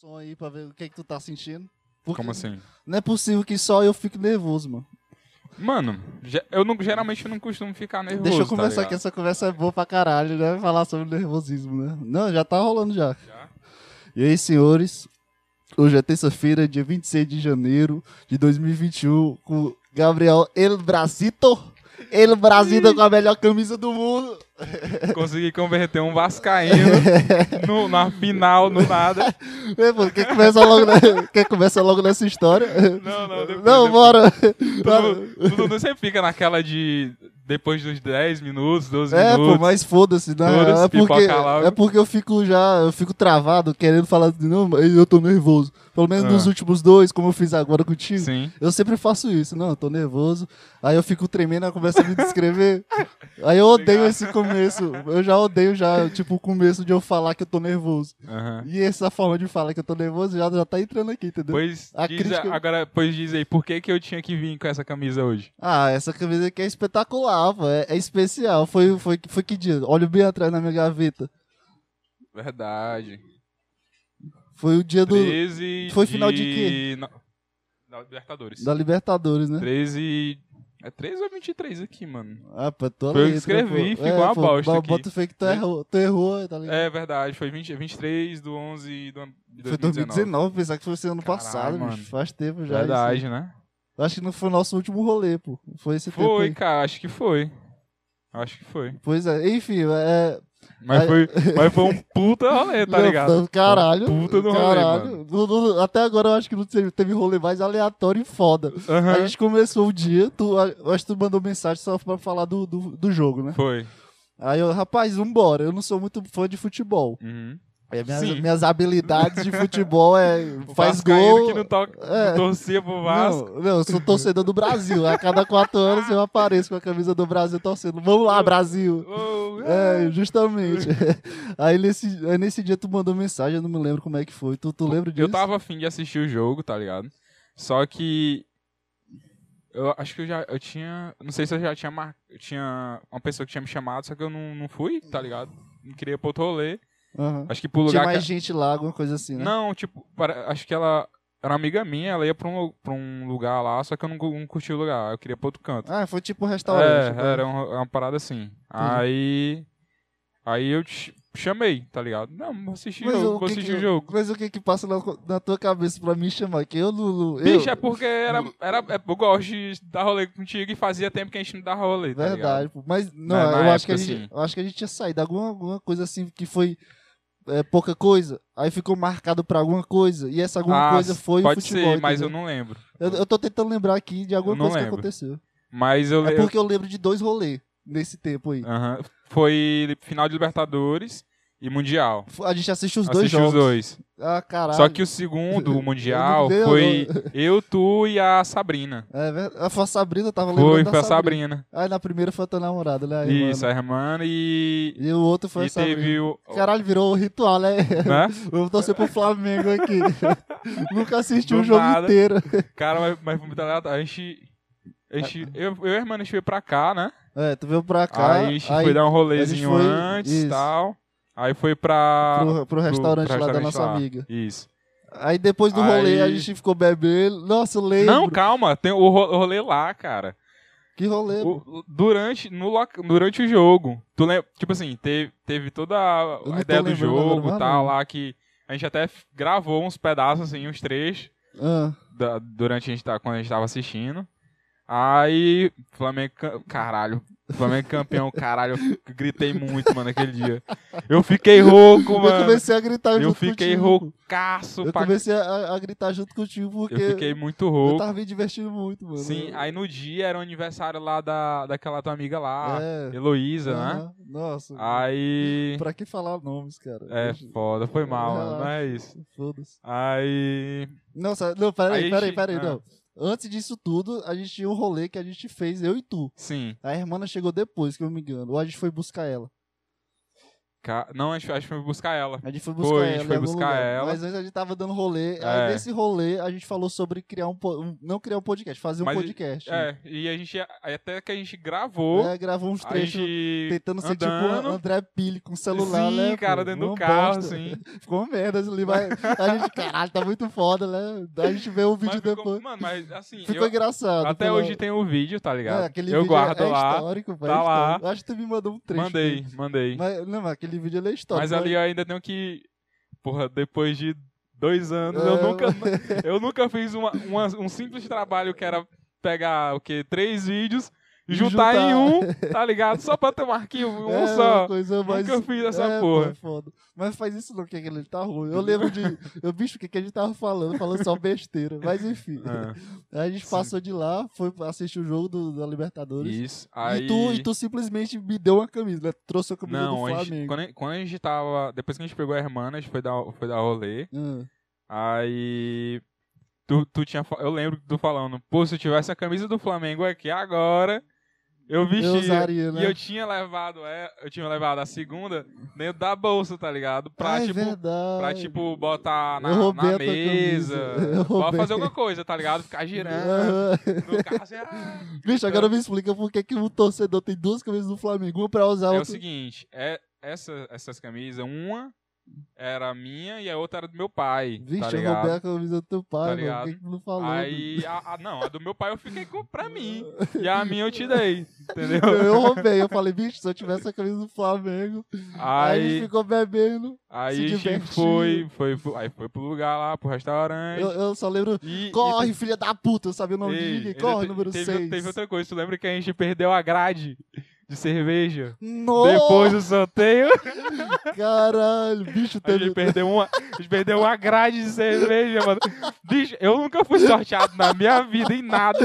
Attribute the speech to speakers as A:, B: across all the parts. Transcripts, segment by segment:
A: som aí pra ver o que, é que tu tá sentindo. Porque
B: Como assim?
A: Não é possível que só eu fique nervoso, mano.
B: Mano, ge- eu não, geralmente eu não costumo ficar nervoso.
A: Deixa eu
B: tá
A: conversar
B: ligado?
A: que essa conversa é boa pra caralho, né? Falar sobre nervosismo, né? Não, já tá rolando já.
B: Já?
A: E aí, senhores, hoje é terça-feira, dia 26 de janeiro de 2021, com Gabriel El Bracito. El Brasito com a melhor camisa do mundo.
B: Consegui converter um Vascaíno no- na final, no nada.
A: É, pô, Quem começa logo, né? Quem começa logo nessa história?
B: Não, não, depois. Tá
A: Não, bora.
B: depois. Tu, tu, tu, você fica naquela de. Depois dos 10 minutos, 12
A: É, pô,
B: minutos.
A: mas foda-se, né?
B: Todas
A: É porque,
B: pipoca logo.
A: é porque eu fico já, eu fico travado, querendo falar, de, não, mas eu tô nervoso. Pelo menos
B: Ah.
A: nos últimos dois, como eu fiz agora contigo.
B: Sim.
A: Eu sempre faço isso, não, eu tô nervoso. Aí eu fico tremendo, a conversa me descrever. aí eu odeio
B: Obrigado.
A: esse começo. Eu já odeio já, tipo, o começo de eu falar que eu tô nervoso.
B: Aham.
A: E essa forma de falar que eu tô nervoso já, já tá entrando aqui, entendeu?
B: Pois
A: A
B: diz,
A: crítica-
B: agora, pois diz aí, por que, que eu tinha que vir com essa camisa hoje?
A: Ah, essa camisa aqui é espetacular, pô, é, é especial. Foi, foi, foi que dia? Olha bem atrás na minha gaveta.
B: Verdade.
A: Foi o dia do,
B: 13.
A: Foi final de
B: quê? Da Libertadores.
A: da Libertadores, né?
B: 13. É 13 ou 23 aqui, mano?
A: Ah, pô, tô
B: Foi eu que
A: letra,
B: escrevi,
A: pô.
B: ficou uma
A: pô,
B: bosta
A: bo-
B: aqui. né?
A: Bota o fake, tu errou, tu errou, tá ligado?
B: É verdade, foi 20, 23 do 11 do ano de
A: Foi
B: 2019.
A: 2019, pensar que foi ano
B: É, Caralho,
A: passado, bicho.
B: mano.
A: Faz tempo já.
B: Verdade,
A: isso.
B: né?
A: Acho que não foi o nosso último rolê, pô. Foi esse tempo.
B: Foi,
A: aí.
B: cara, acho que foi. Acho que foi.
A: Pois é, enfim, é.
B: Mas
A: Aí-
B: foi, mas foi um puta rolê, tá
A: Não,
B: ligado?
A: Caralho.
B: Uma puta do rolê,
A: caralho. No- no- até agora eu acho que não teve, teve rolê mais aleatório e foda.
B: Aham.
A: A gente começou o dia, tu, a- eu acho que tu mandou mensagem só pra falar do, do, do jogo, né?
B: Foi.
A: Aí eu, rapaz, vambora, eu não sou muito fã de futebol.
B: Uhum.
A: É, minhas,
B: Sim.
A: minhas habilidades de futebol é.
B: O
A: faz
B: vascaíno
A: gol.
B: que não toca,
A: é.
B: não torcia pro Vasco.
A: Não, não, eu sou torcedor do Brasil. A cada quatro anos eu apareço com a camisa do Brasil torcendo. Vamos lá, Brasil!
B: Ô,
A: É, justamente. Aí nesse, aí nesse dia tu mandou mensagem, eu não me lembro como é que foi. Tu, tu lembra disso?
B: Eu tava afim de assistir o jogo, tá ligado? Só que. Eu acho que eu já. Eu tinha. Não sei se eu já tinha. Mar... eu tinha uma pessoa que tinha me chamado, só que eu não, não fui, tá ligado? Não queria ir pro outro rolê.
A: Aham.
B: Acho que pro
A: Tinha
B: lugar.
A: mais
B: que...
A: gente lá, alguma coisa assim, né?
B: Não, tipo, para- acho que ela. Era uma amiga minha, ela ia pra um, lu- pra um lugar lá, só que eu não, cu- não curti o lugar, eu queria ir pro outro canto.
A: Ah, foi tipo um
B: é,
A: restaurante. tipo,
B: era um- uma parada assim. Aí. Aí eu te chamei, tá ligado? Não, vou assistir o
A: Mas
B: jogo,
A: o,
B: vou
A: que
B: assistir
A: que,
B: o jogo.
A: mas o que que passa na, na tua cabeça pra me chamar? Que eu, Lulu. Eu,
B: Bicho, é porque era, era, é- eu gosto de dar rolê contigo e fazia tempo que a gente não dá rolê, tá
A: Verdade, pô. Mas não,
B: Na-
A: eu,
B: na
A: acho que a
B: época, assim.
A: gente,
B: sim.
A: eu acho que a gente tinha saído alguma, alguma coisa assim que foi é, pouca coisa, aí ficou marcado pra alguma coisa, e essa alguma
B: Ah,
A: coisa foi o
B: Pode
A: futebol.
B: ser, mas eu
A: entendeu?
B: não lembro.
A: eu, eu tô tentando lembrar aqui de alguma
B: Eu não
A: coisa que
B: lembro.
A: aconteceu.
B: Mas eu
A: É
B: lembro.
A: porque eu lembro de dois rolês nesse tempo aí.
B: Foi li- final de Libertadores e Mundial.
A: F- A gente assiste os dois
B: Assisti
A: jogos.
B: os dois.
A: Ah, caralho.
B: Só que o segundo, o Mundial,
A: Eu não
B: foi
A: lembro.
B: eu, tu e a Sabrina.
A: É, ver- ah, foi a Sabrina, eu tava lembrando
B: Foi,
A: da
B: foi a
A: Sabrina.
B: Sabrina.
A: Aí na primeira foi a tua namorada, né? aí,
B: Isso,
A: mano?
B: a irmã e.
A: E o outro foi a
B: E
A: Sabrina.
B: teve o.
A: Caralho, virou um ritual, né?
B: Né?
A: Vamos torcer pro Flamengo aqui. Nunca assisti
B: Do
A: um jogo
B: nada.
A: inteiro.
B: Cara, mas, mas foi muito aleatório. A gente. A gente eu, eu e a irmã a gente veio pra cá, né?
A: É, tu veio É. pra cá.
B: aí a gente foi dar um rolezinho
A: a gente foi-
B: antes
A: isso.
B: e tal. Aí foi pra.
A: pro, pro restaurante lá da
B: restaurante
A: nossa
B: lá.
A: amiga.
B: Isso.
A: Aí depois do rolê
B: Aí-
A: a gente ficou bebendo. Nossa, eu lembro.
B: Não, calma, tem o ro- o rolê lá, cara.
A: que rolê. pô.
B: O- durante, no, loca- durante o jogo, tu lembra, tipo assim, teve, teve toda a,
A: não
B: a
A: tô
B: ideia do
A: lembrando
B: jogo
A: agora, mas
B: e tal,
A: não.
B: lá que a gente até f- gravou uns pedaços, assim, uns trechos,
A: Ah,
B: da- durante a gente, tá- quando a gente tava assistindo. Aí, Flamengo, cam- caralho, Flamengo campeão, caralho, eu gritei muito, mano, aquele dia. Eu fiquei rouco,
A: eu
B: mano.
A: comecei a gritar
B: Eu
A: junto
B: fiquei
A: contigo.
B: roucaço
A: Eu
B: pra
A: comecei a, a gritar junto contigo porque
B: Eu fiquei muito
A: eu
B: rouco.
A: tava né? me divertindo muito, mano.
B: Sim, aí no dia era o aniversário lá da, daquela tua amiga lá,
A: É.
B: Heloísa, ah, né?
A: aham. Nossa.
B: Aí.
A: Pra que falar nomes, cara?
B: É
A: Deixa-
B: foda, foi mal,
A: Relaxa.
B: mano, não é isso.
A: Foda-se.
B: Aí.
A: Nossa, não, peraí,
B: Aí a
A: peraí,
B: gente-
A: peraí,
B: ah.
A: não. Antes disso tudo, a gente tinha um rolê que a gente fez, eu e tu.
B: Sim.
A: A irmã chegou depois, que eu não me engano. Ou a gente foi buscar ela.
B: buscar. Não, a gente, a gente foi buscar ela.
A: A gente foi
B: Foi,
A: buscar
B: a gente
A: ela. em
B: foi
A: algum
B: buscar
A: lugar.
B: ela.
A: Mas antes a gente tava dando rolê.
B: É.
A: Aí nesse rolê a gente falou sobre criar um. po- um- Não criar um podcast, fazer um
B: Mas-
A: podcast.
B: É, e a gente. Até que a gente gravou.
A: É, gravou uns
B: a
A: trechos
B: gente.
A: tentando ser
B: andando.
A: tipo André Pili com celular,
B: sim,
A: né? pô?
B: cara, dentro do
A: Uma
B: carro, assim.
A: bosta.
B: sim.
A: Ficou uma merda esse livro. mas A gente, caralho, tá muito foda, né? A gente vê o vídeo
B: Mas ficou-
A: depois.
B: Mano, mas assim.
A: Ficou
B: eu-
A: engraçado.
B: até
A: pela-
B: hoje tem o vídeo, tá ligado?
A: É, aquele
B: eu
A: vídeo
B: guardo
A: é, é
B: lá.
A: histórico, pô, é
B: tá lá.
A: histórico. Eu Acho que tu me mandou um trecho.
B: Mandei,
A: dele.
B: mandei.
A: Mas, não, mas aquele vídeo ele é histórico.
B: Mas ali eu ainda tenho que. Porra, depois de dois anos,
A: É,
B: eu nunca. eu nunca fiz uma- uma- um simples trabalho que era pegar o quê? Três vídeos e
A: E
B: juntar, em
A: juntar.
B: um, tá ligado? Só pra ter um arquivo, um
A: é
B: só.
A: Uma coisa mais...
B: Nunca fiz essa
A: é,
B: porra.
A: pô, foda. Mas faz isso não, que ele tá ruim. Eu lembro de. Eu, bicho, o que, que a gente tava falando? Falando só besteira. Mas enfim.
B: É,
A: Aí a gente passou de lá, foi assistir o jogo do- da Libertadores.
B: isso. Aí.
A: E, tu, e tu simplesmente me deu uma camisa, né? Trouxe a camisa
B: Não,
A: do
B: a gente,
A: Flamengo.
B: quando, a- quando a gente tava. Depois que a gente pegou a irmã, né, a gente foi dar, foi dar rolê.
A: Ah.
B: Aí. Tu, tu tinha. fa- Eu lembro tu falando, pô, se eu tivesse a camisa do Flamengo aqui agora, eu vestia.
A: Eu usaria, né?
B: E eu tipo, tinha levado, é, eu tinha levado a segunda dentro da bolsa, tá ligado? Pra,
A: Ah, é
B: tipo,
A: verdade.
B: pra, tipo, botar na,
A: Eu roubei
B: na
A: a tua
B: mesa.
A: camisa. Eu
B: Pra
A: roubei.
B: fazer alguma coisa, tá ligado? Ficar girando
A: Aham.
B: no carro assim. ah.
A: Bicho, agora me explica por que, que o torcedor tem duas camisas do Flamengo, uma pra usar
B: É o
A: outra.
B: seguinte, é, essa, essas camisas, uma era minha e a outra era do meu pai. tá
A: Vixe, eu
B: ligado?
A: roubei a camisa do teu
B: Tá
A: pai, mano.
B: ligado?
A: Por que, que tu não falou?
B: Aí, a, a- não, a do meu pai eu fiquei com pra mim. E a minha eu te dei, entendeu?
A: Eu, eu roubei, eu falei, bicho, se eu tivesse a camisa do Flamengo, aí, a gente
B: Aí,
A: ficou bebendo. se
B: aí a gente
A: divertiu.
B: foi, foi, pro- aí foi pro lugar lá, pro restaurante.
A: Eu, eu só lembro.
B: e,
A: Corre, filha da puta, eu sabia o
B: e,
A: nome de
B: ei,
A: ninguém.
B: ainda
A: Corre,
B: te-
A: número
B: teve,
A: 6.
B: Teve outra coisa, tu lembra que a gente perdeu a grade de cerveja?
A: Nossa,
B: Depois do sorteio,
A: caralho, bicho,
B: a
A: teve.
B: gente perdeu uma, a gente perdeu uma grade de cerveja, mano. Bicho, eu nunca fui sorteado na minha vida em nada.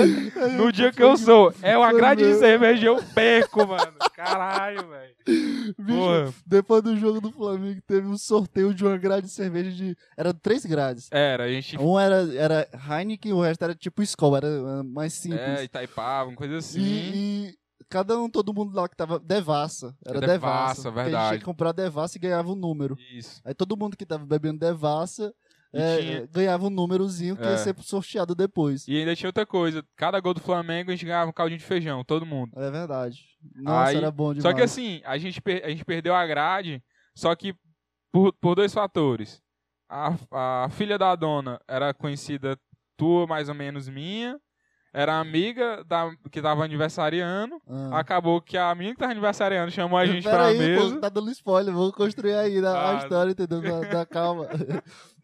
B: No dia que eu sou, é uma
A: Foi
B: grade de
A: mesmo.
B: cerveja eu perco, mano. Caralho, velho.
A: bicho,
B: Porra.
A: depois do jogo do Flamengo, teve um sorteio de uma grade de cerveja de. Era três grades.
B: Era, a gente.
A: Um era, era Heineken e o resto era tipo Skol, era era mais simples.
B: É, Itaipava, uma coisa assim.
A: E, e cada um, todo mundo lá que tava devassa. Era
B: É Devassa,
A: devassa. porque A gente tinha
B: verdade.
A: que comprar devassa e ganhava um número.
B: Isso.
A: Aí todo mundo que tava bebendo devassa
B: E
A: é,
B: tinha-
A: ganhava um númerozinho que
B: É.
A: ia ser sorteado depois.
B: E ainda tinha outra coisa. Cada gol do Flamengo a gente ganhava um caldinho de feijão, todo mundo.
A: É verdade. Nossa,
B: Aí-
A: era bom demais.
B: Só que assim, a gente, per- a gente perdeu a grade, só que por, por dois fatores. A, a filha da dona era conhecida tua, mais ou menos minha. Era amiga da, que tava aniversariando.
A: Ah.
B: Acabou que a amiga que tava aniversariando chamou a gente
A: Pera
B: pra
A: aí,
B: mesa.
A: Pô, tá dando spoiler, vou construir aí da- a
B: Ah.
A: história, entendeu? Da, da calma.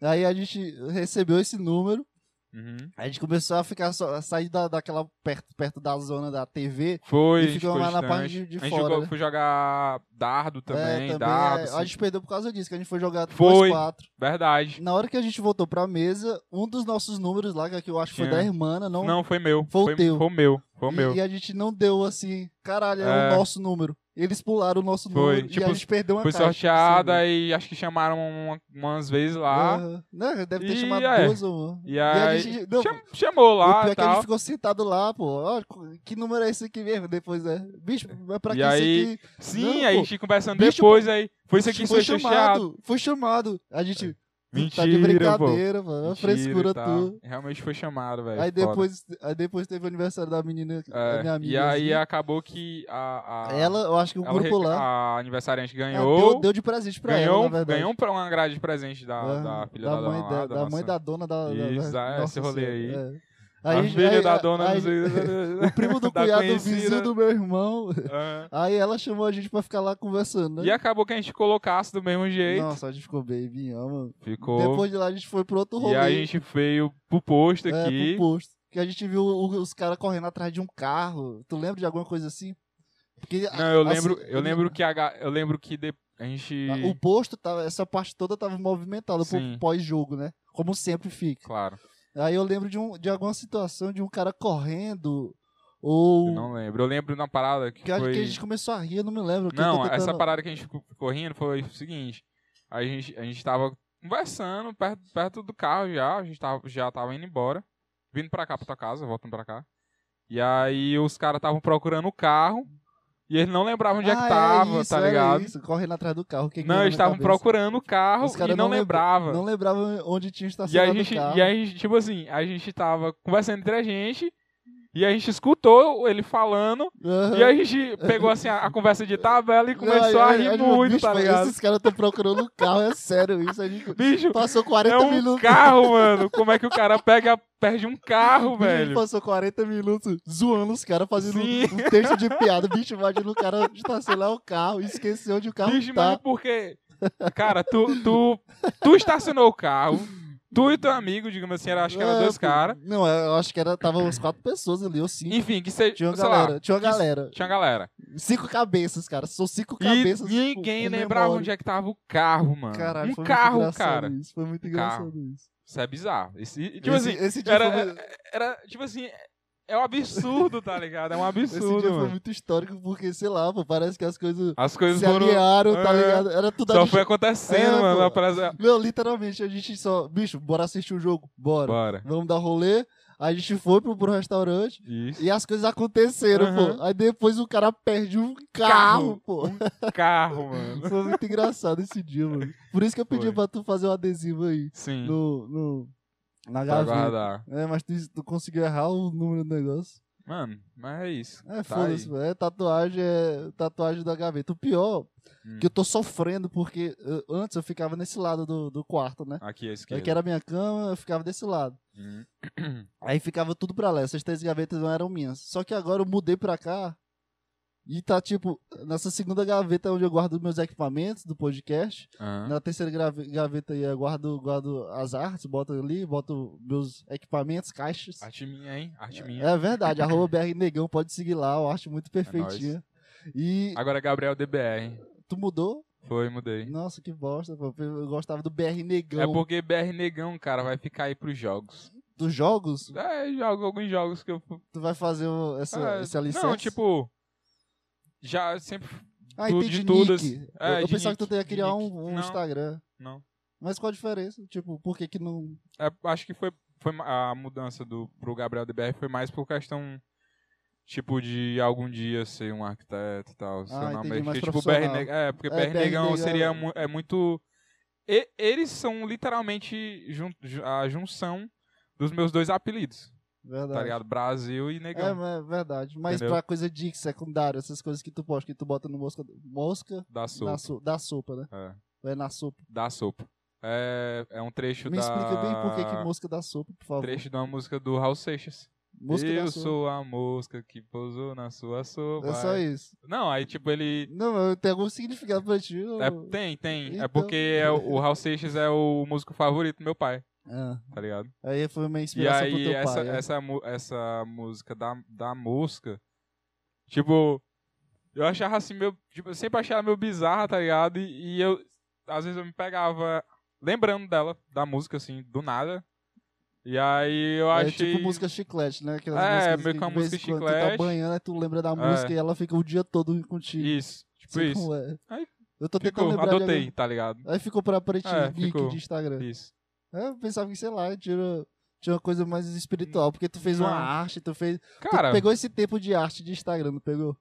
A: aí a gente recebeu esse número,
B: Uhum.
A: a gente começou a ficar só, a sair da, daquela perto, perto da zona da né, TV,
B: Foi,
A: E
B: a gente
A: ficou lá na parte
B: distante.
A: de- de
B: A gente
A: fora,
B: jogou-
A: né?
B: foi jogar dardo também,
A: É, também,
B: dardo.
A: é,
B: assim.
A: A gente perdeu por causa disso, que a gente foi jogar
B: Foi.
A: 2-4.
B: Verdade.
A: Na hora que a gente voltou pra mesa, um dos nossos números lá, que eu acho que foi
B: Tinha.
A: da Irmana, não.
B: Não, foi meu.
A: Foi o teu.
B: Foi o meu. Foi o
A: e- é
B: meu.
A: E, a gente não deu assim, caralho, é,
B: É.
A: o nosso número. Eles pularam o nosso
B: Foi,
A: número
B: tipo,
A: e a gente perdeu uma assim. caixa.
B: Foi
A: né?
B: sorteada e acho que chamaram uma- umas vezes
A: É.
B: lá.
A: Não, Né, deve ter
B: E
A: chamado
B: é.
A: duas ou uma.
B: E aí.
A: a gente. Não,
B: cham- chamou
A: o
B: lá
A: pior
B: e
A: é que ele
B: tal.
A: ficou sentado lá, pô. Ó, que número é esse aqui mesmo? Depois é. Bicho, mas pra
B: E
A: que
B: aí,
A: isso aqui?
B: Sim,
A: Não,
B: aí a
A: pô.
B: gente conversando
A: Bicho,
B: depois aí. Foi isso aqui que
A: foi
B: foi sorteado.
A: chamado. Foi chamado. A gente. tá de
B: Mentira, pô.
A: brincadeira, mano. É uma
B: Mentira e
A: frescura
B: tal.
A: tu.
B: Realmente foi chamado, velho.
A: Aí
B: Foda.
A: depois, aí depois teve o aniversário da menina,
B: É,
A: da minha amiga.
B: e aí
A: assim.
B: acabou que a. é a-
A: ela, eu acho que o
B: ela
A: grupo
B: re-
A: lá
B: A aniversariante
A: é,
B: ah, ganhou.
A: deu, deu de presente pra
B: ganhou, um-
A: ela, na verdade.
B: ganhou pra uma grade de presente da,
A: É,
B: da filha da,
A: mãe
B: dona
A: da,
B: lá,
A: da mãe
B: nossa-
A: da dona da, da-
B: Isso,
A: da-
B: ah,
A: nossa
B: esse rolê aí.
A: senhora, é.
B: a filha da
A: a-
B: dona.
A: é, aí- o primo do
B: da
A: cunhado do
B: conhecida.
A: vizinho do meu irmão.
B: Ah.
A: Aí ela chamou a gente pra ficar lá conversando, né?
B: E acabou que a gente colocasse do mesmo jeito.
A: Nossa, a gente ficou bem, vinha, mano.
B: Ficou.
A: Depois de lá a gente foi pro outro rolê.
B: e aí a gente veio pro posto
A: é,
B: aqui.
A: pro posto. Que a gente viu o- os caras correndo atrás de um carro. Tu lembra de alguma coisa assim? Porque,
B: Não, eu
A: assim,
B: lembro, eu lembro que a, ga- eu lembro que de- a gente.
A: Ah, O posto, tava, essa parte toda tava movimentada pro
B: Sim.
A: pós-jogo, né? Como sempre fica.
B: Claro,
A: Aí eu lembro de, um, de alguma situação de um cara correndo ou...
B: eu não lembro. Eu lembro na parada que
A: que, acho
B: foi.
A: que a gente começou a rir, eu não me lembro. que eu
B: Não,
A: tô tentando-
B: essa parada que a gente ficou correndo foi o seguinte. A gente, a gente tava conversando perto, perto do carro já, a gente tava, já tava indo embora, vindo pra cá, pra tua casa, voltando pra cá. E aí os caras estavam procurando o carro, E eles não lembravam onde é
A: Ah,
B: que tava,
A: isso,
B: tá
A: era
B: ligado?
A: Isso, correndo atrás do carro. o que que
B: Não,
A: era
B: eles
A: na
B: estavam
A: cabeça?
B: procurando o carro
A: Os cara
B: e não,
A: lembra-
B: lembravam.
A: Não lembravam onde tinha
B: E a
A: estacionado
B: gente,
A: o Tá carro.
B: e a gente, tipo assim, a gente tava conversando entre a gente e a gente escutou ele falando
A: Aham.
B: e a gente pegou assim a, a conversa de tabela e começou
A: Não, é,
B: a
A: aí-
B: rir
A: aí eu digo,
B: muito,
A: um "Bicho,
B: tá
A: mas
B: ligado?
A: Esses caras estão procurando o carro, é sério isso. A gente
B: Bicho,
A: passou
B: é
A: 40
B: um
A: minutos.
B: carro, mano. Como é que o cara pega, perde um carro,
A: Bicho,
B: velho?
A: Passou 40 minutos zoando os caras, fazendo
B: Sim.
A: um texto de piada. Bicho, imagina o cara estacionar o carro, esqueceu onde o carro
B: Bicho, mas
A: tá.
B: porque. Cara, tu, tu, tu estacionou o carro. Tu e teu amigo, digamos assim, era, acho que eram
A: É,
B: dois
A: pô.
B: caras.
A: Não, é, eu acho que era, tava umas quatro pessoas ali, ou cinco.
B: Enfim, que seja.
A: tinha uma
B: sei
A: galera,
B: Lá,
A: tinha uma
B: que-
A: galera.
B: Tinha uma galera.
A: Cinco cabeças, cara. São cinco
B: E
A: cabeças. tipo,
B: ninguém
A: com- com
B: lembrava
A: memória.
B: onde é que tava o carro, mano.
A: Caralho,
B: um
A: foi muito
B: carro,
A: engraçado
B: cara.
A: Isso, foi muito
B: Um
A: engraçado isso.
B: Isso é bizarro. Esse, e, tipo
A: esse,
B: assim,
A: esse dia
B: era-
A: foi, muito-
B: era. Tipo assim, é um absurdo, tá ligado? É um
A: esse
B: absurdo,
A: dia foi
B: mano.
A: muito histórico, porque, sei lá, pô, parece que as coisas
B: As coisas
A: se
B: foram.
A: aliaram, tá
B: É.
A: ligado? Era tudo a
B: Só
A: gente...
B: foi acontecendo,
A: É,
B: mano.
A: pô.
B: aparece-
A: Meu, literalmente, a gente só... Bicho, bora assistir o jogo, bora.
B: Bora.
A: Vamos dar rolê. A gente foi pro, pro restaurante
B: Isso.
A: e as coisas aconteceram,
B: Aham.
A: pô. Aí depois o cara perde um
B: Carro.
A: carro, pô.
B: Carro, mano.
A: Foi muito engraçado esse dia, mano. Por isso que eu pedi
B: Foi. Hum.
A: pra tu fazer o adesivo aí.
B: Sim. tá
A: No, no, na
B: pra
A: gaveta.
B: guardar.
A: É, mas tu, tu conseguiu errar o número do negócio.
B: Mano, mas é isso.
A: É,
B: Tá
A: foda-se,
B: aí.
A: mano. é tatuagem, é tatuagem da gaveta. O pior,
B: Hum.
A: que eu tô sofrendo, porque eu- antes eu ficava nesse lado do, do quarto, né?
B: Aqui à
A: Que...
B: esquerda.
A: que era a minha cama, eu ficava desse lado.
B: Uhum.
A: Aí ficava tudo pra lá. Essas três gavetas não eram minhas. Só que agora eu mudei pra cá. E tá, tipo, nessa segunda gaveta é onde eu guardo meus equipamentos do podcast.
B: Aham.
A: Na terceira grave- gaveta aí eu guardo, guardo as artes, boto ali, boto meus equipamentos, caixas.
B: Arte minha, hein? Arte minha.
A: É verdade, arroba BR Negão, pode seguir lá, eu acho
B: É
A: muito perfeitinha. e
B: Agora é Gabriel DBR.
A: tu mudou?
B: Foi, mudei.
A: Nossa, que bosta, pô. eu gostava do BR Negão.
B: É porque BR Negão, cara, vai ficar aí pros jogos.
A: Dos jogos,
B: É, jogo alguns jogos que eu.
A: tu vai fazer o- essa,
B: Ah,
A: esse é alicerce?
B: Não, tipo. Já sempre.
A: ah,
B: tudo
A: entendi,
B: de tudo,
A: Nick.
B: assim. É,
A: eu eu
B: de
A: pensava que
B: Nick,
A: tu ia
B: de
A: criar
B: Nick.
A: um, um
B: Não.
A: Instagram.
B: Não.
A: Mas qual a diferença? Tipo, por que que não...
B: é, acho que foi, foi ma- a mudança do, pro Gabriel DBR foi mais por questão. Tipo, de algum dia ser um arquiteto e tal. seu
A: Ah,
B: nome,
A: entendi, mais
B: porque, tipo, BR
A: profissional.
B: Negão. É, porque
A: É,
B: BR,
A: BR
B: Negão
A: Negão.
B: seria mu- é muito. e- eles são literalmente jun- ju- a junção dos meus dois apelidos.
A: Verdade.
B: Tá ligado? Brasil e
A: É,
B: Negão.
A: mas é verdade. Mas
B: Entendeu?
A: pra coisa de secundário, essas coisas que tu posta, que tu bota no mosca, mosca
B: da
A: na
B: sopa.
A: so- da sopa, né?
B: É,
A: Ou É na sopa.
B: da sopa. É, é um trecho
A: Me
B: da.
A: explica bem por que que mosca da sopa, por favor.
B: Trecho de uma música do Raul Seixas.
A: Mosca da
B: eu
A: sopa.
B: sou a mosca que pousou na sua sopa.
A: É só isso.
B: Não, aí tipo ele.
A: Não, mas tem algum significado pra ti? eu-
B: é- tem, tem. É
A: Então.
B: porque é o o Raul Seixas é o músico favorito do meu pai,
A: Ah,
B: tá ligado?
A: aí foi uma
B: E
A: inspiração pro
B: aí
A: teu
B: essa,
A: pai. é.
B: essa, mu- essa música da, da mosca, tipo, eu achava assim meio. Tipo, eu sempre achei ela meio bizarra, tá ligado? E, e eu. Às vezes eu me pegava lembrando dela, da música, assim, do nada. E aí eu
A: É
B: achei.
A: tipo música chiclete, né? Aquelas
B: É,
A: músicas
B: meio que uma
A: de vez
B: música
A: em quando Tu tá
B: chiclete. É.
A: banhando, aí tu lembra da música e ela fica o dia todo contigo.
B: Isso, tipo
A: Sei
B: isso.
A: como é.
B: Aí
A: Eu tô tentando
B: Ficou,
A: lembrar de
B: adotei,
A: alguém.
B: tá ligado?
A: Aí ficou pra pra ti,
B: É,
A: nick
B: ficou.
A: de Instagram.
B: Isso.
A: É, Eu pensava que, sei lá, tinha, tinha uma coisa mais espiritual, porque tu fez uma
B: Não.
A: arte, tu fez.
B: Cara,
A: tu pegou esse tempo de arte de Instagram, não pegou?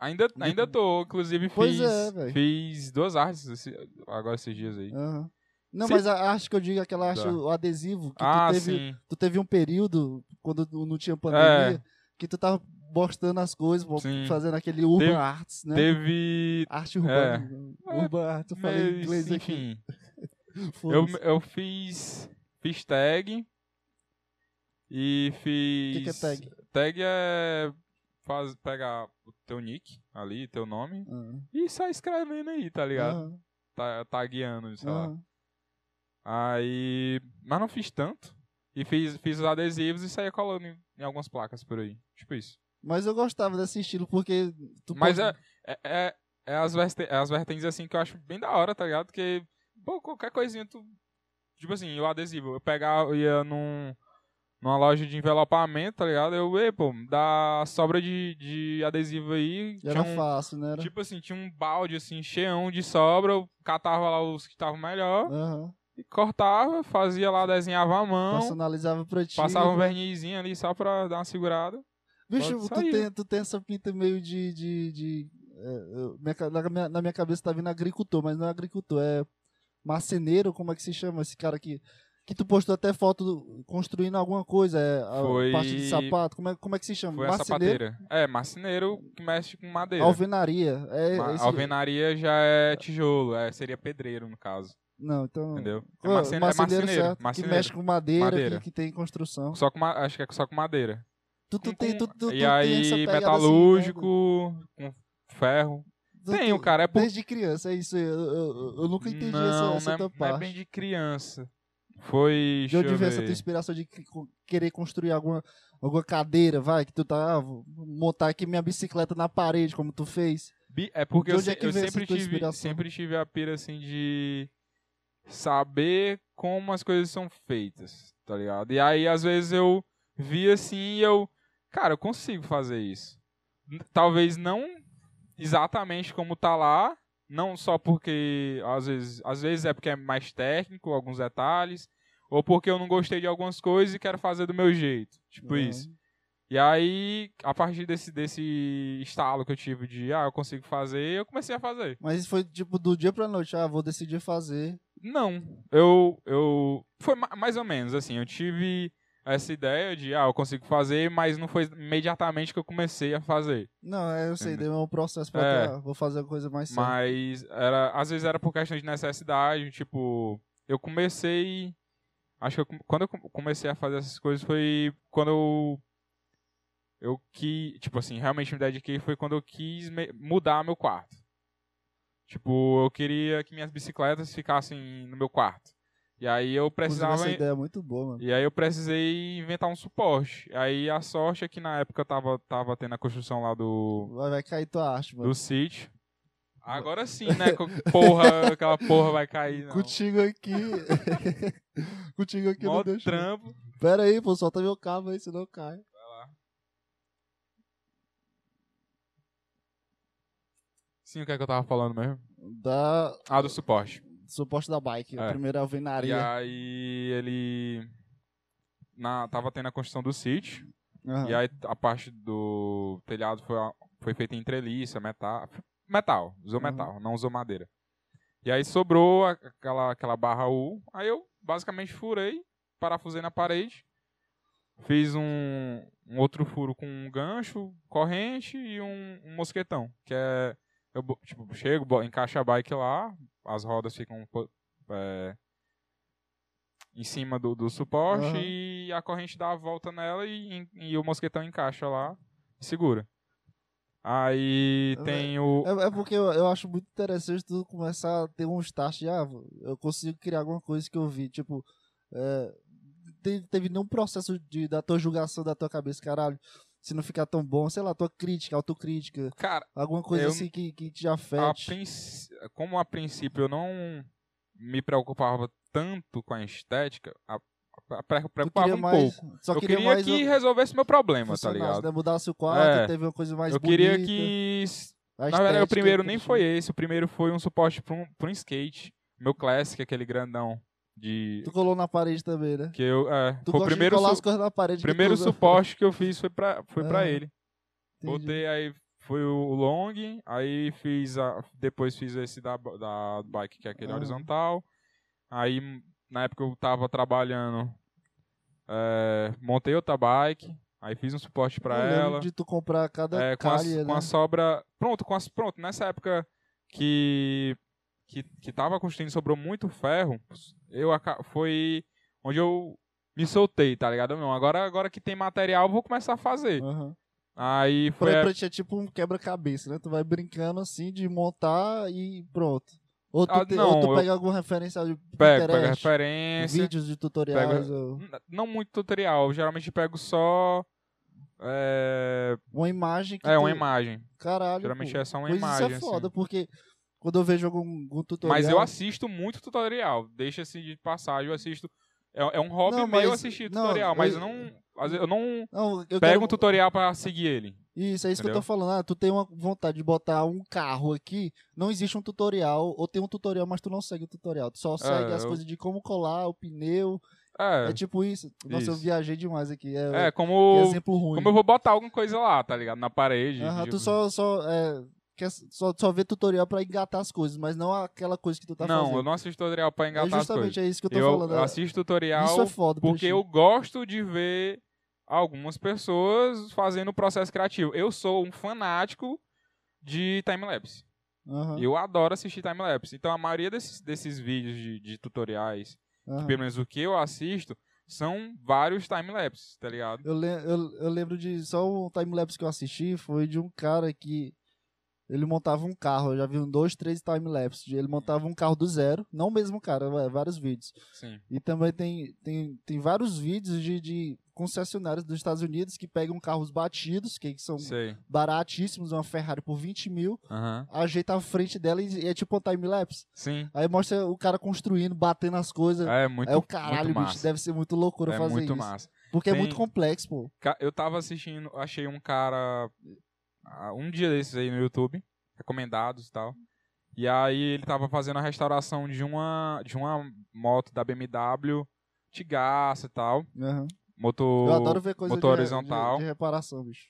B: ainda, ainda tô, inclusive fiz,
A: Pois é, velho. É,
B: fiz duas artes esse- agora esses dias aí.
A: Aham. Não,
B: Sim.
A: mas a arte que eu digo, é aquela arte,
B: Tá.
A: o adesivo, que
B: ah,
A: tu, teve,
B: sim.
A: tu teve um período, quando tu não tinha pandemia, que tu tava postando as coisas, bo-
B: É. Sim.
A: fazendo aquele urban
B: Teve-
A: arts, né?
B: Teve.
A: Arte urbana.
B: É.
A: Urban arts, eu falei em inglês
B: Mas,
A: aqui.
B: enfim. Eu,
A: foda-se.
B: eu fiz. Fiz tag. E
A: O
B: fiz.
A: que, que é tag?
B: Tag é. Faz, pegar o teu nick ali, teu nome.
A: Ah,
B: E sai escrevendo aí, tá ligado?
A: aham,
B: Tá, tagueando, sei lá.
A: aham.
B: Aí. Mas não fiz tanto. E fiz, fiz os adesivos e saía colando em, em algumas placas por aí. Tipo isso.
A: Mas eu gostava desse estilo, porque tu
B: Mas
A: posta-
B: é, é, é, é as, verte, é as vertentes assim que eu acho bem da hora, tá ligado? Porque, pô, qualquer coisinha tu. Tipo assim, o adesivo. Eu pegava, eu ia num, numa loja de envelopamento, tá ligado? Eu, ei, pô, me dá sobra de, de adesivo aí.
A: era
B: tinha um-
A: fácil, né? Era...
B: tipo assim, tinha um balde assim, cheião de sobra. Eu catava lá os que estavam melhor
A: Aham.
B: e cortava, fazia lá, desenhava a mão.
A: Personalizava pra ti. né?
B: um Passava um vernizinho ali só pra dar uma segurada.
A: Bicho,
B: Pode
A: tu
B: sair.
A: tem, tu tem essa pinta meio de. de, de é, eu- minha ca- na, minha, na minha cabeça tá vindo agricultor, mas não é agricultor, é marceneiro, como é que se chama esse cara aqui? Que tu postou até foto do- construindo alguma coisa, é, a
B: Foi-
A: parte de sapato, como é, como é que se chama?
B: Foi a sapadeira. É, marceneiro que mexe com madeira.
A: Alvenaria. É,
B: Ma-
A: esse-
B: Alvenaria já é tijolo, é, seria pedreiro no caso,
A: Não, então.
B: entendeu? É,
A: Ah,
B: marcen- é marceneiro,
A: certo, que
B: marceneiro.
A: mexe com madeira,
B: Madeira.
A: Que, que tem construção.
B: Só com ma- acho que é só com madeira.
A: Tu, tu
B: Com-
A: tem, tu,
B: com-
A: tu, tu
B: e
A: tem essa pegada
B: aí,
A: assim, né?
B: metalúrgico, com ferro.
A: Tu-
B: Tem,
A: tu-
B: o cara é por...
A: Desde criança, é isso. Eu, eu, eu nunca entendi essa,
B: não,
A: essa
B: não é-
A: tua
B: não é
A: parte.
B: bem de criança. Foi.
A: De
B: deixa
A: onde
B: eu
A: vem essa tua
B: ver.
A: inspiração de que- co- querer construir alguma, alguma cadeira, vai, que tu tá, ah, vou montar aqui minha bicicleta na parede, como tu fez.
B: Bi- É
A: De
B: porque eu,
A: onde é
B: se-
A: que
B: eu
A: vem essa
B: sempre,
A: tua
B: tive,
A: inspiração?
B: sempre tive a pira assim de saber como as coisas são feitas, tá ligado? E aí, às vezes, eu vi assim e eu, cara, eu consigo fazer isso. N- Talvez não exatamente como tá lá, não só porque às vezes, às vezes é porque é mais técnico, alguns detalhes, ou porque eu não gostei de algumas coisas e quero fazer do meu jeito. Tipo
A: É.
B: isso. E aí, a partir desse, desse estalo que eu tive de, ah, eu consigo fazer, eu comecei a fazer.
A: Mas foi tipo do dia pra noite, ah, vou decidir fazer.
B: Não, eu, eu, foi ma- mais ou menos assim, eu tive essa ideia de, ah, eu consigo fazer, mas não foi imediatamente que eu comecei a fazer.
A: Não, é, eu sei,
B: Hum.
A: deu um processo pra
B: É.
A: cá, vou fazer a coisa mais séria.
B: Mas era, às vezes era por questão de necessidade, tipo, eu comecei. Acho que eu, com- quando eu com- comecei a fazer essas coisas foi quando eu. Eu que, tipo assim, realmente me dediquei foi quando eu quis me- mudar meu quarto. Tipo, eu queria que minhas bicicletas ficassem no meu quarto. E aí eu
A: Inclusive,
B: precisava.
A: essa ideia é muito boa, mano.
B: E aí eu precisei inventar um suporte. Aí a sorte é que na época eu tava, tava tendo a construção lá do,
A: Vai, vai cair tua arte, mano.
B: do sítio. Agora sim, né? Co- Porra, aquela porra vai cair. Não.
A: Contigo aqui. Contigo aqui
B: Mó
A: não deixa. né?
B: trampo.
A: Pera aí, pô, solta meu cabo aí, senão cai.
B: Sim, o que é que eu tava falando mesmo?
A: Da
B: Ah, do suporte.
A: suporte da bike, a
B: É.
A: primeira
B: E
A: alvenaria.
B: aí ele. Na, tava tendo a construção do sítio.
A: Aham.
B: E aí a parte do telhado foi, a- foi feita em treliça, metal. Metal, usou
A: Uhum.
B: metal, não usou madeira. E aí sobrou a- aquela, aquela barra U. Aí eu basicamente furei, parafusei na parede, fiz um, um outro furo com um gancho, corrente e um, um mosquetão. Que é. Eu bo- tipo, chego, bo- encaixo a bike lá, as rodas ficam po- é, em cima do, do suporte
A: Aham.
B: e a corrente dá a volta nela e, e o mosquetão encaixa lá e segura. Aí
A: É,
B: tem o.
A: É, é porque eu, eu acho muito interessante tu começar a ter um start de, ah, eu consigo criar alguma coisa que eu vi. Tipo, é, te- teve nenhum processo de, da tua julgação da tua cabeça, caralho. Se não ficar tão bom, sei lá, tua crítica, autocrítica,
B: Cara,
A: alguma coisa
B: Eu-
A: assim que, que te
B: a
A: afete.
B: princ- como a princípio eu não me preocupava tanto com a estética, a, a- a-
A: Tu
B: preocupava um pouco.
A: Só
B: eu
A: queria,
B: queria,
A: mais
B: que
A: o-
B: resolvesse meu problema, tá
A: funcionasse,
B: ligado?
A: Né? Mudasse o quarto,
B: É.
A: teve uma coisa mais
B: Eu
A: bonita.
B: queria que
A: a
B: Na verdade,
A: estética, tipo,
B: o primeiro nem
A: tudo.
B: foi esse. O primeiro foi um suporte pra um, pra um skate. Meu Classic, aquele grandão. De.
A: Tu colou na parede também, né?
B: Que eu, é,
A: Tu
B: foi o
A: gosta de
B: primeiro,
A: colar
B: su-
A: as coisas na parede. que
B: primeiro
A: tu usa.
B: suporte que eu fiz foi pra, foi pra
A: Ah,
B: ele.
A: Entendi.
B: Botei aí, foi o long, aí fiz a. Depois fiz esse da, da bike, que é aquele
A: Ah.
B: horizontal. Aí, m- na época eu tava trabalhando. é, montei outra bike. Aí fiz um suporte pra
A: Eu lembro
B: ela.
A: de tu comprar cada
B: É, com, as-
A: calha,
B: com
A: né?
B: a sobra. Pronto, com as, pronto, nessa época que, que, que tava construindo e sobrou muito ferro, eu aca- foi onde eu me soltei, tá ligado? Não, agora, agora que tem material, eu vou começar a fazer.
A: Aham.
B: Aí
A: Pra,
B: foi. a-
A: pra ti é tipo um quebra-cabeça, né? Tu vai brincando assim de montar e pronto. Ou tu,
B: Ah,
A: te-
B: não,
A: ou tu
B: eu-
A: pega alguma referência de
B: Pego, pego
A: Pinterest,
B: referência.
A: vídeos de tutoriais, ou
B: N- Não muito tutorial, eu geralmente pego só. É,
A: uma imagem que
B: é
A: tu...
B: uma imagem.
A: Caralho,
B: Geralmente
A: Tipo, pô.
B: é só uma
A: Pois
B: imagem.
A: isso é
B: assim.
A: foda, porque quando eu vejo algum, algum tutorial...
B: Mas eu assisto muito tutorial. Deixa-se de passagem, eu assisto. É, é um hobby
A: Não, mas-
B: meu assistir
A: não,
B: tutorial, mas eu
A: eu-
B: não. às vezes eu não
A: Não, eu
B: pego
A: quero-
B: um tutorial pra seguir ele.
A: Isso, é isso que eu
B: Entendeu?
A: tô falando. Ah, tu tem uma vontade de botar um carro aqui, não existe um tutorial, ou tem um tutorial, mas tu não segue o tutorial. Tu só segue as
B: É, eu-
A: coisas de como colar o pneu
B: É,
A: É, tipo isso. Nossa, eu
B: Isso.
A: viajei demais aqui. É,
B: é,
A: que
B: como,
A: exemplo ruim.
B: como eu vou botar alguma coisa lá, tá ligado? Na parede.
A: Aham,
B: tipo-
A: tu só, só, é, quer, só, só vê tutorial pra engatar as coisas, mas não aquela coisa que tu tá
B: não,
A: fazendo.
B: eu não assisto tutorial pra engatar
A: é
B: as coisas.
A: justamente é isso que eu tô
B: eu,
A: falando. é-
B: assisto tutorial
A: isso é foda.
B: porque
A: bicho.
B: eu gosto de ver algumas pessoas fazendo o processo criativo. Eu sou um fanático de timelapse.
A: Aham,
B: Eu adoro assistir timelapse. Então a maioria desses, desses vídeos de, de tutoriais,
A: aham.
B: pelo menos o que eu assisto, são vários timelapses, tá ligado?
A: Eu, le- eu- eu lembro de só um timelapse que eu assisti foi de um cara que ele montava um carro. Eu já vi um, dois, três timelapses. de- Ele montava um carro do zero, não o mesmo cara, é, vários vídeos.
B: Sim.
A: E também tem, tem, tem vários vídeos de, de concessionários dos Estados Unidos que pegam carros batidos, que são
B: Sei.
A: baratíssimos, uma Ferrari por 20 mil,
B: Aham.
A: ajeita a frente dela e, e é tipo um timelapse.
B: Sim.
A: Aí mostra o cara construindo, batendo as coisas.
B: É muito,
A: é o caralho,
B: muito massa.
A: bicho, deve ser muito loucura
B: é
A: fazer
B: muito
A: isso.
B: massa.
A: Porque é
B: Tem-
A: muito complexo, pô.
B: Ca- Eu tava assistindo, achei um cara ah, um dia desses aí no YouTube, recomendados e tal. E aí ele tava fazendo a restauração de uma de uma moto da BMW, tigaça e tal,
A: Aham.
B: motor
A: Eu adoro ver coisa de-
B: motor
A: de,
B: horizontal.
A: de reparação, bicho.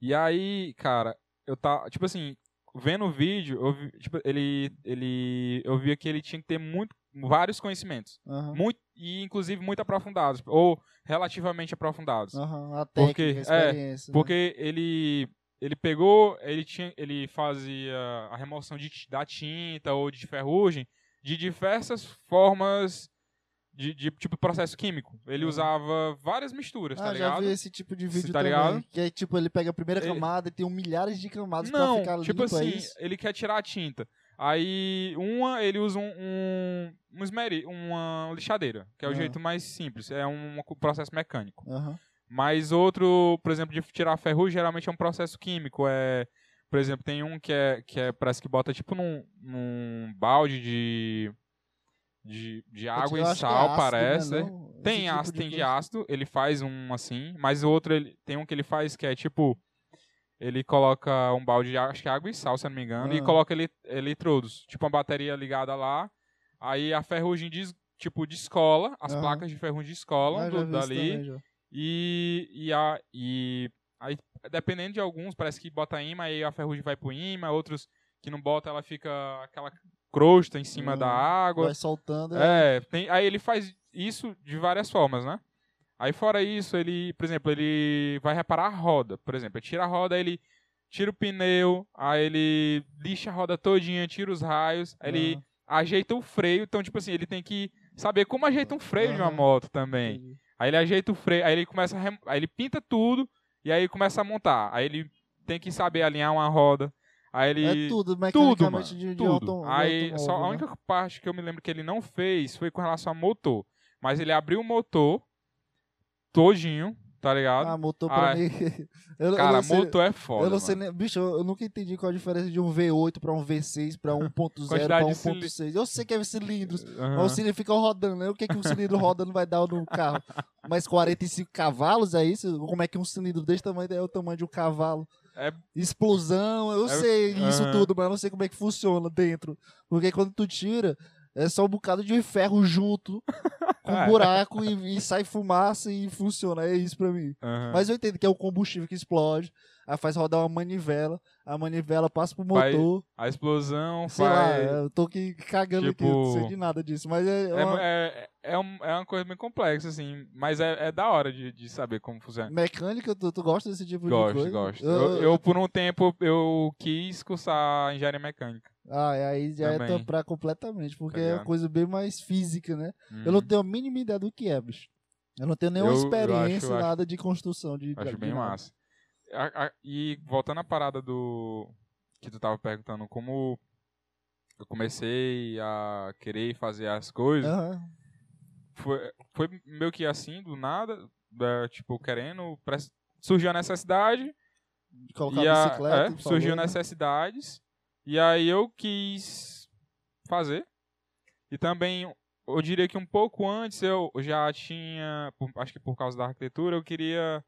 B: E aí, cara, eu tava, tipo assim, vendo o vídeo, eu vi, tipo, ele ele eu via que ele tinha que ter muito vários conhecimentos,
A: Aham.
B: muito e inclusive muito aprofundados ou relativamente aprofundados.
A: Aham, a técnica,
B: Porque- é,
A: a experiência. né?
B: Porque ele ele pegou, ele tinha, ele fazia a remoção de, ti- da tinta ou de ferrugem de diversas formas de, de, tipo processo químico. Ele
A: Uhum.
B: usava várias misturas,
A: ah,
B: tá
A: já
B: ligado?
A: vi esse tipo de vídeo
B: tá
A: também.
B: ligado?
A: Que é tipo, ele pega a primeira
B: Ele-
A: camada e tem um milhares de camadas pra
B: Não,
A: ficar
B: tipo
A: limpo, é
B: assim,
A: isso?
B: ele quer tirar a tinta. Aí uma ele usa um, um, um esmeri, uma lixadeira, que é o
A: Ah.
B: jeito mais simples, é um processo mecânico.
A: Aham.
B: Mas outro, por exemplo, de tirar ferrugem, geralmente é um processo químico. É, por exemplo, tem um que é, que é parece que bota tipo num, num balde de, de, de água
A: Eu
B: e
A: acho que é
B: sal,
A: ácido, né,
B: parece.
A: não? Esse
B: Tem
A: tipo
B: ácido,
A: de
B: tem de
A: coisa.
B: ácido, ele faz um assim, mas o outro ele, tem um que ele faz que é tipo ele coloca um balde de á- acho que é água e sal, se eu não me engano, e
A: Ah.
B: coloca ele, eletrodos, tipo uma bateria ligada lá, aí a ferrugem des, tipo descola, as
A: Aham.
B: placas de ferrugem descolam
A: Ah, já
B: do-
A: vi isso
B: dali,
A: também, já.
B: e, e, a, e aí, dependendo de alguns, parece que bota imã aí a ferrugem vai pro imã, outros que não bota, ela fica aquela crosta em cima
A: Uhum.
B: da água.
A: Vai soltando. né?
B: É, tem, aí ele faz isso de várias formas, né? Aí fora isso, ele, por exemplo, ele vai reparar a roda, por exemplo, ele tira a roda, ele tira o pneu, aí ele lixa a roda todinha, tira os raios, aí ele
A: Aham,
B: ajeita o freio, então tipo assim, ele tem que saber como ajeita um freio de uma
A: Aham.
B: moto também.
A: entendi.
B: Aí ele ajeita o freio, aí ele começa a rem- aí ele pinta tudo e aí começa a montar. Aí ele tem que saber alinhar uma roda. Aí ele
A: É tudo,
B: tudo, mano,
A: mecanicamente de, de
B: tudo.
A: autom- de
B: aí só a
A: automóvel, né?
B: única parte que eu me lembro que ele não fez foi com relação ao motor, mas ele abriu o motor todinho, tá ligado?
A: Ah, motor pra
B: Ah,
A: mim. eu, eu
B: Cara,
A: não sei-
B: motor é foda.
A: eu não sei
B: mano.
A: nem. Bicho, eu, eu nunca entendi qual a diferença de um V8 pra um V6, pra 1.0, pra
B: Quantidade de
A: 1.6. Eu sei que é cilindros.
B: Aham.
A: Mas o cilindro fica rodando, né? O que, que um cilindro rodando vai dar no carro? Mais 45 cavalos, é isso? Como é que um cilindro desse tamanho é o tamanho de um cavalo?
B: É-
A: Explosão, eu
B: É-
A: sei isso
B: Aham.
A: tudo, mas eu não sei como é que funciona dentro. Porque quando tu tira, é só um bocado de ferro junto com
B: É.
A: um buraco e, e sai fumaça e funciona. É isso pra mim.
B: Aham.
A: Mas eu entendo que é o combustível que explode, aí faz rodar uma manivela, a manivela passa pro
B: Vai-
A: motor.
B: A explosão
A: Sei lá,
B: um
A: é,
B: faz
A: eu tô aqui cagando aqui, eu não sei
B: tipo-
A: de nada disso, mas é.
B: é,
A: uma-
B: é, é, um- é uma coisa bem complexa, assim, mas é, é da hora de, de saber como funciona.
A: Mecânica, tu, tu gosta desse tipo de
B: Gosto,
A: coisa?
B: gosto. Eu, eu, por um tempo, eu quis cursar engenharia mecânica.
A: Ah, é, aí já é
B: Também.
A: tampar completamente, porque
B: Tá
A: é uma
B: ligado?
A: coisa bem mais física, né? Eu não
B: Uhum.
A: tenho a mínima ideia do que é, bicho. Eu não tenho nenhuma
B: Eu- eu
A: experiência,
B: acho- eu acho-
A: nada de construção. De,
B: Acho
A: de
B: bem
A: nada.
B: massa. A- a- e voltando à parada do... Que tu tava perguntando, como eu comecei a querer fazer as coisas,
A: Aham.
B: foi, foi meio que assim, do nada, é, tipo, querendo... pres- Surgiu a necessidade,
A: De colocar
B: E a-
A: bicicleta.
B: é,
A: tu falou,
B: surgiu
A: né?
B: necessidades. E aí eu quis fazer. E também, eu diria que um pouco antes eu já tinha, por- acho que por causa da arquitetura, eu queria.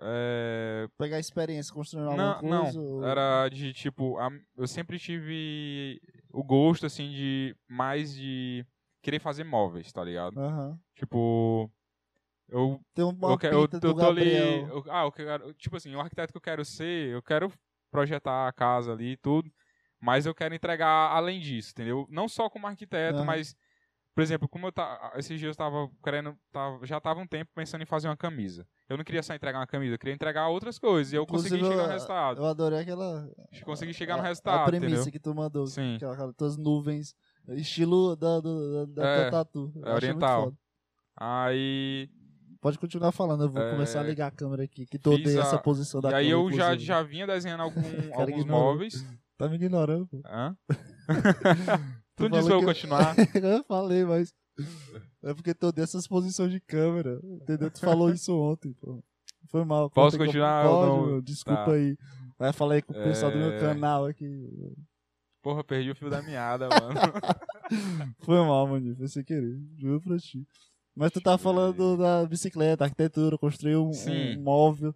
B: é,
A: Pegar experiência, construir alguma
B: não,
A: coisa.
B: não.
A: ou-
B: Era de tipo. a- eu sempre tive o gosto, assim, de mais de querer fazer móveis, tá ligado?
A: Aham.
B: Tipo,
A: Tem uma
B: eu, quero, eu,
A: pinta
B: eu
A: do
B: tô ali.
A: Gabriel.
B: eu- ah, eu quero. Tipo assim, o arquiteto que eu quero ser, eu quero projetar a casa ali e tudo. Mas eu quero entregar além disso, entendeu? Não só como arquiteto,
A: Aham.
B: mas. Por exemplo, como eu tá, esses dias eu tava querendo. tava- já tava um tempo pensando em fazer uma camisa. Eu não queria só entregar uma camisa, eu queria entregar outras coisas. E eu consegui
A: Inclusive,
B: chegar no
A: eu-
B: resultado.
A: Eu adorei aquela.
B: consegui chegar no
A: É a-
B: resultado,
A: A premissa
B: entendeu?
A: que tu mandou.
B: Sim.
A: Aquela, aquela, tuas nuvens. Estilo da, da, da, da
B: É,
A: tua tatu. Eu achei muito
B: oriental.
A: foda.
B: Aí.
A: Pode continuar falando, eu vou
B: É,
A: começar a ligar a câmera aqui, que tu
B: fiz
A: odeia
B: a-
A: essa posição da
B: E aí
A: câmera,
B: eu já,
A: inclusive.
B: já vinha desenhando algum-
A: cara
B: alguns
A: ignorou.
B: móveis.
A: Tá me ignorando, pô.
B: Hã?
A: Tu
B: tu não disse
A: falou
B: pra Então eu
A: que-
B: continuar?
A: eu falei, mas. É porque tu odeia essas posições de câmera. Entendeu? Tu falou isso ontem, pô. Foi mal. conta
B: Posso
A: que eu-
B: continuar ou
A: Pode,
B: não?
A: meu, desculpa
B: Tá.
A: aí. Vai falar aí com o pessoal do meu
B: É.
A: canal aqui.
B: Porra, perdi o fio da meada, mano.
A: Foi mal, mano. Foi sem querer. Juro pra ti. Mas tu tá falando da bicicleta, arquitetura, construiu um,
B: Sim.
A: um móvel.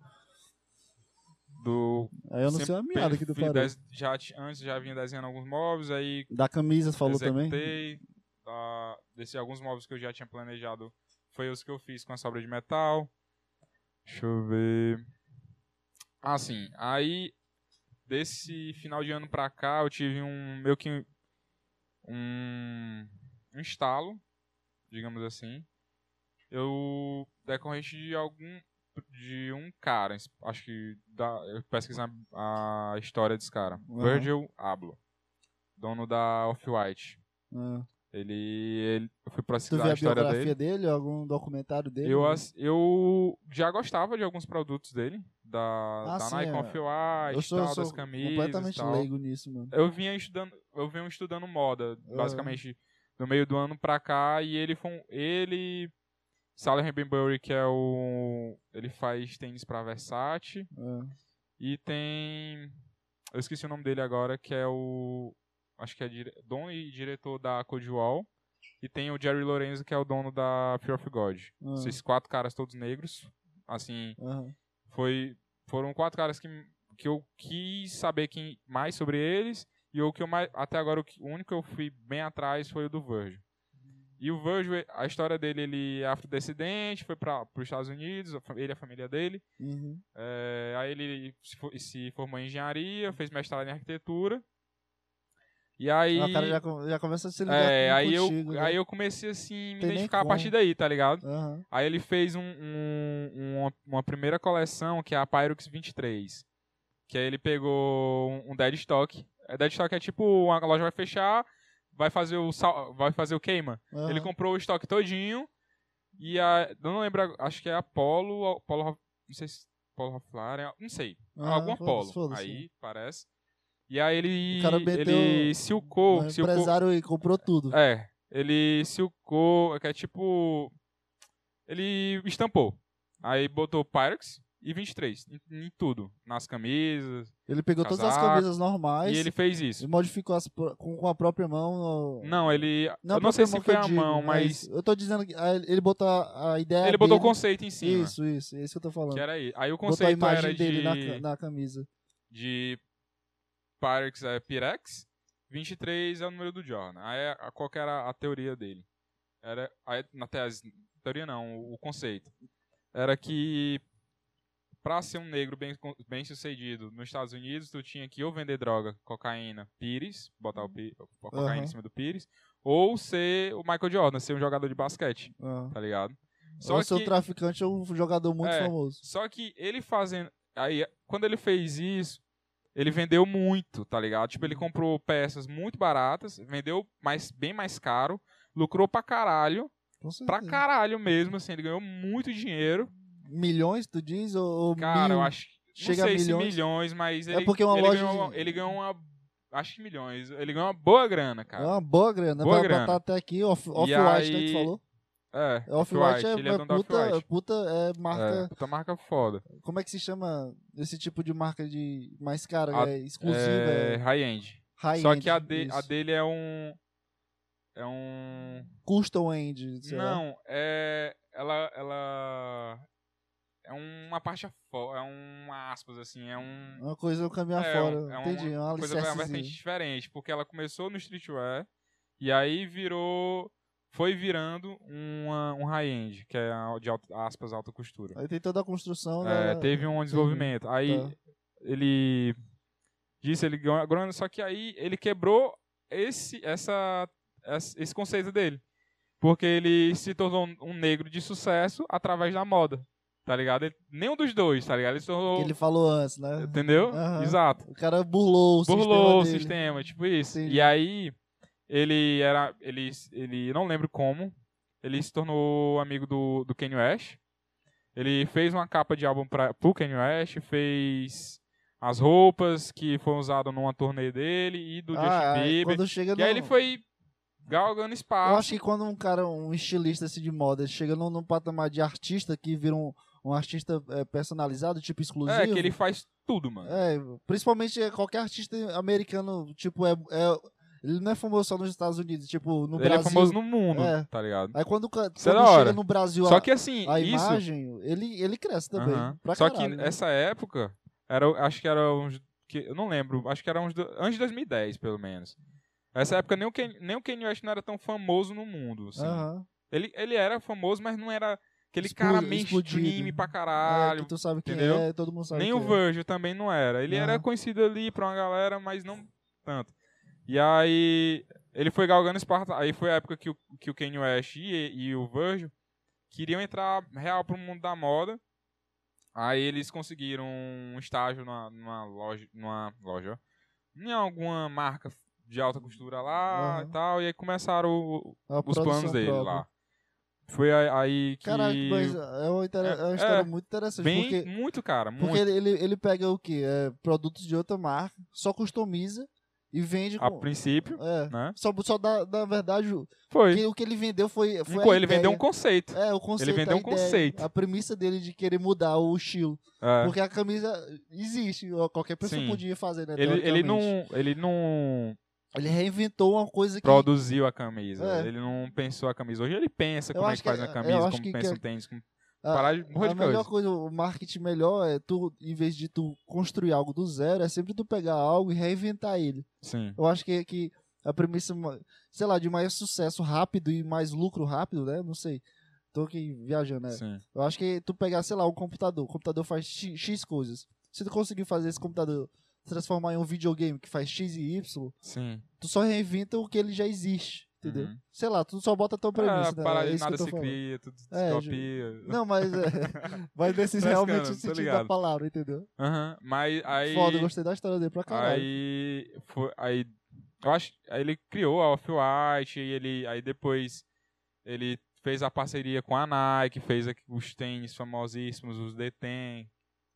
B: Do...
A: Aí eu não sei a
B: sempre
A: meada que tu
B: fui
A: parou.
B: des- já ti- Antes já vinha desenhando alguns móveis, aí
A: Da camisa, tu falou também?
B: executei. ah, desses alguns móveis que eu já tinha planejado foi os que eu fiz com a sobra de metal. Deixa eu ver. Ah, sim. Aí, desse final de ano pra cá, eu tive um meio que um, um estalo, digamos assim. Eu, decorrente de algum de um cara, acho que da, eu pesquisei a, a história desse cara,
A: Aham.
B: Virgil Abloh, dono da Off-White.
A: Ah.
B: Ele, ele eu fui
A: Tu
B: pesquisar
A: viu
B: a
A: a
B: história dele.
A: biografia dele? algum documentário dele?
B: Eu, ass- eu já gostava de alguns produtos dele, da,
A: Ah,
B: da
A: sim,
B: Nike
A: é.
B: Off-White,
A: eu sou, eu
B: tal,
A: sou
B: das camisas,
A: completamente
B: tal.
A: leigo nisso, mano.
B: Eu vinha estudando, eu venho estudando moda,
A: Aham.
B: basicamente do meio do ano pra cá e ele foi um- ele Sally Hemingway, que é o ele faz tênis pra Versace
A: É.
B: e tem eu esqueci o nome dele agora, que é o acho que é dire, dono e diretor da Codewall e tem o Jerry Lorenzo que é o dono da Fear of God.
A: Ah,
B: Esses quatro caras todos negros, assim,
A: aham.
B: foi foram quatro caras que, que eu quis saber quem mais sobre eles e o que eu mais até agora o, que- o único que eu fui bem atrás foi o do Virgil e o Virgil a história dele ele é afrodescendente foi para os Estados Unidos a fa- ele e a família dele
A: Uhum.
B: é, aí ele se, fo- se formou em engenharia fez mestrado em arquitetura e aí
A: Ah, o cara já, com- já começa a se ligar
B: é,
A: com-
B: aí eu
A: contigo, né?
B: aí eu comecei assim me
A: Tem nem
B: identificar a
A: como.
B: partir daí tá ligado
A: Aham.
B: Aí ele fez um, um- uma, uma primeira coleção, que é a Pyrox 23. Que aí ele pegou um, um Dead Stock. É, Dead Stock é tipo, uma loja vai fechar, vai fazer o, sal- vai fazer o queima.
A: aham.
B: Ele comprou o estoque todinho. E a. eu Não lembro, ag- acho que é a Polo. a Polo Ra- não sei se. Polo Raflaren, não sei.
A: Aham,
B: alguma
A: Ah, foda-se,
B: Polo.
A: foda-se.
B: aí, parece. E aí ele.
A: O cara meteu-
B: ele silcou.
A: O
B: silcou
A: empresário aí comprou tudo.
B: é, ele silcou, que é tipo. Ele estampou. Aí botou Pyrex e 23 em, em tudo, nas camisas.
A: Ele pegou todas as
B: Casaco.
A: camisas normais
B: e ele fez
A: e
B: isso.
A: modificou as pro- com, com a própria mão. ó.
B: Não, ele.
A: Não, a
B: eu não sei
A: própria
B: se
A: que
B: foi
A: eu
B: a
A: digo,
B: mão, mas.
A: Eu tô dizendo que ah, ele ele botou a a ideia.
B: ele botou
A: é
B: o
A: dele-
B: conceito em cima.
A: Isso, isso, é isso que eu tô falando.
B: Que era aí. Aí o
A: botou a
B: conceito
A: imagem
B: era
A: dele
B: de.
A: na, ca- na camisa.
B: de Pyrex é Pirex, 23 é o número do Jordan. Aí a- qual que era a teoria dele? Era aí, na tese, teoria não, o, o conceito. Era que pra ser um negro bem, con- bem sucedido nos Estados Unidos, tu tinha que ou vender droga, cocaína, pires, botar o pi- a cocaína
A: Aham.
B: em cima do pires, ou ser o Michael Jordan, ser um jogador de basquete,
A: Ah.
B: tá ligado?
A: Só ou ser um traficante ou um jogador muito
B: É.
A: famoso.
B: só que ele fazendo. Aí, quando ele fez isso, ele vendeu muito, tá ligado? Tipo,
A: Uhum.
B: ele comprou peças muito baratas, vendeu mais, bem mais caro, lucrou pra caralho,
A: Com
B: pra
A: certeza.
B: caralho mesmo, assim, ele ganhou muito dinheiro.
A: Milhões, tu diz? Ou, ou
B: Cara,
A: Um mil?
B: eu acho que.
A: Chega
B: não
A: a
B: sei se
A: milhões. É
B: milhões, mas ele.
A: porque uma
B: ele
A: loja
B: Ganhou,
A: de-
B: Ele ganhou uma. Acho que milhões. Ele ganhou uma boa grana,
A: É
B: cara.
A: uma boa grana.
B: Boa
A: pra
B: grana.
A: botar até aqui, off- off-white, né, que
B: aí-
A: tu falou?
B: É.
A: É Off-White é,
B: Off-White, ele é
A: é
B: dono da
A: puta,
B: Off-White.
A: puta é marca.
B: É, puta marca foda.
A: Como é que se chama esse tipo de marca de mais cara?
B: A-
A: é exclusiva,
B: é,
A: é
B: high-end.
A: high
B: Só que a, de- a
A: isso.
B: dele é um. É um.
A: Custom end, sei lá.
B: Não, é. Ela. Ela. É uma parte afora. É um aspas, assim. É um.
A: Uma coisa eu caminho
B: é,
A: afora.
B: um- é uma
A: Entendi, é uma
B: coisa uma vertente
A: alicercezinha.
B: diferente. Porque ela começou no streetwear. E aí virou. foi virando uma, um high-end, que é a- de alta- aspas, alta costura.
A: Aí tem toda a construção. né,
B: É,
A: da...
B: teve um desenvolvimento. Aí
A: Tá.
B: ele disse, ele ganhou a grana, só que aí ele quebrou esse, essa, essa- esse conceito dele. Porque ele se tornou um- um negro de sucesso através da moda. Tá ligado? Ele- nenhum dos dois, tá ligado? Ele se tornou.
A: Que ele falou antes, né?
B: Entendeu?
A: Aham.
B: Exato.
A: O cara burlou o
B: Burlou
A: sistema.
B: o
A: dele.
B: sistema, tipo isso.
A: Entendi.
B: E aí, ele era. Ele, ele não lembro como. Ele se tornou amigo do, do Kanye West. Ele fez uma capa de álbum pra, pro Kanye West, fez as roupas que foram usadas numa turnê dele e
A: Ah,
B: do Justin
A: aí
B: Bieber.
A: Quando chega
B: E aí
A: no-
B: ele foi galgando
A: Eu
B: espaço.
A: acho que quando um cara, um estilista assim, de moda, chega num, num patamar de artista que vira um, um artista é, personalizado, tipo exclusivo.
B: É, que ele faz tudo, mano.
A: É, principalmente é, qualquer artista americano, tipo, é, é- ele não é famoso só nos Estados Unidos, tipo, no
B: ele
A: Brasil.
B: é famoso no mundo,
A: É.
B: tá ligado?
A: Aí quando, o ca-
B: Isso é
A: quando
B: da hora.
A: chega no Brasil
B: Só
A: a,
B: que assim,
A: a
B: isso.
A: imagem, ele, ele cresce também.
B: Aham.
A: Pra
B: Só
A: caralho,
B: que
A: né?
B: essa época, era, acho que era uns. Que, eu não lembro, acho que era uns. do- Antes de 2010, pelo menos. Essa época nem o, Ken, nem o Kanye West não era tão famoso no mundo. assim.
A: Aham. É,
B: Ele, ele era famoso, mas não era aquele
A: Explo-
B: cara mainstream
A: explodido.
B: pra
A: É,
B: caralho.
A: que tu sabe quem
B: entendeu?
A: é, todo mundo sabe
B: nem
A: quem
B: o Virgil também não era. Ele era
A: Aham.
B: conhecido ali pra uma galera, mas não tanto. E aí. Ele foi galgando espaço. Aí foi a época que o, que o Kanye West e, e o Virgil queriam entrar real pro mundo da moda. Aí eles conseguiram um estágio numa, numa loja. Numa loja. ó, Em alguma marca de alta costura lá
A: Aham.
B: e tal. E aí começaram o-
A: é. A
B: os
A: produção
B: planos dele
A: própria.
B: lá. Foi aí- aí que.
A: Caraca, mas é uma, inter- é uma
B: É,
A: história
B: é.
A: muito interessante,
B: bem,
A: porque...
B: muito, cara. Muito.
A: Porque ele, ele, ele pega o quê? É, produtos de outra marca, só customiza e vende
B: A
A: com...
B: princípio,
A: É.
B: né?
A: Só, só dá, na verdade, o
B: Foi.
A: que, o que ele vendeu foi. foi
B: Ficou,
A: a
B: ele
A: ideia.
B: vendeu um conceito.
A: É, o conceito.
B: Ele vendeu
A: a
B: um
A: ideia,
B: conceito.
A: A premissa dele de querer mudar o estilo.
B: É.
A: Porque a camisa existe, ó, qualquer pessoa
B: Sim.
A: podia fazer, né?
B: Ele, ele,
A: teoricamente.
B: não, ele não
A: Ele reinventou uma coisa que.
B: produziu a camisa.
A: É.
B: Ele não pensou a camisa. Hoje ele pensa
A: Eu
B: como é
A: acho
B: que
A: que-
B: faz uma
A: eu
B: camisa,
A: acho
B: como
A: que-
B: pensa
A: que-
B: um tênis. Como...
A: a-
B: parar de
A: A
B: morrer de
A: melhor
B: coisa.
A: coisa, o marketing melhor é tu, em vez de tu construir algo do zero, é sempre tu pegar algo e reinventar ele.
B: Sim.
A: Eu acho que, que a premissa, ma- sei lá, de mais sucesso rápido e mais lucro rápido, né? Não sei. Tô aqui viajando, né?
B: Sim.
A: Eu acho que tu pegar, sei lá, um computador. O computador faz X, X coisas. Se tu conseguir fazer esse computador transformar em um videogame que faz X e Y,
B: Sim.
A: tu só reinventa o que ele já existe, entendeu?
B: Uhum.
A: Sei lá, tu só bota a tua premissa,
B: É,
A: né?
B: parar
A: É
B: de
A: isso que
B: nada
A: eu tô
B: se
A: falando.
B: cria, tudo se
A: É, ju-
B: copia.
A: Não, mas é, vai nesse
B: Frescando,
A: realmente
B: tô
A: o sentido da
B: ligado.
A: palavra, entendeu?
B: Aham, Mas aí.
A: Foda, gostei da história dele pra caralho.
B: Aí foi, aí eu acho, aí ele criou a Off-White e ele aí depois ele fez a parceria com a Nike, fez aqui os tênis famosíssimos, os Deten.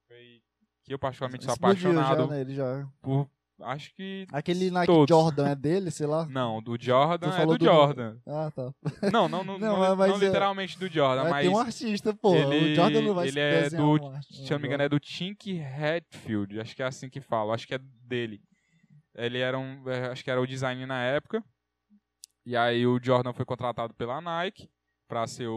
B: foi- Que eu particularmente sou
A: Explodiu
B: apaixonado
A: já né? nele já.
B: por acho que
A: Aquele Nike
B: Todos.
A: Jordan é dele, sei lá.
B: não, do Jordan
A: Tu
B: é
A: falou
B: do,
A: do-
B: Jordan.
A: Ah, tá.
B: Não, não,
A: Não,
B: não, não,
A: mas-
B: não
A: mas é-
B: literalmente do Jordan,
A: Mas
B: mas
A: tem um artista, pô.
B: ele-
A: o Jordan não vai
B: ele
A: se
B: é
A: desenhar
B: do-
A: um artista.
B: se eu não me engano, é do Tink Hatfield, acho que é assim que fala, acho que é dele. Ele era um, eh, acho que era o design na época. E aí o Jordan foi contratado pela Nike pra ser o,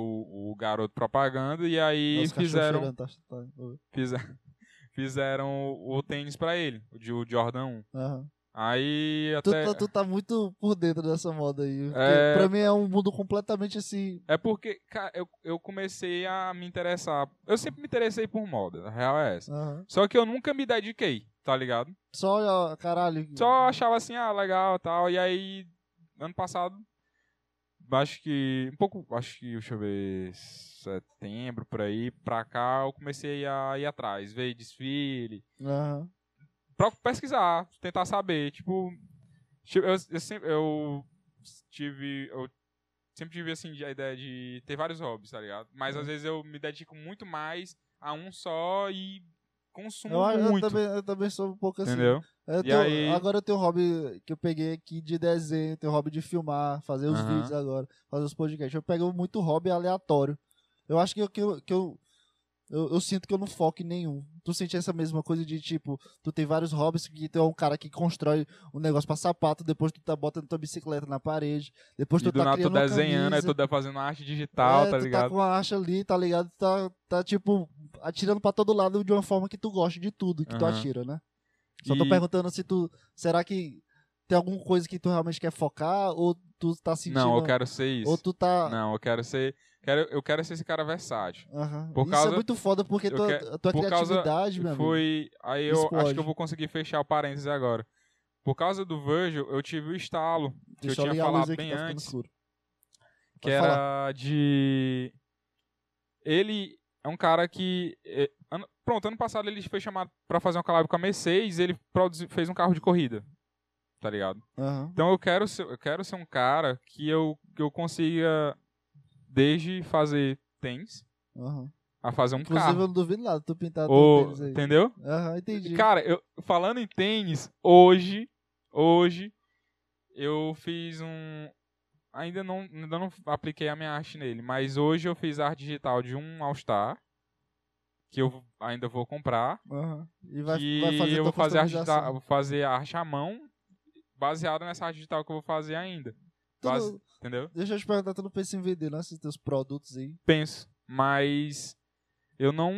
B: o garoto propaganda e aí
A: Nossa, cachorro
B: fizeram,
A: cheirando, tá- tá-
B: fizeram fizeram o, o tênis pra ele, o de- o Jordan 1.
A: Aham.
B: Aí
A: Tu,
B: até
A: tá- tu tá muito por dentro dessa moda aí. porque
B: É.
A: Pra mim é um mundo completamente assim.
B: é porque cara, eu, eu comecei a me interessar. Eu sempre me interessei por moda, a real é essa.
A: aham.
B: Só que eu nunca me dediquei, tá ligado?
A: Só, ó, caralho.
B: só achava assim, ah, legal e tal. E aí, ano passado, acho que. Um pouco. Acho que, deixa eu ver. Setembro, por aí, pra cá, eu comecei a ir atrás, ver desfile.
A: Aham.
B: Pra pesquisar, tentar saber. Tipo. tipo, Eu, eu sempre. Eu tive. Eu sempre tive assim a ideia de ter vários hobbies, tá ligado? Mas
A: Uhum.
B: às vezes eu me dedico muito mais a um só e consumo
A: Eu, eu
B: muito.
A: também, eu também sou um pouco assim.
B: entendeu?
A: Eu
B: E
A: tenho-
B: aí-
A: Agora eu tenho um hobby que eu peguei aqui de desenho, tenho um hobby de filmar, fazer os
B: Aham.
A: vídeos agora, fazer os podcasts. Eu pego muito hobby aleatório. Eu acho que eu, que eu, que eu, eu, eu sinto que eu não foco em nenhum. Tu sente essa mesma coisa de tipo, tu tem vários hobbies que tu é um cara que constrói um negócio pra sapato, depois tu tá botando tua bicicleta na parede, depois tu
B: E do
A: tá
B: nada tô
A: criando uma
B: desenhando, aí
A: camisa.
B: tô de- fazendo arte digital,
A: É,
B: tá
A: tu
B: ligado?
A: tá com a acha ali, tá ligado? Tu Tá, tá, tipo, atirando pra todo lado de uma forma que tu gosta de tudo que tu
B: Aham.
A: atira, né? Só tô
B: E-
A: perguntando se tu. Será que Tem alguma coisa que tu realmente quer focar? Ou tu tá sentindo.
B: Não, eu quero ser isso.
A: Ou tu tá.
B: Não, eu quero ser. Quero, eu quero ser esse cara versátil.
A: Aham.
B: Por
A: Isso
B: causa-
A: é muito foda porque
B: eu
A: tua,
B: quero-
A: a tua
B: por causa-
A: criatividade, meu amigo.
B: Foi. Aí eu acho
A: Explode.
B: que eu vou conseguir fechar o parênteses agora. Por causa do Virgil, eu tive o estalo, que eu
A: Deixa
B: tinha
A: ligar a luz
B: falado
A: aqui,
B: bem
A: tá ficando
B: antes.
A: escuro.
B: que
A: Pode
B: era
A: falar.
B: de. Ele é um cara que. é, ano- Pronto, ano passado ele foi chamado pra fazer um collab com a Mercedes ele produzi- fez um carro de corrida. Tá ligado?
A: Aham.
B: Então eu quero ser, eu quero ser um cara que eu, que eu consiga, desde fazer tênis,
A: Aham.
B: a fazer um
A: Inclusive, eu
B: carro.
A: não duvido nada, tu pintar
B: Ou,
A: tudo deles aí.
B: entendeu?
A: Aham, entendi.
B: Cara, eu, falando em tênis, hoje, hoje, eu fiz um. Ainda não, ainda não apliquei a minha arte nele, mas hoje eu fiz a arte digital de um All-Star, que eu ainda vou comprar.
A: Aham. E vai,
B: que
A: vai fazer
B: eu
A: tua
B: vou fazer, a arte
A: customização.
B: digital- vou fazer a arte à mão, baseada nessa arte digital que eu vou fazer ainda.
A: Tu não-
B: Base- Entendeu?
A: Deixa eu te perguntar, tu não pensa em vender, não? Esses teus produtos aí.
B: Penso. Mas eu não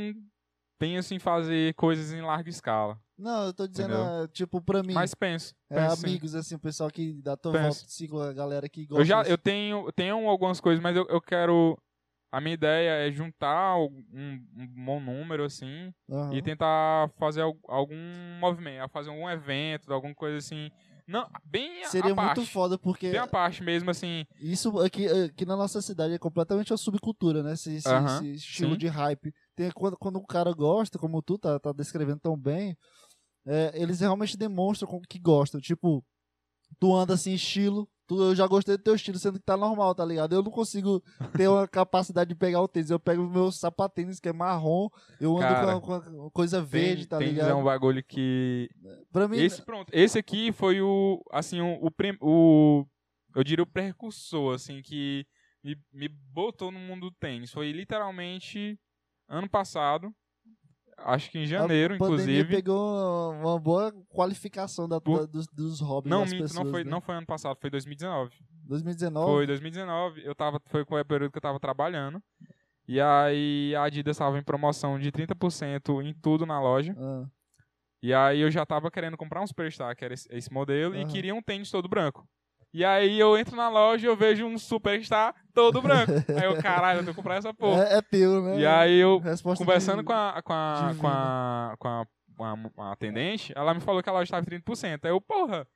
B: penso em fazer coisas em larga escala.
A: Não, eu tô dizendo,
B: Entendeu?
A: ah, tipo, pra mim,
B: Mas penso.
A: é,
B: penso sim.
A: amigos, assim, o pessoal que dá tua
B: Penso.
A: volta, sigo a galera que gosta.
B: Eu já
A: disso.
B: eu tenho, tenho algumas coisas, mas eu, eu quero. A minha ideia é juntar um, um bom número, assim,
A: Aham.
B: e tentar fazer al- algum movimento, fazer algum evento, alguma coisa assim. Não, bem a-
A: Seria
B: a parte.
A: muito foda, é, porque
B: Bem a parte mesmo, assim.
A: isso aqui, aqui na nossa cidade é completamente uma subcultura, né? Esse, esse-
B: Aham,
A: esse estilo
B: sim.
A: de hype. Tem, quando, quando um cara gosta, como tu tá, tá descrevendo tão bem, é, eles realmente demonstram como que gostam. Tipo, tu anda assim, estilo. Tu, eu já gostei do teu estilo, sendo que tá normal, tá ligado? Eu não consigo ter uma capacidade de pegar o tênis. Eu pego o meu sapatênis, que é marrom, eu ando
B: Cara,
A: com, a, com a coisa verde,
B: tênis-
A: tá
B: tênis
A: ligado?
B: é um bagulho que.
A: Pra mim,
B: Esse, pronto. Esse aqui foi o. Assim, o. o, prim- o- eu diria o precursor, assim, que me, me botou no mundo do tênis. Foi literalmente ano passado. Acho que em janeiro,
A: a pandemia
B: inclusive.
A: pegou uma boa qualificação da-
B: Por-
A: da- dos, dos hobbies
B: Não,
A: das
B: minto,
A: pessoas.
B: não foi,
A: né?
B: não foi ano passado, foi 2019.
A: 2019?
B: Foi 2019, eu tava, foi com o período que eu tava trabalhando. E aí a Adidas tava em promoção de 30% em tudo na loja.
A: Ah,
B: E aí eu já tava querendo comprar um Superstar, que era esse, esse modelo, e
A: Aham.
B: queria um tênis todo branco. E aí eu entro na loja e eu vejo um Superstar todo branco. aí eu, caralho, eu tenho que comprar essa porra.
A: é, é teu, né?
B: E aí eu
A: Resposta
B: Conversando
A: de-
B: com a, com, a,
A: de
B: com, a, com, a, com a- com a atendente, ela me falou que a loja estava em 30%. Aí eu, porra,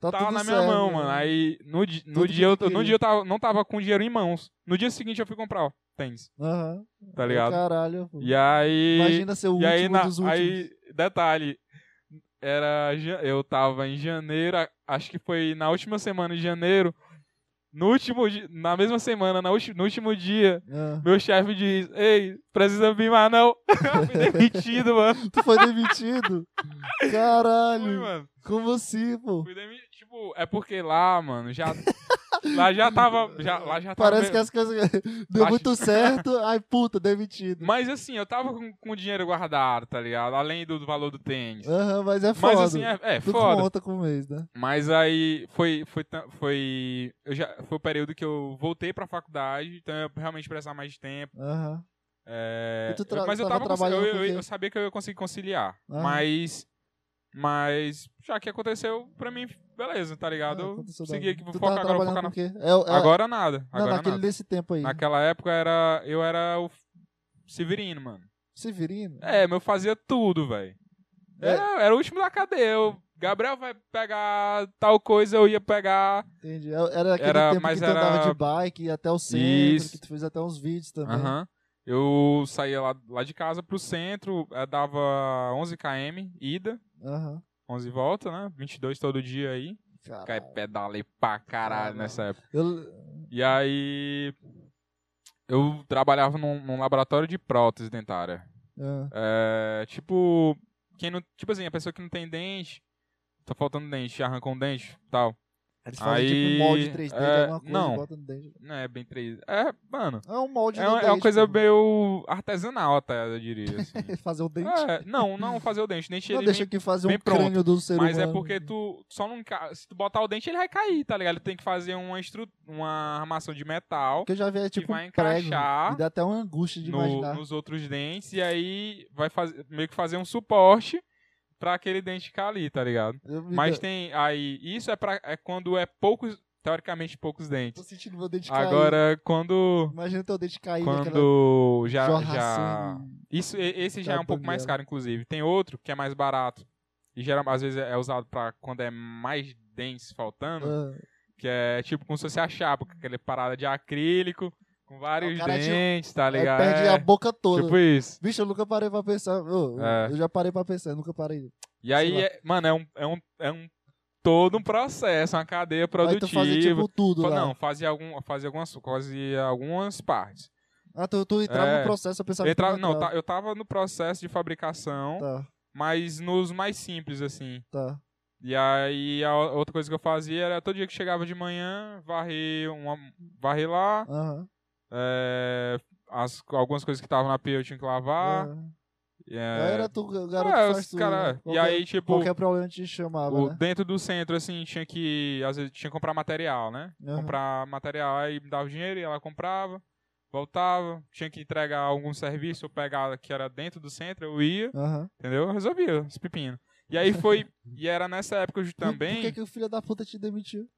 A: Tá
B: tava
A: tudo
B: na minha
A: certo,
B: mão,
A: né?
B: mano. Aí no, di- no
A: Tudo que
B: dia, eu,
A: tu queria.
B: no dia eu tava, não tava com dinheiro em mãos. No dia seguinte eu fui comprar, ó, tênis,
A: Aham.
B: tá ligado?
A: Caralho, pô.
B: E aí.
A: Imagina ser o
B: e
A: último
B: aí, na-
A: dos últimos.
B: aí, detalhe. Era. ja- Eu tava em janeiro, a- acho que foi na última semana de janeiro. No último di- Na mesma semana, na ulti- no último dia,
A: Ah.
B: meu chefe diz: Ei, precisa vir mais não. Fui demitido, mano.
A: Tu foi demitido?
B: Fui,
A: Caralho.
B: mano.
A: Como assim, pô?
B: Fui demi- Tipo, é porque lá, mano, já. lá já tava. Já, lá já tava.
A: Parece que é as coisas deu
B: Acho-
A: muito certo. Ai, puta, demitido.
B: Mas assim, eu tava com, com dinheiro guardado, tá ligado? Além do, do valor do tênis.
A: Aham, mas é foda.
B: Mas assim, é, é
A: tu
B: foda.
A: conta com o mês, né?
B: Mas aí foi. Foi. tan- foi, eu já, foi o período que eu voltei pra faculdade, então eu realmente precisava mais de tempo.
A: Aham.
B: é,
A: E tu tra-
B: eu- mas eu
A: tava
B: tava. cons- Eu,
A: trabalhando
B: eu-
A: com Ah. o quê?
B: eu sabia que eu ia conseguir conciliar.
A: Aham.
B: Mas. Mas. Já que aconteceu, pra mim, beleza, tá ligado?
A: Ah,
B: Eu
A: aconteceu da-
B: segui aqui, vou
A: Tu tava
B: focar agora, vou
A: trabalhando
B: focar
A: com
B: na
A: o quê? É, é-
B: Agora nada.
A: Não,
B: Agora
A: naquele
B: nada.
A: desse tempo aí.
B: Naquela época era, eu era o Severino, mano.
A: Severino?
B: É, mas eu fazia tudo, velho.
A: É.
B: Era, era o último da cadeia. Eu, Gabriel vai pegar tal coisa, eu ia pegar.
A: Entendi. Era aquele
B: Era-
A: tempo
B: mas
A: que tu andava
B: era-
A: de bike ia até o centro,
B: Isso.
A: que tu fez até uns vídeos também.
B: Aham. Eu saía lá, lá de casa pro centro, eh, dava 11 km, ida,
A: Aham.
B: 11 volta, né? 22 todo dia aí. Cara,
A: Cara,
B: pedalei pra caralho
A: Caralho.
B: nessa época.
A: eu-
B: E aí. Eu trabalhava num- num laboratório de prótese dentária.
A: ah,
B: É, tipo, quem não, tipo assim, a pessoa que não tem dente, tá faltando dente, arrancou um dente, tal.
A: Eles fazem
B: Aí,
A: tipo um molde 3D, de
B: é,
A: alguma coisa,
B: não.
A: bota no dente.
B: Não é bem três. É, mano,
A: É um molde
B: é,
A: no
B: uma- é
A: dente,
B: uma coisa
A: pô.
B: meio artesanal até, eu diria, assim.
A: Fazer o dente.
B: É, não, não fazer o dente, o dente
A: não
B: ele
A: deixa
B: vem-
A: que fazer um
B: vem pronto.
A: crânio do ser
B: mas
A: humano. né?
B: é porque tu só não ca- se tu botar o dente ele vai cair, tá ligado? Tem que fazer uma estru... uma armação de metal
A: Porque eu já vi, é tipo
B: vai
A: um prego.
B: encaixar
A: Me dá até uma angústia de
B: no-
A: imaginar.
B: nos outros dentes e aí vai fazer meio que fazer um suporte pra aquele dente ficar ali, tá ligado?
A: Eu me
B: Mas
A: dou-
B: tem. Aí, isso é, pra, é quando é poucos. Teoricamente, poucos
A: Tô
B: dentes.
A: sentindo meu dente cair.
B: Agora, quando.
A: Imagina teu dente cair naquela
B: Quando já. já...
A: jorração.
B: Isso, e- esse já é um
A: Capa
B: pouco mais
A: dela.
B: caro, inclusive. Tem outro que é mais barato. E geral, às vezes é usado pra quando é mais dentes faltando.
A: Ah,
B: Que é tipo como se fosse a chapa, com aquela parada de acrílico, com vários
A: É cara tinha-
B: dentes, tá
A: aí
B: ligado?
A: perde
B: É,
A: a boca toda.
B: tipo isso.
A: Bicho, eu nunca parei pra pensar. Ô,
B: É.
A: Eu já parei pra pensar, eu nunca parei.
B: E aí,
A: lá.
B: é- mano, é um, é, um, é um todo um processo, uma cadeia
A: Aí tu
B: produtiva.
A: fazia tipo tudo
B: Fa-
A: lá.
B: não, fazia, algum, fazia, algumas, fazia algumas partes.
A: Ah, tu, tu entrava
B: É.
A: no processo, eu pensava
B: Eu, entrava-
A: que tu
B: não,
A: entrava.
B: tá- eu tava no processo de fabricação,
A: Tá,
B: mas nos mais simples, assim.
A: tá.
B: E aí a o- outra coisa que eu fazia era todo dia que chegava de manhã, varrer uma. varrer lá.
A: Aham.
B: é, as, algumas coisas que estavam na pia eu tinha que lavar.
A: é.
B: Tá. é,
A: Era tu, o garoto
B: é,
A: faz
B: os
A: tudo,
B: cara,
A: né?
B: E
A: Qualquer-
B: aí, tipo,
A: Qualquer problema te chamava,
B: o-
A: né?
B: dentro do centro, assim, tinha que. Às vezes tinha que comprar material, né?
A: Aham.
B: Comprar material, aí me dava o dinheiro e ela comprava, voltava, tinha que entregar algum serviço, eu pegava que era dentro do centro, eu ia,
A: Aham.
B: entendeu? Eu resolvia os pepinos. E aí foi. e era nessa época de-
A: Por-
B: também.
A: Por que, que o filho da puta te demitiu?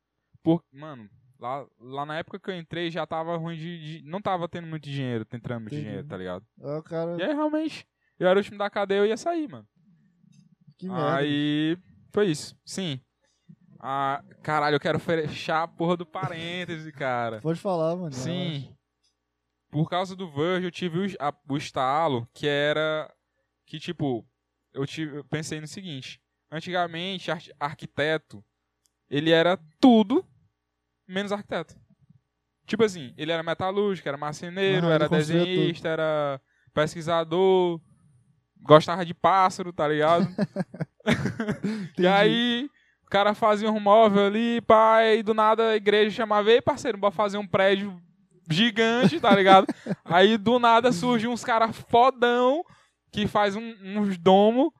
B: Por, mano, lá, lá na época que eu entrei já tava ruim de, de- Não tava tendo muito dinheiro, tendo entrando muito
A: Entendi.
B: dinheiro, tá ligado?
A: Ah, o cara,
B: E aí realmente, eu era o último da cadeia, eu ia sair, mano.
A: que merda.
B: Aí. Foi isso. Sim. Ah, caralho, eu quero fechar a porra do parêntese, cara.
A: Pode falar, mano. relaxa.
B: Sim. Por causa do Verge, eu tive o, a- o estalo que era. Que tipo. Eu, tive, eu pensei no seguinte: antigamente, ar- arquiteto. Ele era tudo menos arquiteto. Tipo assim, ele era metalúrgico, era marceneiro,
A: Aham, ele
B: era
A: construía
B: desenhista, era pesquisador. Gostava de pássaro, tá ligado?
A: Entendi.
B: E aí, o cara fazia um móvel ali, pai, do nada a igreja chamava, ei, parceiro, bora fazer um prédio gigante, tá ligado? aí, do nada, surgem uns caras fodão que faz um- uns domo,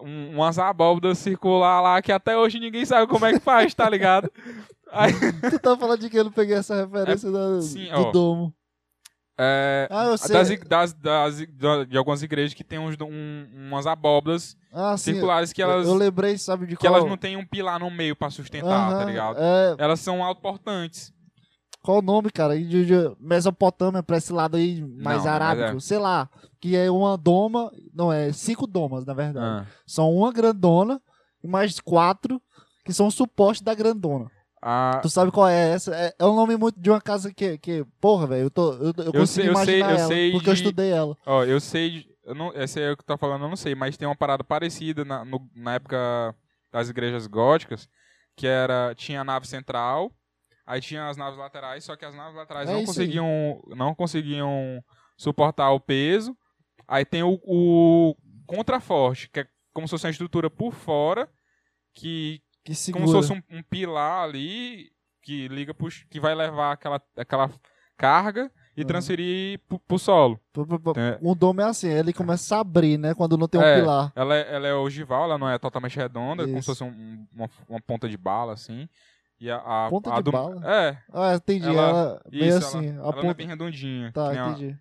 B: um- umas abóbodas circular lá, que até hoje ninguém sabe como é que faz, tá ligado? Aí,
A: Tu tá falando de que eu não peguei essa referência da-
B: É, sim,
A: do
B: ó.
A: domo.
B: é,
A: Ah, eu sei.
B: das, ig- das- das ig- da- de algumas igrejas que tem uns do- um- umas abóbodas
A: ah, sim.
B: circulares que
A: eu-
B: elas,
A: Eu lembrei, sabe de
B: que
A: qual?
B: elas não têm um pilar no meio pra sustentar, tá
A: Aham,
B: ligado?
A: É,
B: Elas são autoportantes.
A: qual o nome, cara? E De, de Mesopotâmia, pra esse lado aí mais
B: Não,
A: arábico.
B: mas é.
A: Sei lá. Que é uma doma. Não, é cinco domas, na verdade.
B: Ah.
A: São uma grandona e mais quatro que são o suporte da grandona.
B: Ah,
A: Tu sabe qual é essa? É, é um nome muito de uma casa que, que porra, velho, eu, tô- eu, eu consigo
B: sei- eu sei-
A: imaginar
B: eu
A: ela,
B: sei
A: porque eu
B: de-
A: estudei ela.
B: ó, eu sei. de- Eu não, essa é o que tu tá falando, eu não sei, mas tem uma parada parecida na, no- na época das igrejas góticas, que era. Tinha a nave central, aí tinha as naves laterais, só que as naves laterais
A: É
B: não
A: isso aí.
B: conseguiam. não conseguiam suportar o peso. Aí tem o, o contraforte, que é como se fosse uma estrutura por fora, que
A: Que segura.
B: como se fosse um, um pilar ali que liga pros, que vai levar aquela, aquela carga e
A: Uhum.
B: transferir pro, pro solo.
A: Pô, pô, pô,
B: É.
A: Um domo é assim, ele começa a abrir, né, quando não tem um
B: É.
A: pilar.
B: Ela, é- ela é ogival, ela não é totalmente redonda, como se
A: Isso.
B: fosse um- um- uma, uma ponta de bala assim. E a, a-
A: Ponta
B: a
A: de
B: do-
A: bala?
B: É,
A: Ah, entendi,
B: Ela-
A: ela, meio
B: isso,
A: assim,
B: ela,
A: a
B: ela não é
A: ponta-
B: bem redondinha.
A: Tá,
B: que nem a-
A: entendi.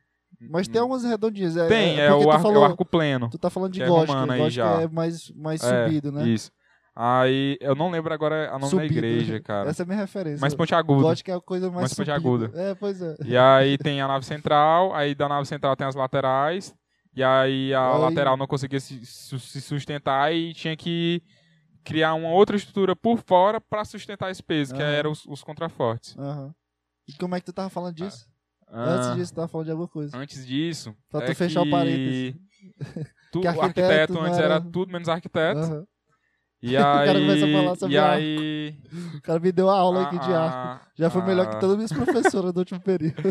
A: Mas tem algumas redondinhas, é,
B: Tem, é,
A: porque
B: o,
A: tu
B: ar, é
A: falou,
B: o arco pleno.
A: tu tá falando de
B: que é
A: gótico,
B: romano aí
A: gótico
B: já.
A: é mais, mais
B: É,
A: subido, né?
B: Isso. Aí, eu não lembro agora a nome da
A: Subido.
B: igreja, cara.
A: Essa é a minha referência.
B: Mas ponte aguda.
A: gótico é a coisa mais
B: Mas ponte
A: subida.
B: aguda.
A: É, pois é.
B: E aí tem a nave central, aí da nave central tem as laterais, e aí a
A: Aí-
B: lateral não conseguia se, su- se sustentar e tinha que criar uma outra estrutura por fora pra sustentar esse peso, que
A: Aham.
B: eram os, os contrafortes.
A: Aham. E como é que tu tava falando disso?
B: Ah,
A: Antes disso, tu tava falando de alguma coisa.
B: antes disso,
A: Pra tu
B: é
A: fechar
B: que
A: o parênteses.
B: tu-
A: Que
B: o
A: arquiteto
B: arquiteto,
A: não
B: antes
A: era-
B: era... tudo menos arquiteto.
A: Aham.
B: E
A: O
B: aí.
A: cara começa a falar sobre
B: e
A: arco.
B: aí.
A: O cara me deu a aula aqui de
B: a-
A: arte. Já foi
B: a-
A: melhor que todas as minhas professoras do último período.